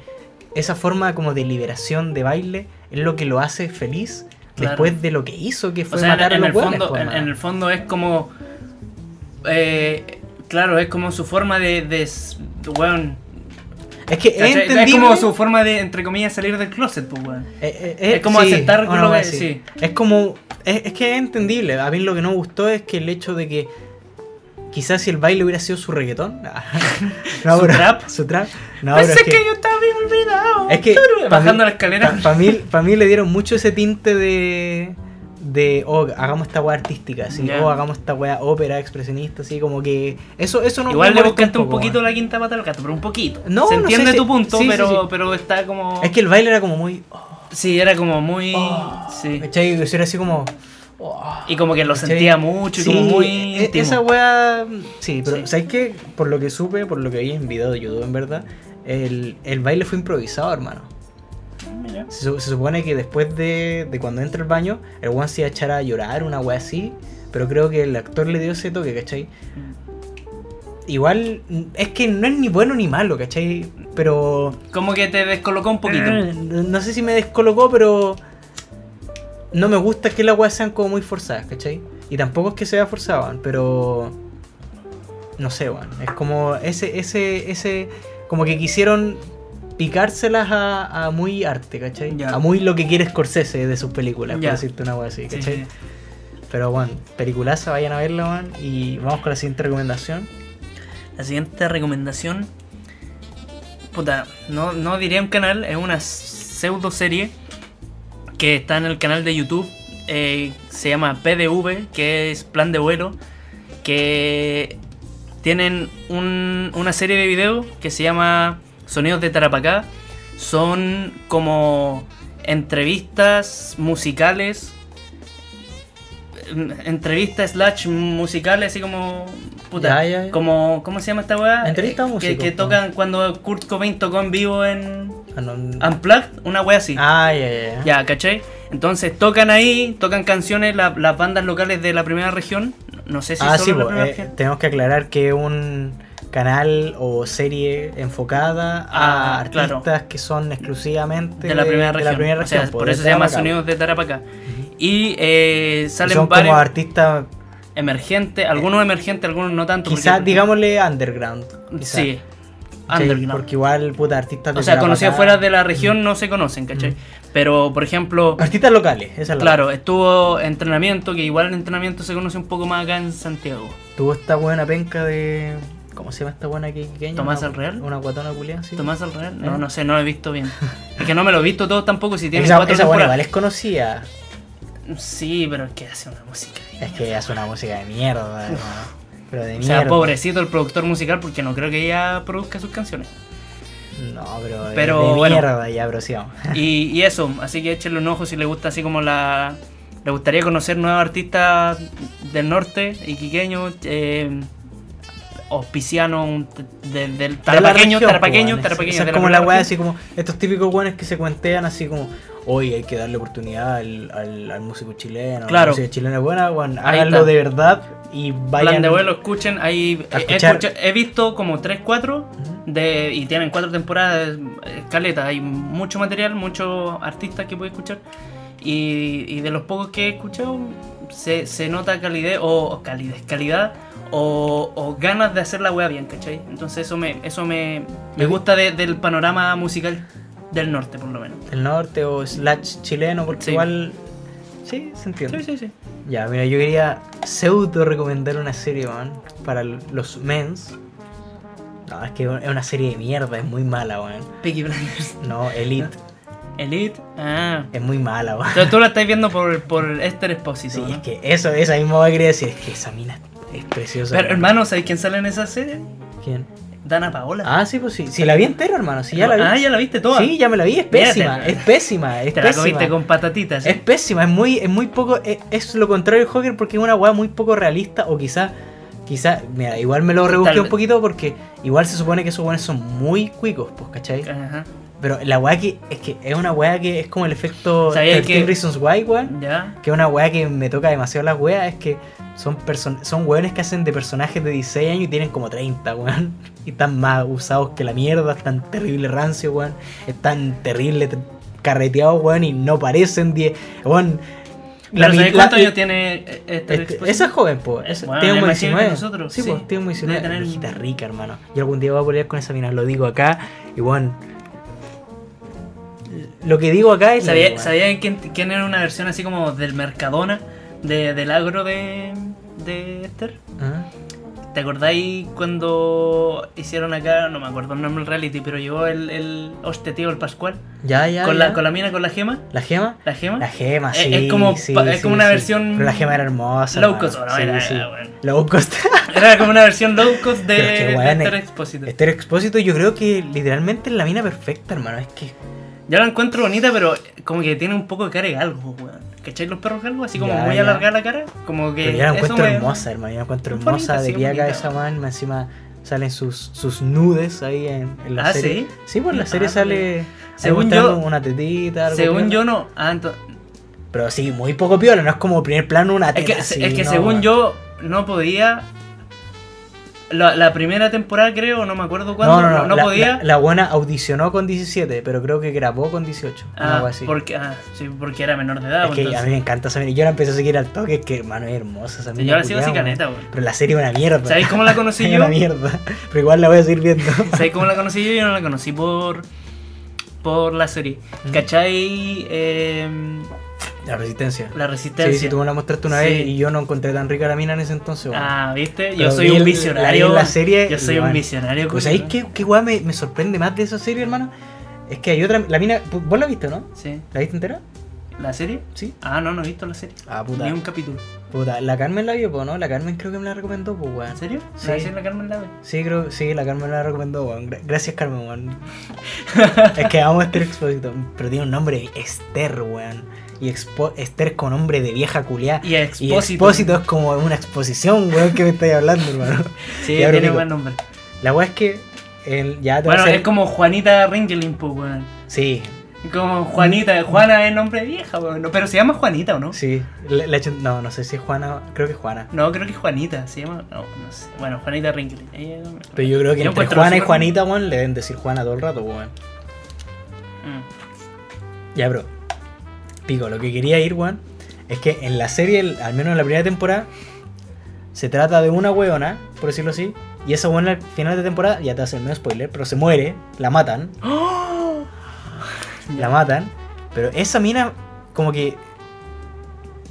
Speaker 3: esa forma como de liberación de baile es lo que lo hace feliz
Speaker 2: Claro.
Speaker 3: después de lo que hizo, que
Speaker 2: O
Speaker 3: fue
Speaker 2: sea, en,
Speaker 3: matar
Speaker 2: en
Speaker 3: a
Speaker 2: el
Speaker 3: los weones,
Speaker 2: fondo,
Speaker 3: po,
Speaker 2: en,
Speaker 3: hermano.
Speaker 2: en el fondo es como. eh, claro, es como su forma de. de s- weón,
Speaker 3: Es que es
Speaker 2: ¿cachai?
Speaker 3: entendible.
Speaker 2: es como su forma de, entre comillas, salir del closet, pues, weón.
Speaker 3: Eh, eh, eh,
Speaker 2: Es como aceptar
Speaker 3: una
Speaker 2: lo
Speaker 3: wea
Speaker 2: que-
Speaker 3: así.
Speaker 2: sí.
Speaker 3: Es como. Es, es que es entendible. A mí lo que no me gustó es que el hecho de que. Quizás si el baile hubiera sido su reggaetón. <laughs> no,
Speaker 2: Su
Speaker 3: pero-
Speaker 2: trap.
Speaker 3: Su trap. No,
Speaker 2: Pensé
Speaker 3: pero es
Speaker 2: que, yo estaba bien olvidado.
Speaker 3: Es que
Speaker 2: Turu,
Speaker 3: pa'
Speaker 2: Bajando la
Speaker 3: mí-
Speaker 2: escalera.
Speaker 3: Para <laughs> mí, pa' mí le dieron mucho ese tinte de. De, oh, hagamos esta weá artística, así,
Speaker 2: Ya.
Speaker 3: oh, hagamos esta weá ópera, expresionista, así, como que. Eso, eso no
Speaker 2: Igual
Speaker 3: me
Speaker 2: le
Speaker 3: molesta
Speaker 2: buscaste un
Speaker 3: poco,
Speaker 2: poquito
Speaker 3: weón.
Speaker 2: la quinta pata al gato, pero un poquito.
Speaker 3: No,
Speaker 2: Se
Speaker 3: no sé
Speaker 2: entiende
Speaker 3: si-
Speaker 2: tu punto,
Speaker 3: sí, sí,
Speaker 2: pero,
Speaker 3: sí.
Speaker 2: pero está como.
Speaker 3: Es que el baile era como muy. oh,
Speaker 2: Sí, era como muy.
Speaker 3: Oh,
Speaker 2: sí.
Speaker 3: ¿cachai? Eso era así como. oh,
Speaker 2: Y como que lo
Speaker 3: ¿cachai?
Speaker 2: sentía mucho y como
Speaker 3: Sí,
Speaker 2: muy.
Speaker 3: e-
Speaker 2: íntimo.
Speaker 3: Esa weá. Sí, pero
Speaker 2: Sí.
Speaker 3: ¿sabes qué? Por lo que supe, por lo que vi en video de YouTube, en verdad, el, el baile fue improvisado, hermano.
Speaker 2: Mira.
Speaker 3: Se, su- se supone que después de, de cuando entra al baño, el one se iba a echar a llorar, una wea así. Pero creo que el actor le dio ese toque, ¿cachai? Igual, mm, es que no es ni bueno ni malo, ¿cachai? Pero.
Speaker 2: Como que te descolocó un poquito.
Speaker 3: eh, No sé si me descolocó, pero. No me gusta que las weas sean como muy forzadas, ¿cachai? Y tampoco es que sea forzado, weón, pero. No sé, weón. Es como ese, ese, ese. Como que quisieron picárselas a, a muy arte, ¿cachai?
Speaker 2: Ya.
Speaker 3: A muy lo que quiere Scorsese de sus películas,
Speaker 2: Ya.
Speaker 3: por decirte una wea así,
Speaker 2: Sí,
Speaker 3: ¿cachai?
Speaker 2: sí.
Speaker 3: Pero bueno, peliculaza, vayan a verla, weón. Y vamos con la siguiente recomendación.
Speaker 2: La siguiente recomendación. Puta, no, no diría un canal, es una pseudo serie que está en el canal de YouTube. eh, se llama PDV, que es Plan de Vuelo. Que tienen un- una serie de videos que se llama Sonidos de Tarapacá. Son como entrevistas musicales. en- Entrevistas slash musicales, así como. Puta,
Speaker 3: Ya, ya, ya.
Speaker 2: como. ¿Cómo se llama esta weá?
Speaker 3: Entrevista a
Speaker 2: Eh, que,
Speaker 3: músicos,
Speaker 2: que
Speaker 3: po.
Speaker 2: tocan cuando Kurt Cobain tocó en vivo en
Speaker 3: Ah, no-
Speaker 2: Unplugged, una wea así.
Speaker 3: Ah, ya, ya, ya.
Speaker 2: Ya, ¿cachai? Entonces tocan ahí, tocan canciones la- las bandas locales de la primera región. No sé si
Speaker 3: ah,
Speaker 2: solo
Speaker 3: sí,
Speaker 2: la
Speaker 3: po,
Speaker 2: primera
Speaker 3: eh,
Speaker 2: región.
Speaker 3: tenemos que aclarar que es un canal o serie enfocada a
Speaker 2: Ah, claro.
Speaker 3: artistas que son exclusivamente
Speaker 2: de la primera región.
Speaker 3: primera
Speaker 2: O sea,
Speaker 3: región, po,
Speaker 2: por
Speaker 3: de
Speaker 2: eso se llama
Speaker 3: Tarapacá.
Speaker 2: Sonidos de Tarapacá. Y eh,
Speaker 3: Que
Speaker 2: salen
Speaker 3: son como eh,
Speaker 2: varios
Speaker 3: artistas,
Speaker 2: emergentes, algunos emergentes, algunos no tanto. porque- mm,
Speaker 3: quizás, digámosle, underground. quizá,
Speaker 2: Sí,
Speaker 3: ¿cachai?
Speaker 2: underground.
Speaker 3: Porque igual, puta, artistas de
Speaker 2: o sea, conocidos
Speaker 3: Tarapacá-
Speaker 2: fuera de la región no se conocen, ¿cachai? Pero, por ejemplo,
Speaker 3: Artistas locales, esa es
Speaker 2: <laughs>
Speaker 3: la
Speaker 2: claro, estuvo entrenamiento, que igual el entrenamiento se conoce un poco más acá en Santiago.
Speaker 3: Tuvo esta buena penca de. ¿Cómo se llama esta buena que que-
Speaker 2: ¿Tomás
Speaker 3: una-
Speaker 2: el Real?
Speaker 3: Una guatona culiada, sí.
Speaker 2: ¿Tomás el Real? No,
Speaker 3: ¿Eh?
Speaker 2: no sé, no lo he visto
Speaker 3: <laughs>
Speaker 2: bien. Es que no me lo he visto todo tampoco si tiene
Speaker 3: Esa,
Speaker 2: cuatro
Speaker 3: esa buena ¿eh? igual
Speaker 2: temporadas.
Speaker 3: es conocida.
Speaker 2: Sí, pero es que hace una música. de
Speaker 3: Es que hace una música de
Speaker 2: <laughs>
Speaker 3: mierda, hermano. Pero de
Speaker 2: O sea,
Speaker 3: mierda.
Speaker 2: pobrecito el productor musical porque no creo que ella produzca sus
Speaker 3: <laughs>
Speaker 2: canciones.
Speaker 3: No, pero, de-
Speaker 2: Pero,
Speaker 3: de
Speaker 2: bueno.
Speaker 3: mierda ya, pero sí, vamos.
Speaker 2: Y, y eso, así que échenle un ojo si le gusta así como la... Le gustaría conocer nuevos artistas del norte, iquiqueños, eh, auspicianos, de- del tarapaqueño,
Speaker 3: De la región,
Speaker 2: tarapaqueño,
Speaker 3: pues,
Speaker 2: tarapaqueño.
Speaker 3: esa
Speaker 2: de
Speaker 3: Es como la
Speaker 2: primera
Speaker 3: weá,
Speaker 2: región.
Speaker 3: así como estos típicos weones que se cuentean así como, oye, hay que darle oportunidad al, al, al músico chileno.
Speaker 2: Claro.
Speaker 3: La música chilena es buena, weón,
Speaker 2: Ahí
Speaker 3: háganlo
Speaker 2: está.
Speaker 3: de verdad y vayan.
Speaker 2: Plan de vuelo, escuchen, ahí
Speaker 3: A
Speaker 2: he- he,
Speaker 3: escuchar.
Speaker 2: escucha- he visto como 3, 4
Speaker 3: Ujú.
Speaker 2: de, y tienen 4 temporadas, eh, caleta, hay mucho material, muchos artistas que puedes escuchar y, y de los pocos que he escuchado se, se nota calidez o o calidez, calidad o, o ganas de hacer la wea bien, ¿cachai? Entonces eso me, eso me, me gusta de- del panorama musical del norte por lo menos.
Speaker 3: Del norte o slash chileno, porque
Speaker 2: Sí.
Speaker 3: igual. Sí, se entiende.
Speaker 2: Sí, sí, sí.
Speaker 3: Ya, mira, yo quería pseudo recomendar una serie, weón, para l- los mens. No, es que es una serie de mierda, es muy mala, weón.
Speaker 2: Peaky Blinders. <laughs>
Speaker 3: No, Elite,
Speaker 2: Elite. Ah.
Speaker 3: es muy mala, weón.
Speaker 2: Entonces tú la estás viendo por, por Esther Exposito.
Speaker 3: Sí, es que eso, esa misma va quería decir, es que esa mina es preciosa.
Speaker 2: Pero
Speaker 3: weón.
Speaker 2: hermano, ¿sabes quién sale en esa serie?
Speaker 3: ¿Quién?
Speaker 2: Dana Paola.
Speaker 3: Ah, sí, pues sí. Si la vi entera, hermano, si ya la vi.
Speaker 2: Ah, ya la viste toda.
Speaker 3: Sí, ya me la vi, es
Speaker 2: Mírate,
Speaker 3: pésima,
Speaker 2: hermano.
Speaker 3: es pésima, es
Speaker 2: Te la
Speaker 3: pésima.
Speaker 2: comiste con patatitas. ¿eh?
Speaker 3: Es pésima, es muy, es muy poco, es, es lo contrario del Joker porque es una weá muy poco realista o quizá, quizá, mira, igual me lo rebusqué
Speaker 2: Tal
Speaker 3: un
Speaker 2: vez.
Speaker 3: poquito porque igual se supone que esos weones son muy cuicos, pues, ¿cachai?
Speaker 2: Ajá.
Speaker 3: Pero la weá que, es que es una weá que es como el efecto
Speaker 2: ¿Sabías
Speaker 3: 13
Speaker 2: que-
Speaker 3: Reasons Why, weón.
Speaker 2: Ya.
Speaker 3: Que es una weá que me toca demasiado las weas, es que son person son weones que hacen de personajes de 16 años y tienen como 30, weón. <laughs> Y están más usados que la mierda, están terrible rancio, weón. Están terrible t- carreteados, weón, y no parecen 10. Weón,
Speaker 2: Pero
Speaker 3: mi-
Speaker 2: ¿sabes cuántos
Speaker 3: la-
Speaker 2: años tiene eh, Esther
Speaker 3: este-
Speaker 2: Exposito?
Speaker 3: esa es joven, po. Esa-
Speaker 2: Bueno,
Speaker 3: tiene
Speaker 2: es
Speaker 3: como
Speaker 2: más chica que
Speaker 3: 19.
Speaker 2: nosotros,
Speaker 3: Sí,
Speaker 2: sí.
Speaker 3: pues, tiene como 19.
Speaker 2: Debe tener-
Speaker 3: Viejita rica, hermano. Yo algún día voy a pelear con esa mina, lo digo acá. Y, weón. Lo que digo acá es. la
Speaker 2: ¿Sabía-
Speaker 3: weá.
Speaker 2: ¿Sabían quién, quién era una versión así como del Mercadona, de- del agro de, de Esther?
Speaker 3: Ah.
Speaker 2: ¿Te acordáis cuando hicieron acá, no me acuerdo el nombre del reality, pero llegó el, el hoste tío, el Pascual,
Speaker 3: Ya, ya.
Speaker 2: con,
Speaker 3: ya.
Speaker 2: La, con la mina, con la gema?
Speaker 3: ¿La gema?
Speaker 2: ¿La gema?
Speaker 3: La gema,
Speaker 2: Es-
Speaker 3: sí.
Speaker 2: es como
Speaker 3: sí,
Speaker 2: pa- es
Speaker 3: sí,
Speaker 2: como una
Speaker 3: sí.
Speaker 2: versión
Speaker 3: Pero la gema era hermosa.
Speaker 2: low
Speaker 3: hermano.
Speaker 2: cost, ¿o no?
Speaker 3: Sí,
Speaker 2: Era-
Speaker 3: sí.
Speaker 2: era bueno.
Speaker 3: Low
Speaker 2: <laughs>
Speaker 3: cost.
Speaker 2: <laughs> Era como una versión low cost de,
Speaker 3: Pero es que,
Speaker 2: de
Speaker 3: weón, eh.
Speaker 2: Esther
Speaker 3: es-
Speaker 2: Exposito.
Speaker 3: Estéreo Expósito, yo creo que literalmente es la mina perfecta, hermano. Es que.
Speaker 2: Yo la encuentro bonita, pero como que tiene un poco de cara de galgo, pues, weón. ¿Cacháis los perros galgo? Así como
Speaker 3: Ya,
Speaker 2: muy
Speaker 3: ya.
Speaker 2: alargada la cara. Como que.
Speaker 3: Pero yo la
Speaker 2: eso
Speaker 3: encuentro
Speaker 2: me-
Speaker 3: hermosa, hermano. Yo la encuentro
Speaker 2: Es bonita,
Speaker 3: hermosa
Speaker 2: sí,
Speaker 3: de
Speaker 2: es
Speaker 3: pie a
Speaker 2: bonita.
Speaker 3: cabeza, man. Encima salen sus, sus nudes ahí en, en la
Speaker 2: Ah,
Speaker 3: serie.
Speaker 2: ¿sí?
Speaker 3: Sí, pues en la serie
Speaker 2: Ah,
Speaker 3: sale.
Speaker 2: Según
Speaker 3: Según yo.
Speaker 2: yo-
Speaker 3: Una tetita, algo
Speaker 2: Según
Speaker 3: piola.
Speaker 2: yo, no. Ah, ento-
Speaker 3: Pero sí, muy poco piola. No es como primer plano una
Speaker 2: Es
Speaker 3: teta.
Speaker 2: que,
Speaker 3: así,
Speaker 2: es que
Speaker 3: no,
Speaker 2: según
Speaker 3: man.
Speaker 2: yo, no podía. La, la primera temporada, creo, no me acuerdo
Speaker 3: No,
Speaker 2: cuándo.
Speaker 3: no, no, la,
Speaker 2: podía.
Speaker 3: La, la buena audicionó con 17, pero creo que grabó con 18.
Speaker 2: ah,
Speaker 3: algo así.
Speaker 2: porque, ah, sí, porque era menor de edad. pues,
Speaker 3: Es que a
Speaker 2: entonces.
Speaker 3: mí me encanta esa mina. Yo la empecé a seguir al toque, es que hermano es hermosa esa
Speaker 2: Sí,
Speaker 3: mina.
Speaker 2: yo la sigo así
Speaker 3: culiao,
Speaker 2: caneta,
Speaker 3: weón.
Speaker 2: weón.
Speaker 3: Pero la serie es una mierda.
Speaker 2: ¿Sabéis
Speaker 3: <laughs>
Speaker 2: cómo la conocí
Speaker 3: Es
Speaker 2: yo?
Speaker 3: una mierda. Pero igual la voy a
Speaker 2: <laughs>
Speaker 3: seguir viendo.
Speaker 2: ¿Sabes cómo la conocí yo? Yo no la conocí por. por la serie.
Speaker 3: Mm.
Speaker 2: ¿Cachai? Em,
Speaker 3: La resistencia.
Speaker 2: la
Speaker 3: Sí,
Speaker 2: resistencia.
Speaker 3: sí, tú me la mostraste una
Speaker 2: Sí.
Speaker 3: vez y yo no encontré tan rica la mina en ese entonces. weón.
Speaker 2: Ah, ¿viste?
Speaker 3: Pero
Speaker 2: Yo soy
Speaker 3: vi el-
Speaker 2: un
Speaker 3: la-
Speaker 2: visionario.
Speaker 3: vi la serie
Speaker 2: yo
Speaker 3: y,
Speaker 2: soy un
Speaker 3: bueno,
Speaker 2: visionario.
Speaker 3: Pues
Speaker 2: culiao.
Speaker 3: ahí qué, qué weá me, me sorprende más de esa serie, hermano. Es que hay otra. La mina. ¿Vos la viste, no?
Speaker 2: Sí.
Speaker 3: ¿La viste entera?
Speaker 2: ¿La serie?
Speaker 3: Sí.
Speaker 2: Ah, no, no he visto la serie.
Speaker 3: Ah, puta.
Speaker 2: Ni un capítulo.
Speaker 3: Puta, la Carmen la vio, po, ¿no? La Carmen creo que me la recomendó, pues, weón.
Speaker 2: ¿En serio?
Speaker 3: Sí.
Speaker 2: ¿La serie la Carmen Lave?
Speaker 3: Sí, creo, sí, la Carmen la recomendó, weón. Gra- Gracias, Carmen, weón.
Speaker 2: <laughs>
Speaker 3: es que vamos a Esther Expósito. Pero tiene un nombre Esther, weón. Y expo Esther con nombre de vieja culiá.
Speaker 2: Y
Speaker 3: Y
Speaker 2: Expósito.
Speaker 3: Expósito es como una exposición, weón, que me estáis hablando, hermano.
Speaker 2: Sí,
Speaker 3: Ya,
Speaker 2: tiene
Speaker 3: Rodrigo.
Speaker 2: buen nombre.
Speaker 3: La weá es que. el- ya te va a
Speaker 2: Bueno,
Speaker 3: hacer-
Speaker 2: es como Juanita Ringeling, pues, weón.
Speaker 3: Sí,
Speaker 2: Como Juanita, Juana es nombre de vieja, weón. No, Pero se llama Juanita, ¿o no?
Speaker 3: Mm. sí. Le- le echo- no, no sé si es Juana. Creo que es Juana.
Speaker 2: No, creo que es Juanita, se llama. No, no sé. Bueno, Juanita Ringeling. Ella-
Speaker 3: Pero yo creo que entre
Speaker 2: encuentro
Speaker 3: Juana y
Speaker 2: súper-
Speaker 3: Juanita, weón, le deben decir Juana todo el rato, weón.
Speaker 2: Mm.
Speaker 3: Ya, bro. Pico, lo que quería ir, weón, es que en la serie, el- al menos en la primera temporada, se trata de una weona, por decirlo así, y esa weona al final de temporada, ya te hace el medio spoiler, pero se muere, la matan,
Speaker 2: ¡Oh!
Speaker 3: la matan, pero esa mina, como que.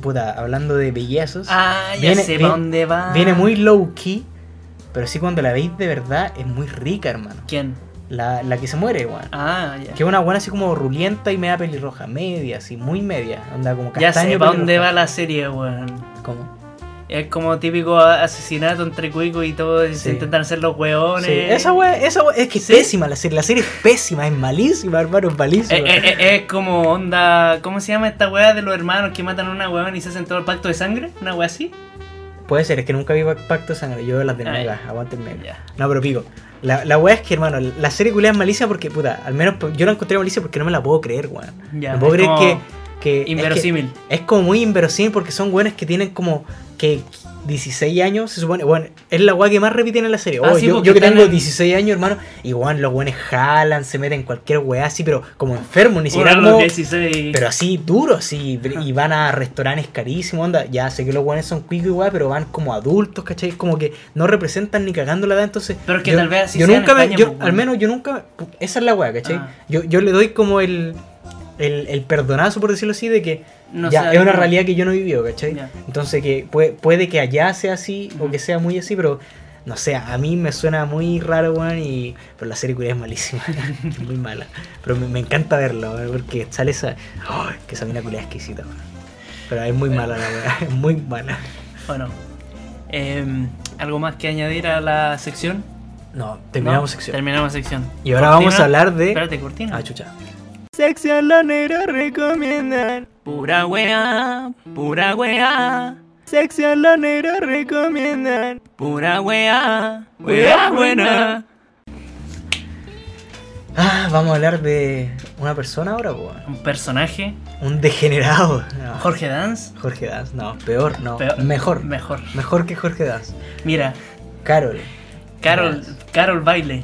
Speaker 3: Puta, hablando de bellezas,
Speaker 2: Ah, ya
Speaker 3: Viene-
Speaker 2: sé
Speaker 3: vi-
Speaker 2: pa' dónde va.
Speaker 3: viene muy low key, Pero sí cuando la veis de verdad es muy rica, hermano.
Speaker 2: ¿Quién?
Speaker 3: La, la que se muere, weón.
Speaker 2: Ah, ya.
Speaker 3: Que es una buena así como rulienta y media pelirroja. Media, así, muy media. Onda como
Speaker 2: Ya sé para dónde va
Speaker 3: pelirroja.
Speaker 2: la serie, weón.
Speaker 3: ¿Cómo?
Speaker 2: Es como típico a- asesinato entre cuicos y todo, y
Speaker 3: Sí.
Speaker 2: se intentan hacer los weones.
Speaker 3: Sí, esa weá, esa weá, es que es
Speaker 2: Sí.
Speaker 3: pésima la serie. La serie es pésima, es malísima, hermano, es
Speaker 2: Eh,
Speaker 3: malísima.
Speaker 2: eh, eh, es como onda. ¿Cómo se llama esta weá de los hermanos que matan a una weón y se hacen todo el pacto de sangre? ¿Una weá así?
Speaker 3: Puede ser, es que nunca vi Pac- Pacto de Sangre. Yo veo las de
Speaker 2: Ah,
Speaker 3: Mega, aguanten Mega.
Speaker 2: Ya.
Speaker 3: No, pero pico. La, la weá es que, hermano, la serie culia es malísima porque, puta, al menos yo la encontré malísima porque no me la puedo creer, weón.
Speaker 2: Ya,
Speaker 3: no puedo
Speaker 2: es
Speaker 3: creer que,
Speaker 2: como
Speaker 3: que- es que-
Speaker 2: Inverosímil.
Speaker 3: Es como muy inverosímil porque son weones que tienen como que 16 años, se supone. Bueno, es la weá que más repiten en la serie.
Speaker 2: Ah,
Speaker 3: Oh,
Speaker 2: sí,
Speaker 3: yo,
Speaker 2: porque
Speaker 3: yo que
Speaker 2: están
Speaker 3: tengo
Speaker 2: en-
Speaker 3: 16 años, hermano, y weón, los weones jalan, se meten en cualquier weá así, pero como enfermos, ni siquiera
Speaker 2: Uno de
Speaker 3: como-
Speaker 2: los 16.
Speaker 3: Pero así duro, así, y van a restaurantes carísimos, onda. Ya sé que los weones son cuicos y weá, pero van como adultos, ¿cachai? Como que no representan ni cagando la edad, entonces.
Speaker 2: Pero es que tal vez así
Speaker 3: Yo
Speaker 2: sea en
Speaker 3: nunca me-
Speaker 2: España,
Speaker 3: yo-
Speaker 2: pues, weón.
Speaker 3: Al menos yo nunca. Esa es la weá, ¿cachai?
Speaker 2: Ah.
Speaker 3: Yo, yo le doy como el, el. el perdonazo, por decirlo así, de que
Speaker 2: No
Speaker 3: ya,
Speaker 2: sé,
Speaker 3: es una
Speaker 2: no.
Speaker 3: realidad que yo no he vivido, ¿cachai?
Speaker 2: Ya.
Speaker 3: Entonces que puede, puede que allá sea así o
Speaker 2: Ujú.
Speaker 3: que sea muy así, pero no sé, a mí me suena muy raro, weón, y pero la serie culia es malísima, <laughs> muy mala. Pero me, me encanta verla, weón, porque sale esa... ¡Ay! que esa mina culia es exquisita, weón. Pero es muy mala la weá, es muy mala.
Speaker 2: Bueno. em, ¿Algo más que añadir a la sección?
Speaker 3: No, terminamos
Speaker 2: No,
Speaker 3: sección.
Speaker 2: Terminamos sección.
Speaker 3: y
Speaker 2: Cortina.
Speaker 3: ahora vamos a hablar de...
Speaker 2: Espérate, cortina.
Speaker 3: Ah, chucha.
Speaker 5: Sección los negros recomiendan.
Speaker 2: Pura weá, pura weá,
Speaker 5: Sección los negros recomiendan.
Speaker 2: pura weá, weá buena.
Speaker 3: Ah, vamos a hablar de una persona ahora, weón.
Speaker 2: Un personaje,
Speaker 3: Un degenerado. No,
Speaker 2: Jorge Dance,
Speaker 3: Jorge Das, no, peor, no.
Speaker 2: Peor.
Speaker 3: Mejor.
Speaker 2: mejor.
Speaker 3: Mejor que Jorge Das.
Speaker 2: Mira,
Speaker 3: Carol.
Speaker 2: Carol, Carol Baile.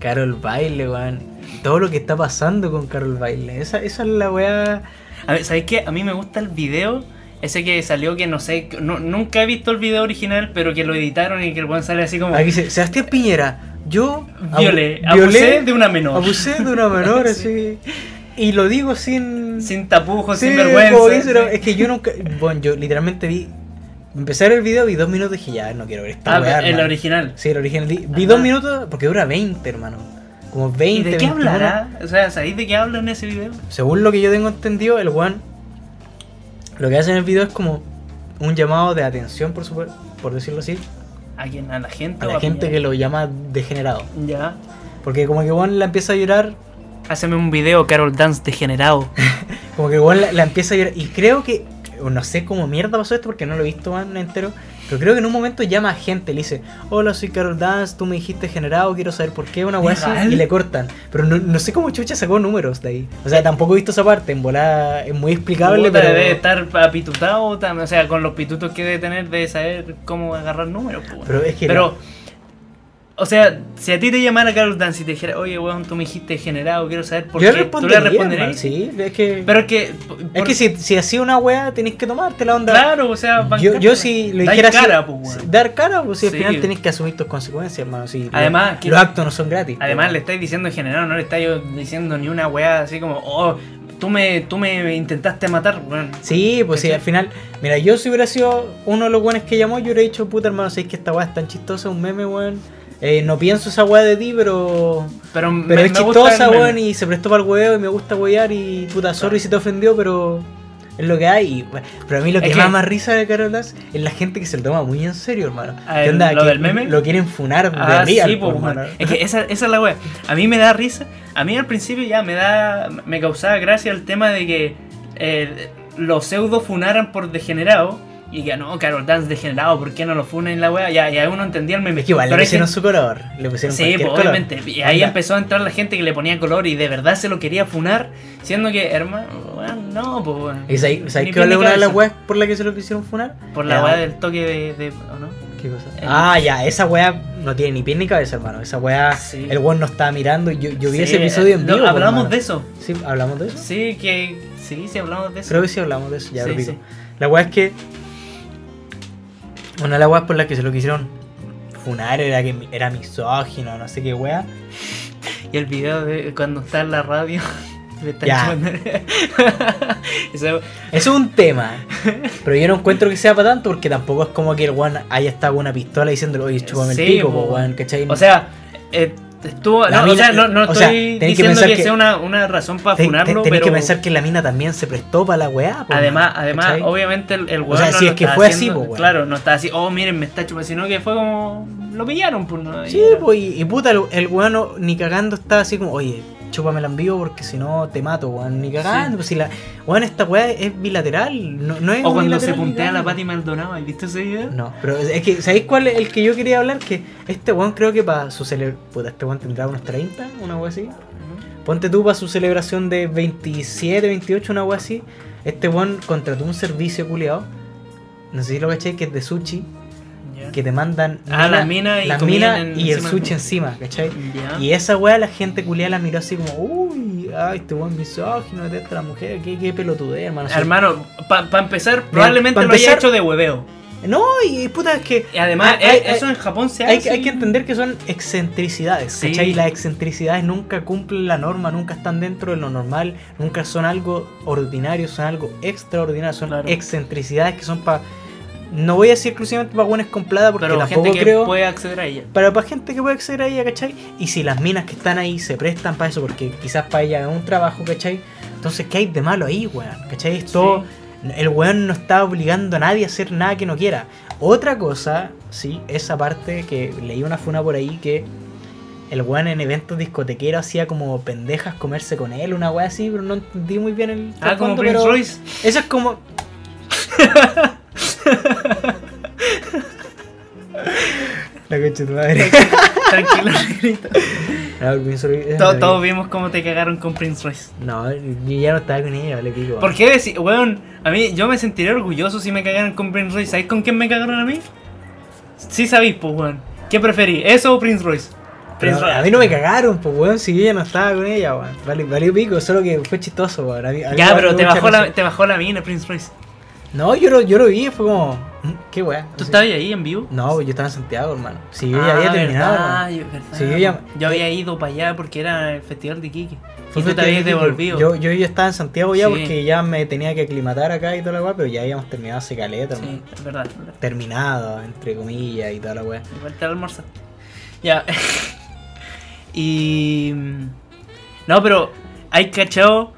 Speaker 3: Carol Baile, weón. Todo lo que está pasando con Carol Baile. Esa, esa es la weá.
Speaker 2: A ver, ¿sabéis qué? A mí me gusta el video. Ese que salió que no sé, que no- nunca he visto el video original, pero que lo editaron y que el weón sale así como
Speaker 3: Aquí dice, Sebastián Piñera, yo abu-
Speaker 2: violé,
Speaker 3: violé-
Speaker 2: abusé de una menor.
Speaker 3: abusé de
Speaker 2: <laughs>
Speaker 3: una menor, así. Y lo digo sin.
Speaker 2: Sin tapujos,
Speaker 3: sí,
Speaker 2: sin vergüenza. Ah,
Speaker 3: como dice, no,
Speaker 2: sí.
Speaker 3: Es que yo nunca. Bueno, yo literalmente vi. Empecé a ver el video, vi dos minutos y dije, ya, no quiero ver esta
Speaker 2: Ah,
Speaker 3: weá.
Speaker 2: el
Speaker 3: hermano".
Speaker 2: original.
Speaker 3: Sí, el original. Vi, vi
Speaker 2: Ajá.
Speaker 3: dos minutos porque dura 20, hermano. Como 20.
Speaker 2: ¿Y de qué
Speaker 3: 21.
Speaker 2: hablará? O sea, ¿sabéis de qué habla en ese video?
Speaker 3: Según lo que yo tengo entendido, el One lo que hace en el video es como un llamado de atención, por supuesto, por decirlo así,
Speaker 2: ¿A quién? ¿A la gente?
Speaker 3: a
Speaker 2: o
Speaker 3: la gente que
Speaker 2: Piñera?
Speaker 3: lo llama degenerado.
Speaker 2: Ya.
Speaker 3: Porque como que One la empieza a llorar,
Speaker 2: Haceme un video, Carol Dance
Speaker 3: <laughs>
Speaker 2: degenerado.
Speaker 3: como que One la, la empieza a llorar. Y creo que, o no sé cómo mierda pasó esto porque no lo he visto One entero, pero creo que en un momento llama a gente, le dice, hola, soy Carol Dance, tú me dijiste degenerado, quiero saber por qué, una weá así,
Speaker 2: ¿Legal?
Speaker 3: y le cortan. Pero no, no sé cómo Chucha sacó números de ahí. O sea, tampoco he visto esa parte, en volada, es muy explicable,
Speaker 2: Puta,
Speaker 3: pero...
Speaker 2: debe estar apitutado también, o sea, con los pitutos que debe tener debe saber cómo agarrar números. pues, weón.
Speaker 3: Pero es que
Speaker 2: Pero, o sea, si a ti te llamara Carol Dance y te dijera, oye, weón, tú me dijiste generado, quiero saber por
Speaker 3: Yo
Speaker 2: qué, tú
Speaker 3: respondería,
Speaker 2: le responderías.
Speaker 3: man, sí, es que,
Speaker 2: Pero es que,
Speaker 3: es
Speaker 2: por-
Speaker 3: que si, si hacía una weá tenés que tomarte la onda.
Speaker 2: claro, o sea,
Speaker 3: yo,
Speaker 2: bancártela.
Speaker 3: yo si lo
Speaker 2: Dai
Speaker 3: dijera así-
Speaker 2: cara, pues, weón.
Speaker 3: si- dar cara, pues si al
Speaker 2: Sí.
Speaker 3: final tenés que asumir tus consecuencias, hermano. Si lo-
Speaker 2: Además,
Speaker 3: los,
Speaker 2: que-
Speaker 3: actos no son gratis.
Speaker 2: Además,
Speaker 3: pues.
Speaker 2: le estáis diciendo generado, no le estáis diciendo ni una weá así como, oh, tú me, tú me intentaste matar, weón.
Speaker 3: Sí, pues sí,
Speaker 2: ¿Cachai?
Speaker 3: al final, mira, yo si hubiera sido uno de los buenos que llamó, yo hubiera dicho, puta hermano, si es que esta weá es tan chistosa, un meme, weón. Eh, no pienso esa weá de ti, pero.
Speaker 2: Pero, me-
Speaker 3: Pero
Speaker 2: me
Speaker 3: es
Speaker 2: gusta el
Speaker 3: chistosa,
Speaker 2: meme.
Speaker 3: weón, y se prestó para el weón y me gusta wear y puta, sorry si te ofendió, pero es lo que hay. y, bueno, pero a mí lo
Speaker 2: Es
Speaker 3: que
Speaker 2: que-
Speaker 3: más me da risa de Carol Dance es la gente que se lo toma muy en serio, hermano.
Speaker 2: Ah,
Speaker 3: ¿Qué
Speaker 2: el-
Speaker 3: onda?
Speaker 2: lo
Speaker 3: Que
Speaker 2: del meme?
Speaker 3: Lo quieren funar de
Speaker 2: Ah,
Speaker 3: real,
Speaker 2: sí,
Speaker 3: po,
Speaker 2: pues,
Speaker 3: hermano.
Speaker 2: bueno. Es que esa, esa es la wea. A mí me da risa. A mí al principio ya me da. Me causaba gracia el tema de que eh, los pseudo funaran por degenerado. Y que no, Carol Dance degenerado, ¿por qué no lo funen la wea? Ya, ya uno entendía el meme.
Speaker 3: Es que igual le
Speaker 2: Pero hay
Speaker 3: pusieron
Speaker 2: gente-
Speaker 3: su color, le pusieron
Speaker 2: Sí,
Speaker 3: cualquier
Speaker 2: pues,
Speaker 3: color.
Speaker 2: obviamente. Y ahí
Speaker 3: Onda,
Speaker 2: empezó a entrar la gente que le ponía color y de verdad se lo quería funar. Siendo que, hermano, bueno, no, pues bueno.
Speaker 3: ¿Y sabéis
Speaker 2: Ni
Speaker 3: sabéis
Speaker 2: pie
Speaker 3: cuál
Speaker 2: ni
Speaker 3: es una de las
Speaker 2: cabeza.
Speaker 3: weas por la que se lo quisieron funar?
Speaker 2: Por la
Speaker 3: Era-
Speaker 2: wea del toque de. de- ¿o no?
Speaker 3: ¿Qué cosa?
Speaker 2: El-
Speaker 3: Ah, ya, esa wea no tiene ni pie ni cabeza, hermano. Esa wea,
Speaker 2: Sí.
Speaker 3: el weón no estaba mirando. Yo, yo vi
Speaker 2: Sí,
Speaker 3: ese episodio en
Speaker 2: lo-
Speaker 3: vivo. po,
Speaker 2: Hablamos
Speaker 3: hermano.
Speaker 2: de eso.
Speaker 3: Sí, hablamos de eso.
Speaker 2: Sí, que. Sí, sí, hablamos de eso.
Speaker 3: Creo que sí hablamos de eso, ya
Speaker 2: Sí,
Speaker 3: lo pico.
Speaker 2: sí.
Speaker 3: La weá es que. Una de las weas por las que se lo quisieron funar era que mi- era misógino, no sé qué weá.
Speaker 2: Y el video de cuando está en la radio. <laughs> Le están
Speaker 3: Ya.
Speaker 2: chupando. <laughs> Esa-
Speaker 3: Eso es un
Speaker 2: <laughs>
Speaker 3: tema. Pero yo no encuentro que sea para tanto porque tampoco es como que el one haya estado con una pistola diciéndole, oye, chúpame
Speaker 2: Sí,
Speaker 3: el pico,
Speaker 2: po.
Speaker 3: po, weón, ¿cachai?
Speaker 2: o sea, eh, estuvo.
Speaker 3: La
Speaker 2: no, o
Speaker 3: mina-
Speaker 2: sea, no, no
Speaker 3: o
Speaker 2: estoy
Speaker 3: sea, tenés que
Speaker 2: diciendo
Speaker 3: pensar
Speaker 2: que,
Speaker 3: que-
Speaker 2: sea una, una razón para
Speaker 3: Ten- ten-
Speaker 2: funarlo,
Speaker 3: tenés
Speaker 2: pero.
Speaker 3: que pensar que la mina también se prestó para la weá, po,
Speaker 2: Además,
Speaker 3: man,
Speaker 2: además
Speaker 3: ¿cachai?
Speaker 2: obviamente el, el weón
Speaker 3: sea,
Speaker 2: no
Speaker 3: si
Speaker 2: lo
Speaker 3: es que
Speaker 2: estaba
Speaker 3: fue así,
Speaker 2: haciendo,
Speaker 3: pues, weón.
Speaker 2: Claro, no está así, oh, miren, me está chupando, sino que fue como. Lo pillaron, pues. ¿no? Y
Speaker 3: Sí,
Speaker 2: era-
Speaker 3: po, y, y puta, el, el weón no- ni cagando estaba así como, oye, chúpamela en vivo porque si no te mato, weón, ni cagando. pues, si la, weón, esta weá es bilateral, no, no es
Speaker 2: O cuando se
Speaker 3: unilateral ni
Speaker 2: puntea la
Speaker 3: cagando.
Speaker 2: Pati Maldonado, ¿has visto ese video?
Speaker 3: No, pero es que, ¿sabéis cuál es el que yo quería hablar? Que este weón creo que para su celebración. Puta, este weón tendrá unos 30, una weá así. Ponte tú para su celebración de 27, 28, una weá así. Este weón contrató un servicio culiado. No sé si lo caché, que es de sushi.
Speaker 2: Ya.
Speaker 3: Que te mandan.
Speaker 2: Ah, las minas y
Speaker 3: las
Speaker 2: comida
Speaker 3: minas
Speaker 2: en-
Speaker 3: y el
Speaker 2: encima.
Speaker 3: sushi encima, ¿cachai?
Speaker 2: Ya.
Speaker 3: Y esa weá la gente culiada la miró así como, uy, ay, este weón misógino, detesta a la mujer, qué, qué pelotudez, hermano.
Speaker 2: Hermano, para empezar, probablemente
Speaker 3: pa'
Speaker 2: lo haya
Speaker 3: empezar-
Speaker 2: hecho de hueveo.
Speaker 3: No, y puta, es que.
Speaker 2: Y además,
Speaker 3: Ah, hay-
Speaker 2: eh, eso en Japón se hace.
Speaker 3: Hay, que- hay que entender que son excentricidades,
Speaker 2: Sí.
Speaker 3: ¿cachai? Las excentricidades nunca cumplen la norma, nunca están dentro de lo normal, nunca son algo ordinario, son algo extraordinario, son
Speaker 2: Claro.
Speaker 3: excentricidades que son para... No voy a decir exclusivamente para buenas con plata porque
Speaker 2: pero
Speaker 3: tampoco
Speaker 2: gente que
Speaker 3: creo...
Speaker 2: puede acceder a ella.
Speaker 3: Pero para gente que puede acceder a ella, ¿cachai? Y si las minas que están ahí se prestan para eso, porque quizás para ella es un trabajo, ¿cachai? Entonces, ¿qué hay de malo ahí, weón? ¿Cachai? Es todo- El weón no está obligando a nadie a hacer nada que no quiera. Otra cosa, sí, esa parte que leí una funa por ahí que el weón en eventos discotequeros hacía como pendejas comerse con él, una weá así, pero no entendí muy bien el.
Speaker 2: Ah, como
Speaker 3: trasfondo,
Speaker 2: Prince
Speaker 3: pero
Speaker 2: Royce.
Speaker 3: <laughs> Eso es como. La concha de tu madre.
Speaker 2: Tranquilo, <laughs> negrito.
Speaker 3: No, el Prince Royce-
Speaker 2: Todos, todos vimos cómo te cagaron con Prince Royce.
Speaker 3: No, yo ya no estaba con ella, vale pico.
Speaker 2: ¿Por qué decir, weón? A mí, yo me sentiría orgulloso si me cagaran con Prince Royce. ¿Sabéis con quién me cagaron a mí? Sí sabéis, pues, weón. ¿Qué preferí, eso o Prince Royce?
Speaker 3: Pero
Speaker 2: Prince Royce.
Speaker 3: a mí no me cagaron, pues weón, si yo ya no estaba con ella, weón. Vale, valió pico, solo que fue chistoso, weón. A mí- a mí
Speaker 2: Ya,
Speaker 3: me
Speaker 2: pero
Speaker 3: dio
Speaker 2: te
Speaker 3: mucha
Speaker 2: bajó,
Speaker 3: risa.
Speaker 2: la, te bajó la mina, Prince Royce.
Speaker 3: No, yo lo, yo lo vi, fue como. "Mm, Qué weón.
Speaker 2: ¿Tú estabas ahí en vivo?
Speaker 3: No, yo estaba en Santiago, hermano. Si yo ya había terminado.
Speaker 2: Ah,
Speaker 3: weón.
Speaker 2: yo- verdad.
Speaker 3: Sí, yo ya- eh.
Speaker 2: Yo había ido para allá porque era el festival de Iquique.
Speaker 3: Fue
Speaker 2: Y tú te
Speaker 3: festival
Speaker 2: habías
Speaker 3: de pico.
Speaker 2: devolvido.
Speaker 3: Yo, yo ya estaba en Santiago ya
Speaker 2: Sí.
Speaker 3: porque ya me tenía que aclimatar acá y toda la weá, pero ya habíamos terminado hace caleta,
Speaker 2: Sí,
Speaker 3: hermano.
Speaker 2: es verdad, es verdad.
Speaker 3: Terminado, entre comillas, y toda la weá.
Speaker 2: Igual te almorzaste. Ya. <laughs> y. mm, No, pero. Hay cachado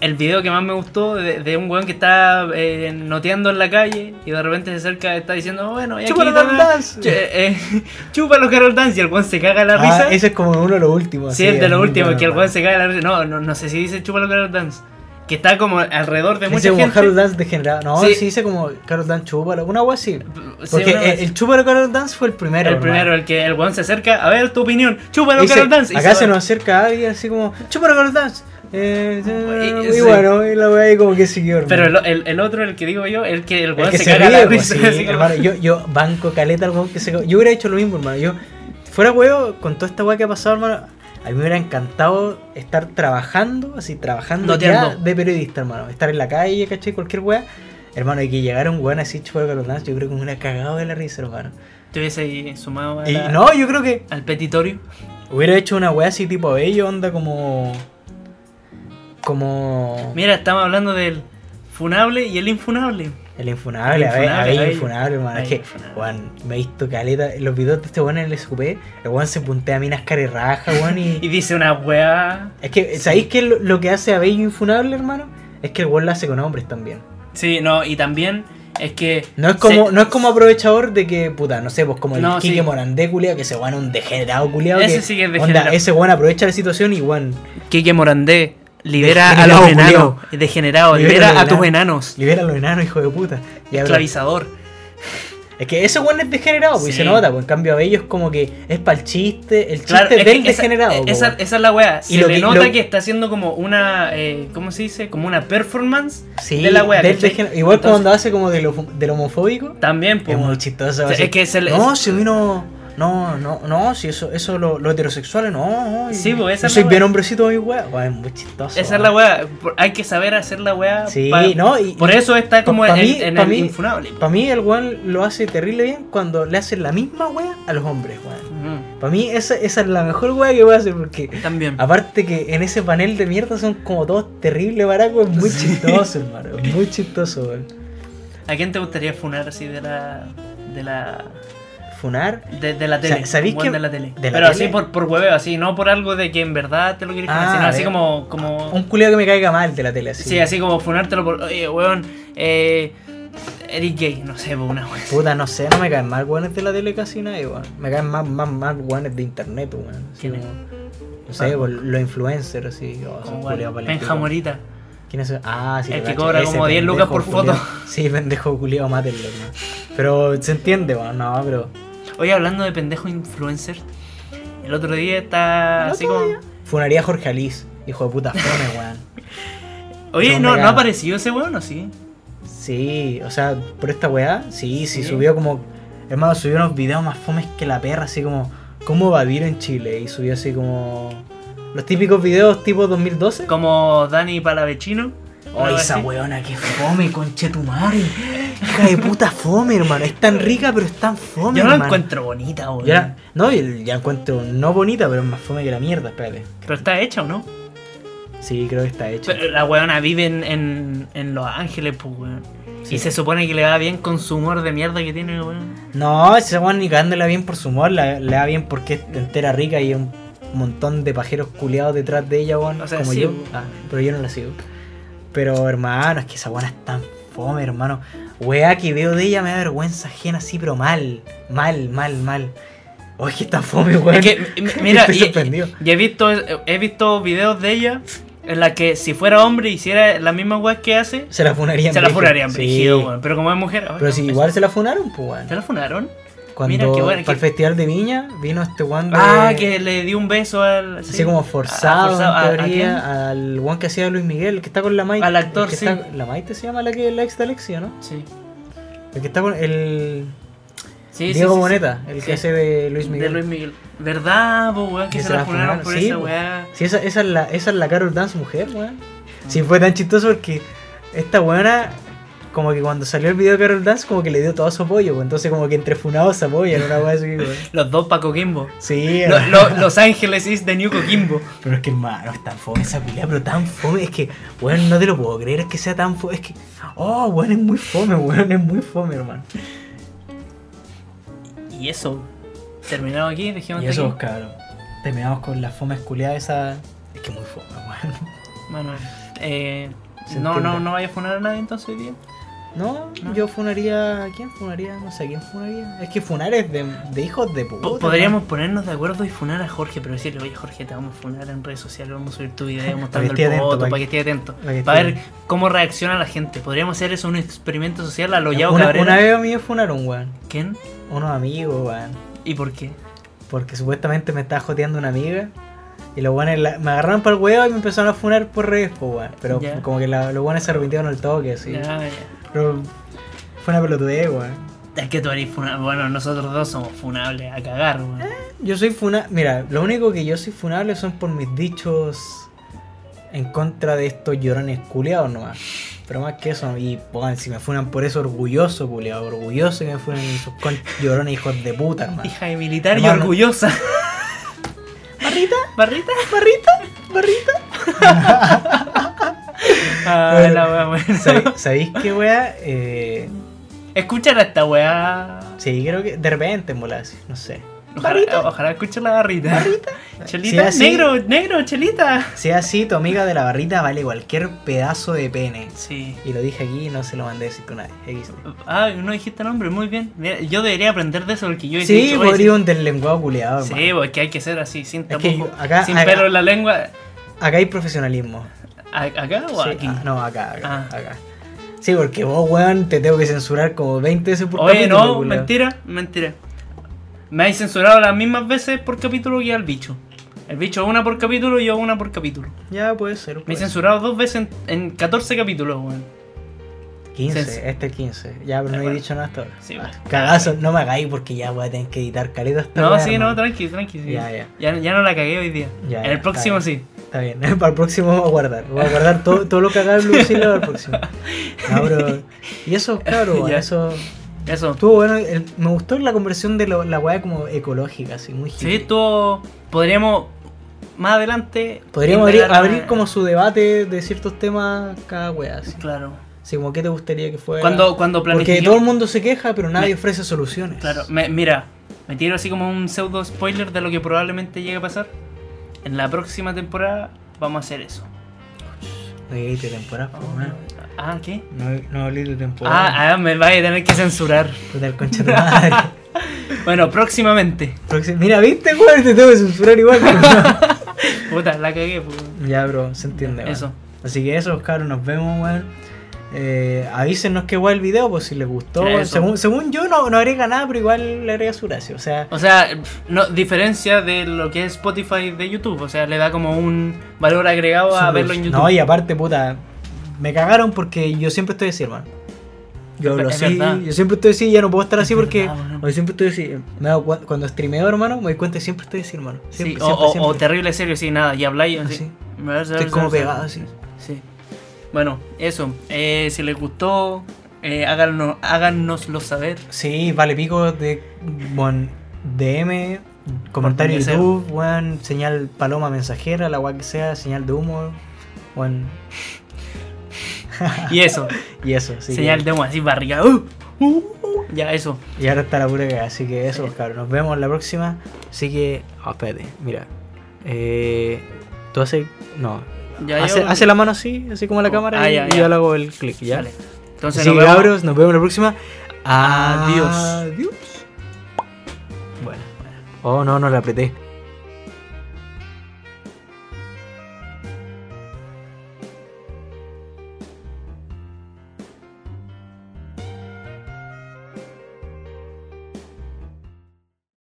Speaker 2: el video que más me gustó de, de un weón que está eh, noteando en la calle y de repente se acerca está diciendo, "Oh, bueno, y aquí
Speaker 3: Chúpalo,
Speaker 2: está-
Speaker 3: Carol Dance.
Speaker 2: Ch- eh, <laughs> chúpalo Carol Dance y el weón se caga la
Speaker 3: Ah,
Speaker 2: risa.
Speaker 3: ese es como uno de los últimos.
Speaker 2: Sí, el de
Speaker 3: es
Speaker 2: lo
Speaker 3: muy
Speaker 2: último,
Speaker 3: bueno,
Speaker 2: que el
Speaker 3: hermano.
Speaker 2: weón se cae la risa. No, no, no sé si dice chúpalo Carol Dance. Que está como alrededor de
Speaker 3: Dice
Speaker 2: mucha
Speaker 3: como
Speaker 2: gente.
Speaker 3: Carol Dance degenerado. No,
Speaker 2: Sí.
Speaker 3: sí. dice como Carol Dance chúpalo. Una wea así.
Speaker 2: Sí,
Speaker 3: Porque eh,
Speaker 2: una
Speaker 3: el,
Speaker 2: vez.
Speaker 3: el chúpalo Carol Dance fue el primero.
Speaker 2: el primero,
Speaker 3: hermano.
Speaker 2: el que el weón se acerca, a ver tu opinión, chúpalo
Speaker 3: Dice,
Speaker 2: Carol Dance. y
Speaker 3: acá
Speaker 2: se
Speaker 3: se
Speaker 2: va.
Speaker 3: nos acerca alguien así como chúpalo Carol Dance. Eh, eh,
Speaker 2: Y-
Speaker 3: y
Speaker 2: sí.
Speaker 3: bueno, y la wea ahí como que siguió. hermano.
Speaker 2: Pero el, el- el otro, el que digo yo, el que el
Speaker 3: <laughs> El
Speaker 2: weón
Speaker 3: que
Speaker 2: se,
Speaker 3: se
Speaker 2: caga
Speaker 3: ríe,
Speaker 2: la
Speaker 3: pues,
Speaker 2: risa.
Speaker 3: sí,
Speaker 2: así como-
Speaker 3: hermano. Yo, yo banco caleta al weón que se. Yo hubiera hecho lo mismo, hermano. Yo, fuera huevo, con toda esta weá que ha pasado, hermano. A mí me hubiera encantado estar trabajando, así, trabajando ya
Speaker 2: Doteando.
Speaker 3: de periodista, hermano. Estar en la calle, ¿cachai? Cualquier weá. Hermano, y que llegara un weón así chupado con los nazis, yo creo que me hubiera cagado de la risa, hermano.
Speaker 2: Te hubiese sumado a
Speaker 3: Y
Speaker 2: la-
Speaker 3: no, yo creo que
Speaker 2: al petitorio.
Speaker 3: hubiera hecho una weá así tipo bello, onda como. Como.
Speaker 2: Mira, estamos hablando del funable y el infunable.
Speaker 3: El infunable,
Speaker 2: El
Speaker 3: a ver, a ver,
Speaker 2: infunable, ahí.
Speaker 3: infunable, hermano.
Speaker 2: Ahí,
Speaker 3: Es que,
Speaker 2: infunable.
Speaker 3: Juan, me he visto caleta. en Los videos de este weón en el SQP, el weón se puntea a minas cara y raja,
Speaker 2: <laughs>
Speaker 3: weón.
Speaker 2: Y
Speaker 3: Y,
Speaker 2: dice una weá.
Speaker 3: es que, ¿sabéis qué es lo, lo que hace a Bello infunable, hermano? Es que el weón lo hace con hombres también.
Speaker 2: Sí, no, y también es que.
Speaker 3: No es como,
Speaker 2: se-
Speaker 3: no es como aprovechador de que, puta, no sé, pues como el
Speaker 2: No,
Speaker 3: Quique
Speaker 2: sí.
Speaker 3: Morandé, culiao, que se weón es un degenerado, culiao.
Speaker 2: Ese
Speaker 3: que,
Speaker 2: sí que es
Speaker 3: onda,
Speaker 2: degenerado.
Speaker 3: ese weón aprovecha la situación y, weón,
Speaker 2: Quique Morandé libera a
Speaker 3: Degenerado,
Speaker 2: los enanos. Degenerado,
Speaker 3: Libera
Speaker 2: libera,
Speaker 3: a los
Speaker 2: a tus
Speaker 3: enanos.
Speaker 2: enanos.
Speaker 3: libera a los enanos, hijo de puta. Ya, pero-
Speaker 2: Esclavizador.
Speaker 3: Es que ese weón es degenerado, pues, y
Speaker 2: Sí.
Speaker 3: se nota, pues en cambio a Bello es como que es para el chiste, el chiste
Speaker 2: Claro, es que
Speaker 3: del
Speaker 2: esa, e-
Speaker 3: degenerado. po,
Speaker 2: esa,
Speaker 3: weón.
Speaker 2: esa es la weá. Se
Speaker 3: lo
Speaker 2: le
Speaker 3: que-
Speaker 2: nota
Speaker 3: lo-
Speaker 2: que está haciendo como una. eh, ¿Cómo se dice? Como una performance
Speaker 3: Sí,
Speaker 2: de la weá.
Speaker 3: del
Speaker 2: ¿cachai?
Speaker 3: degener- Igual
Speaker 2: Entonces,
Speaker 3: cuando hace como del, of- del homofóbico,
Speaker 2: También,
Speaker 3: es
Speaker 2: pues.
Speaker 3: muy chistoso.
Speaker 2: o sea,
Speaker 3: así,
Speaker 2: es que se le-
Speaker 3: No,
Speaker 2: es-
Speaker 3: si vino. No, no, no, si eso, eso lo, lo heterosexuales, no, no.
Speaker 2: Sí,
Speaker 3: yo-
Speaker 2: pues, esa
Speaker 3: yo
Speaker 2: es
Speaker 3: soy
Speaker 2: la
Speaker 3: bien
Speaker 2: weá.
Speaker 3: hombrecito, mi weá. Weón, es muy chistoso.
Speaker 2: Esa es
Speaker 3: weón.
Speaker 2: la weá. por- Hay que saber hacer la weá.
Speaker 3: Sí,
Speaker 2: pa-
Speaker 3: no, y-
Speaker 2: Por eso está como
Speaker 3: pa- pa
Speaker 2: en,
Speaker 3: mí-
Speaker 2: en
Speaker 3: pa
Speaker 2: el
Speaker 3: mí-
Speaker 2: infunable.
Speaker 3: Para mí el weón lo hace terrible bien cuando le hacen la misma weá a los hombres, weón.
Speaker 2: Mm,
Speaker 3: Para mí, esa, esa es la mejor weá que voy a hacer porque.
Speaker 2: También.
Speaker 3: Aparte que en ese panel de mierda son como todos terribles baracos, muy chistoso, hermano, muy chistoso, weón.
Speaker 2: ¿A quién te gustaría funar así de la. de la.
Speaker 3: Funar.
Speaker 2: de, de la
Speaker 3: Sa-
Speaker 2: tele?
Speaker 3: ¿sabéis
Speaker 2: un buen
Speaker 3: que-
Speaker 2: de la tele.
Speaker 3: de la
Speaker 2: Pero
Speaker 3: tele?
Speaker 2: así por, por hueveo, así, no por algo de que en verdad te lo quieres
Speaker 3: Ah,
Speaker 2: funar, sino
Speaker 3: a
Speaker 2: así
Speaker 3: ver. Ah,
Speaker 2: como. como
Speaker 3: Un culeo que me caiga mal de la tele, así.
Speaker 2: Sí, así como funártelo por. Oye, weón, eh. Eric Gay, no sé, por una wea. así.
Speaker 3: Puta, no sé, no me caen mal weones de la tele casi nadie, weón. Me caen más, más, más weones de internet, weón. Así
Speaker 2: ¿Quién es?
Speaker 3: como- No sé, por los influencers, así. Oh, son
Speaker 2: Como
Speaker 3: culiados
Speaker 2: el
Speaker 3: pa'l pico.
Speaker 2: Benja Morita.
Speaker 3: ¿Quién es ese? Ah, sí.
Speaker 2: El
Speaker 3: lo
Speaker 2: que
Speaker 3: cacho.
Speaker 2: cobra
Speaker 3: Ese
Speaker 2: como 10 lucas por
Speaker 3: pendejo culiao.
Speaker 2: foto.
Speaker 3: <laughs> Sí, pendejo culiao, mátenlo, weón. Pero se entiende, weón, no, pero.
Speaker 2: Oye, hablando de pendejos influencers, el otro día está así como.
Speaker 3: Funaría a Jorge Alice, hijo de puta fome, weón.
Speaker 2: Oye,
Speaker 3: Son
Speaker 2: ¿no, ¿no
Speaker 3: regalos.
Speaker 2: apareció ese weón o sí?
Speaker 3: Sí, o sea, por esta weá, sí, sí,
Speaker 2: Sí.
Speaker 3: subió como. Hermano, subió unos videos más fomes que la perra, así como. ¿Cómo evadir en Chile? Y subió así como. Los típicos videos tipo 2012.
Speaker 2: Como Dani Palavecino.
Speaker 3: ¡Ay,
Speaker 2: algo
Speaker 3: Oh, esa
Speaker 2: así.
Speaker 3: weona, que fome, conchetumare! Hija de puta fome, hermano. Es tan rica, pero es tan fome,
Speaker 2: Yo no la
Speaker 3: hermano.
Speaker 2: encuentro bonita, weón.
Speaker 3: Yo la- no, yo la encuentro no bonita, pero es más fome que la mierda, espérate.
Speaker 2: Pero está hecha o no?
Speaker 3: Sí, creo que está hecha.
Speaker 2: Pero la weona vive en, en, en Los Ángeles, pues weón.
Speaker 3: Sí.
Speaker 2: Y se supone que le va bien con su humor de mierda que tiene, weón.
Speaker 3: No, esa weón ni cagándola bien por su humor, la, le da bien porque es entera rica y hay un montón de pajeros culiados detrás de ella, weón,
Speaker 2: O sea,
Speaker 3: como
Speaker 2: sí,
Speaker 3: yo.
Speaker 2: weón.
Speaker 3: Ah, pero yo no la sigo. Pero hermano, es que esa weón es tan fome, hermano. Weá que veo de ella me da vergüenza ajena así, pero mal, mal, mal, mal. Oye, es que está fome, weón. <laughs>
Speaker 2: Es que, m- mira,
Speaker 3: Estoy
Speaker 2: y-
Speaker 3: sorprendido.
Speaker 2: y he visto, he visto videos de ella en la que si fuera hombre hiciera la misma weá que hace,
Speaker 3: Se la funarían.
Speaker 2: se la
Speaker 3: brígido.
Speaker 2: funarían,
Speaker 3: Sí.
Speaker 2: brígido, weón. Pero como es mujer, ay,
Speaker 3: Pero
Speaker 2: no,
Speaker 3: si
Speaker 2: es-
Speaker 3: igual se la funaron, pues weón.
Speaker 2: ¿Se la funaron?
Speaker 3: Cuando
Speaker 2: qué bueno,
Speaker 3: para el
Speaker 2: que-
Speaker 3: festival de Viña vino este weón de-
Speaker 2: Ah, que le dio un beso al. sí.
Speaker 3: Así como
Speaker 2: Ah,
Speaker 3: forzado,
Speaker 2: forzado. ¿A- a
Speaker 3: en teoría,
Speaker 2: quién?
Speaker 3: al one que hacía Luis Miguel, el que está con la Maite.
Speaker 2: Al actor,
Speaker 3: el que
Speaker 2: sí.
Speaker 3: está- la Maite se llama la que la ex de Alexia, ¿no?
Speaker 2: Sí.
Speaker 3: El que está con el
Speaker 2: Sí, sí,
Speaker 3: Diego
Speaker 2: sí, sí.
Speaker 3: Boneta, el
Speaker 2: Sí.
Speaker 3: que hace de Luis Miguel.
Speaker 2: De Luis Miguel. ¿Verdad, po, weón? Que se, la funaron por
Speaker 3: sí,
Speaker 2: esa
Speaker 3: po.
Speaker 2: weá.
Speaker 3: Sí, esa, esa es la, esa es la Carol Dance mujer,
Speaker 2: Mm.
Speaker 3: weón. Sí, fue tan chistoso porque esta weona, como que cuando salió el video de Carol Dance, como que le dio todo su apoyo, weón. entonces como que entre funados se apoyan, una weá así, weón.
Speaker 2: Los dos Paco Kimbo. <laughs>
Speaker 3: Sí,
Speaker 2: Lo- lo- los Ángeles is de New Coquimbo.
Speaker 3: Pero es que, hermano, es tan fome esa pelea, pero tan fome. Es que, weón, no te lo puedo creer, es que sea tan fome. Es que, oh, weón, es muy fome, weón, es muy fome, hermano.
Speaker 2: Y eso. Terminado aquí, dejemos
Speaker 3: Y
Speaker 2: hasta
Speaker 3: eso,
Speaker 2: aquí.
Speaker 3: cabrón. Terminamos con la fome esculeada esa. Es que muy fome, weón. <laughs>
Speaker 2: Bueno, eh.
Speaker 3: Se
Speaker 2: No, no,
Speaker 3: entiende.
Speaker 2: no vaya a funar a nadie entonces hoy día.
Speaker 3: No, yo funaría. ¿a ¿Quién funaría? No sé, ¿a ¿quién funaría? Es que funar es de, de hijos de puta.
Speaker 2: Po- Podríamos ponernos de acuerdo y funar a Jorge, pero decirle, oye Jorge, te vamos a funar en redes sociales, vamos a subir tu
Speaker 3: <laughs>
Speaker 2: video mostrando
Speaker 3: esté
Speaker 2: el
Speaker 3: atento,
Speaker 2: foto
Speaker 3: pa'
Speaker 2: para
Speaker 3: que-
Speaker 2: que esté atento.
Speaker 3: pa' que
Speaker 2: Para
Speaker 3: esté
Speaker 2: ver cómo reacciona la gente. Podríamos hacer eso un experimento social a lo
Speaker 3: hermano.
Speaker 2: Yao
Speaker 3: una,
Speaker 2: Cabrera.
Speaker 3: una vez a mí me funaron, weón.
Speaker 2: ¿Quién?
Speaker 3: Unos amigos, weón.
Speaker 2: ¿Y por qué?
Speaker 3: Porque supuestamente me estaba joteando una amiga. Y los guanes la- me agarraron para el huevo y me empezaron a funar por redes, pues, weón. Pero
Speaker 2: Ya.
Speaker 3: como que la- los guanes se arrepintieron al toque, así.
Speaker 2: Ya,
Speaker 3: Pero fue una pelotudez, weón.
Speaker 2: ya. Es que tú eres funable. Bueno, nosotros dos somos funables a cagar, weón.
Speaker 3: Yo soy funable. Mira, lo único que yo soy funable son por mis dichos en contra de estos llorones culeados nomás. Pero más que eso, y weón, si me funan por eso, orgulloso, culeado. Orgulloso que me funen esos con llorones hijos de
Speaker 2: <laughs>
Speaker 3: puta, hermano.
Speaker 2: Hija de militar y
Speaker 3: Hermano.
Speaker 2: orgullosa.
Speaker 3: ¿Barrita?
Speaker 2: ¿Barrita?
Speaker 3: ¿Barrita? ¿Barrita?
Speaker 2: <laughs> Ah, la wea, buena.
Speaker 3: ¿Sabéis- ¿Sabéis qué, weá? Eh.
Speaker 2: Escuchar a esta weá.
Speaker 3: Sí, creo que de repente en bolas, sí, no sé.
Speaker 2: Ojalá, ojalá escuche la barrita.
Speaker 3: Sí,
Speaker 2: Chelita,
Speaker 3: así-
Speaker 2: negro, negro, chelita.
Speaker 3: Si es así, tu amiga de la barrita vale cualquier pedazo de pene.
Speaker 2: Sí.
Speaker 3: Y lo dije aquí y no se lo mandé a decir con nadie. XD.
Speaker 2: Ah, no dijiste nombre, muy bien. Mira, Yo debería aprender de eso porque yo he
Speaker 3: Sí,
Speaker 2: dicho, oye,
Speaker 3: podría un deslenguado culeado,
Speaker 2: Sí,
Speaker 3: hermano.
Speaker 2: porque hay que ser así, sin
Speaker 3: Es que
Speaker 2: tampoco.
Speaker 3: yo- acá-
Speaker 2: sin
Speaker 3: acá-
Speaker 2: pelo en la lengua.
Speaker 3: Acá hay profesionalismo.
Speaker 2: ¿A- ¿Acá o
Speaker 3: Sí,
Speaker 2: aquí?
Speaker 3: ah, no, acá, acá,
Speaker 2: Ah.
Speaker 3: acá. Sí, porque vos, weón, te tengo que censurar como 20 veces por
Speaker 2: Oye,
Speaker 3: capítulo,
Speaker 2: no,
Speaker 3: culeado.
Speaker 2: mentira, mentira. Me habéis censurado las mismas veces por capítulo que al bicho. El bicho una por capítulo y yo una por capítulo.
Speaker 3: Ya puede ser.
Speaker 2: Me he
Speaker 3: puede ser.
Speaker 2: censurado dos veces en, en 14 capítulos, weón.
Speaker 3: 15,
Speaker 2: Cens-
Speaker 3: este es 15. Ya, pero no he
Speaker 2: bueno.
Speaker 3: dicho nada hasta ahora.
Speaker 2: Sí,
Speaker 3: Ah,
Speaker 2: bueno.
Speaker 3: Cagazo, no me hagáis porque ya voy a tener que editar caleta hasta
Speaker 2: No, sí, no, tranqui, tranqui. sí.
Speaker 3: Ya, ya.
Speaker 2: ya no la cagué hoy día.
Speaker 3: Ya,
Speaker 2: en el
Speaker 3: ya,
Speaker 2: próximo
Speaker 3: está
Speaker 2: sí.
Speaker 3: Está bien, <laughs> para el próximo voy a guardar. Voy a guardar todo, todo lo que haga el Blue Seal para el próximo. No, pero- Y eso, claro,
Speaker 2: <laughs> Ya.
Speaker 3: eso
Speaker 2: Eso.
Speaker 3: Estuvo bueno, el- me gustó la conversión de lo- la weá como ecológica, así, muy
Speaker 2: Sí,
Speaker 3: hippie.
Speaker 2: tú podríamos más adelante.
Speaker 3: Podríamos abrir,
Speaker 2: indagar más-
Speaker 3: abrir como su debate de ciertos temas cada weá, así.
Speaker 2: Claro.
Speaker 3: Así como, ¿qué te gustaría que fuera?
Speaker 2: Cuando, cuando
Speaker 3: Porque
Speaker 2: planifiquemos-
Speaker 3: todo el mundo se queja, pero nadie
Speaker 2: Me-
Speaker 3: ofrece soluciones.
Speaker 2: Claro, me- mira, me tiro así como un pseudo spoiler de lo que probablemente llegue a pasar. En la próxima temporada vamos a hacer eso.
Speaker 3: No hablé de temporada, po, weón.
Speaker 2: Ah, ¿qué?
Speaker 3: No, no hablé de temporada.
Speaker 2: Ah, ah, me vaya a tener que censurar.
Speaker 3: Puta el concha de tu madre. <laughs>
Speaker 2: Bueno, próximamente.
Speaker 3: Próximo- Mira, ¿viste, weón? Te tengo que censurar igual. pero-
Speaker 2: Puta, la cagué. pues.
Speaker 3: ya, bro, se entiende, weón.
Speaker 2: Eso.
Speaker 3: Así que eso, cabros, nos vemos, weón. Eh, avísenos qué guay el video, pues si les gustó. weón.
Speaker 2: Eso.
Speaker 3: Según, según yo, no, no agrega nada, pero igual le agrega su gracia. O sea,
Speaker 2: O sea, pf, no, diferencia de lo que es Spotify de YouTube. O sea, le da como un valor agregado a
Speaker 3: son
Speaker 2: verlo en
Speaker 3: los-
Speaker 2: YouTube.
Speaker 3: No, y aparte, puta, me cagaron porque yo siempre estoy así, hermano. Yo
Speaker 2: Es
Speaker 3: hablo
Speaker 2: ver- es
Speaker 3: así,
Speaker 2: verdad.
Speaker 3: yo siempre estoy así, ya no puedo estar así porque.
Speaker 2: verdad, weón.
Speaker 3: o yo siempre estoy así. Me hago cu- cuando streameo, hermano, me doy cuenta que siempre estoy así, hermano.
Speaker 2: Sí,
Speaker 3: Siempre,
Speaker 2: o,
Speaker 3: siempre,
Speaker 2: o-
Speaker 3: siempre.
Speaker 2: o terrible serio, sí, nada, y habláis así.
Speaker 3: Así.
Speaker 2: Me vas a-
Speaker 3: Estoy como
Speaker 2: vas a-
Speaker 3: pegado así.
Speaker 2: Sí. Bueno, eso. eh, si les gustó, eh, háganos, háganoslo saber.
Speaker 3: Sí, vale pico de bueno, DM, comentario
Speaker 2: Por
Speaker 3: de
Speaker 2: donde
Speaker 3: YouTube, weón, señal paloma mensajera, la weá que sea, señal de humo, weón,
Speaker 2: Y eso.
Speaker 3: y eso, <laughs> sí.
Speaker 2: señal de humo, así barriga. ¡uh! ¡uh! ¡uh! ya, eso.
Speaker 3: Y ahora está la pura cagada, así que eso,
Speaker 2: Sí.
Speaker 3: cabrón. Nos vemos la próxima. Así que. ah, espérate, mira. Eh, Tú haces. No.
Speaker 2: Ya,
Speaker 3: Hace,
Speaker 2: yo-
Speaker 3: hace la mano así, así como la
Speaker 2: Oh,
Speaker 3: cámara,
Speaker 2: ah,
Speaker 3: y,
Speaker 2: ya,
Speaker 3: y
Speaker 2: ya.
Speaker 3: yo le hago el clic, ¿ya?
Speaker 2: Vale. Entonces,
Speaker 3: Así que,
Speaker 2: nos vemos.
Speaker 3: cabros, nos vemos la próxima.
Speaker 2: Adiós.
Speaker 3: Adiós. Bueno. Oh, no, no la apreté.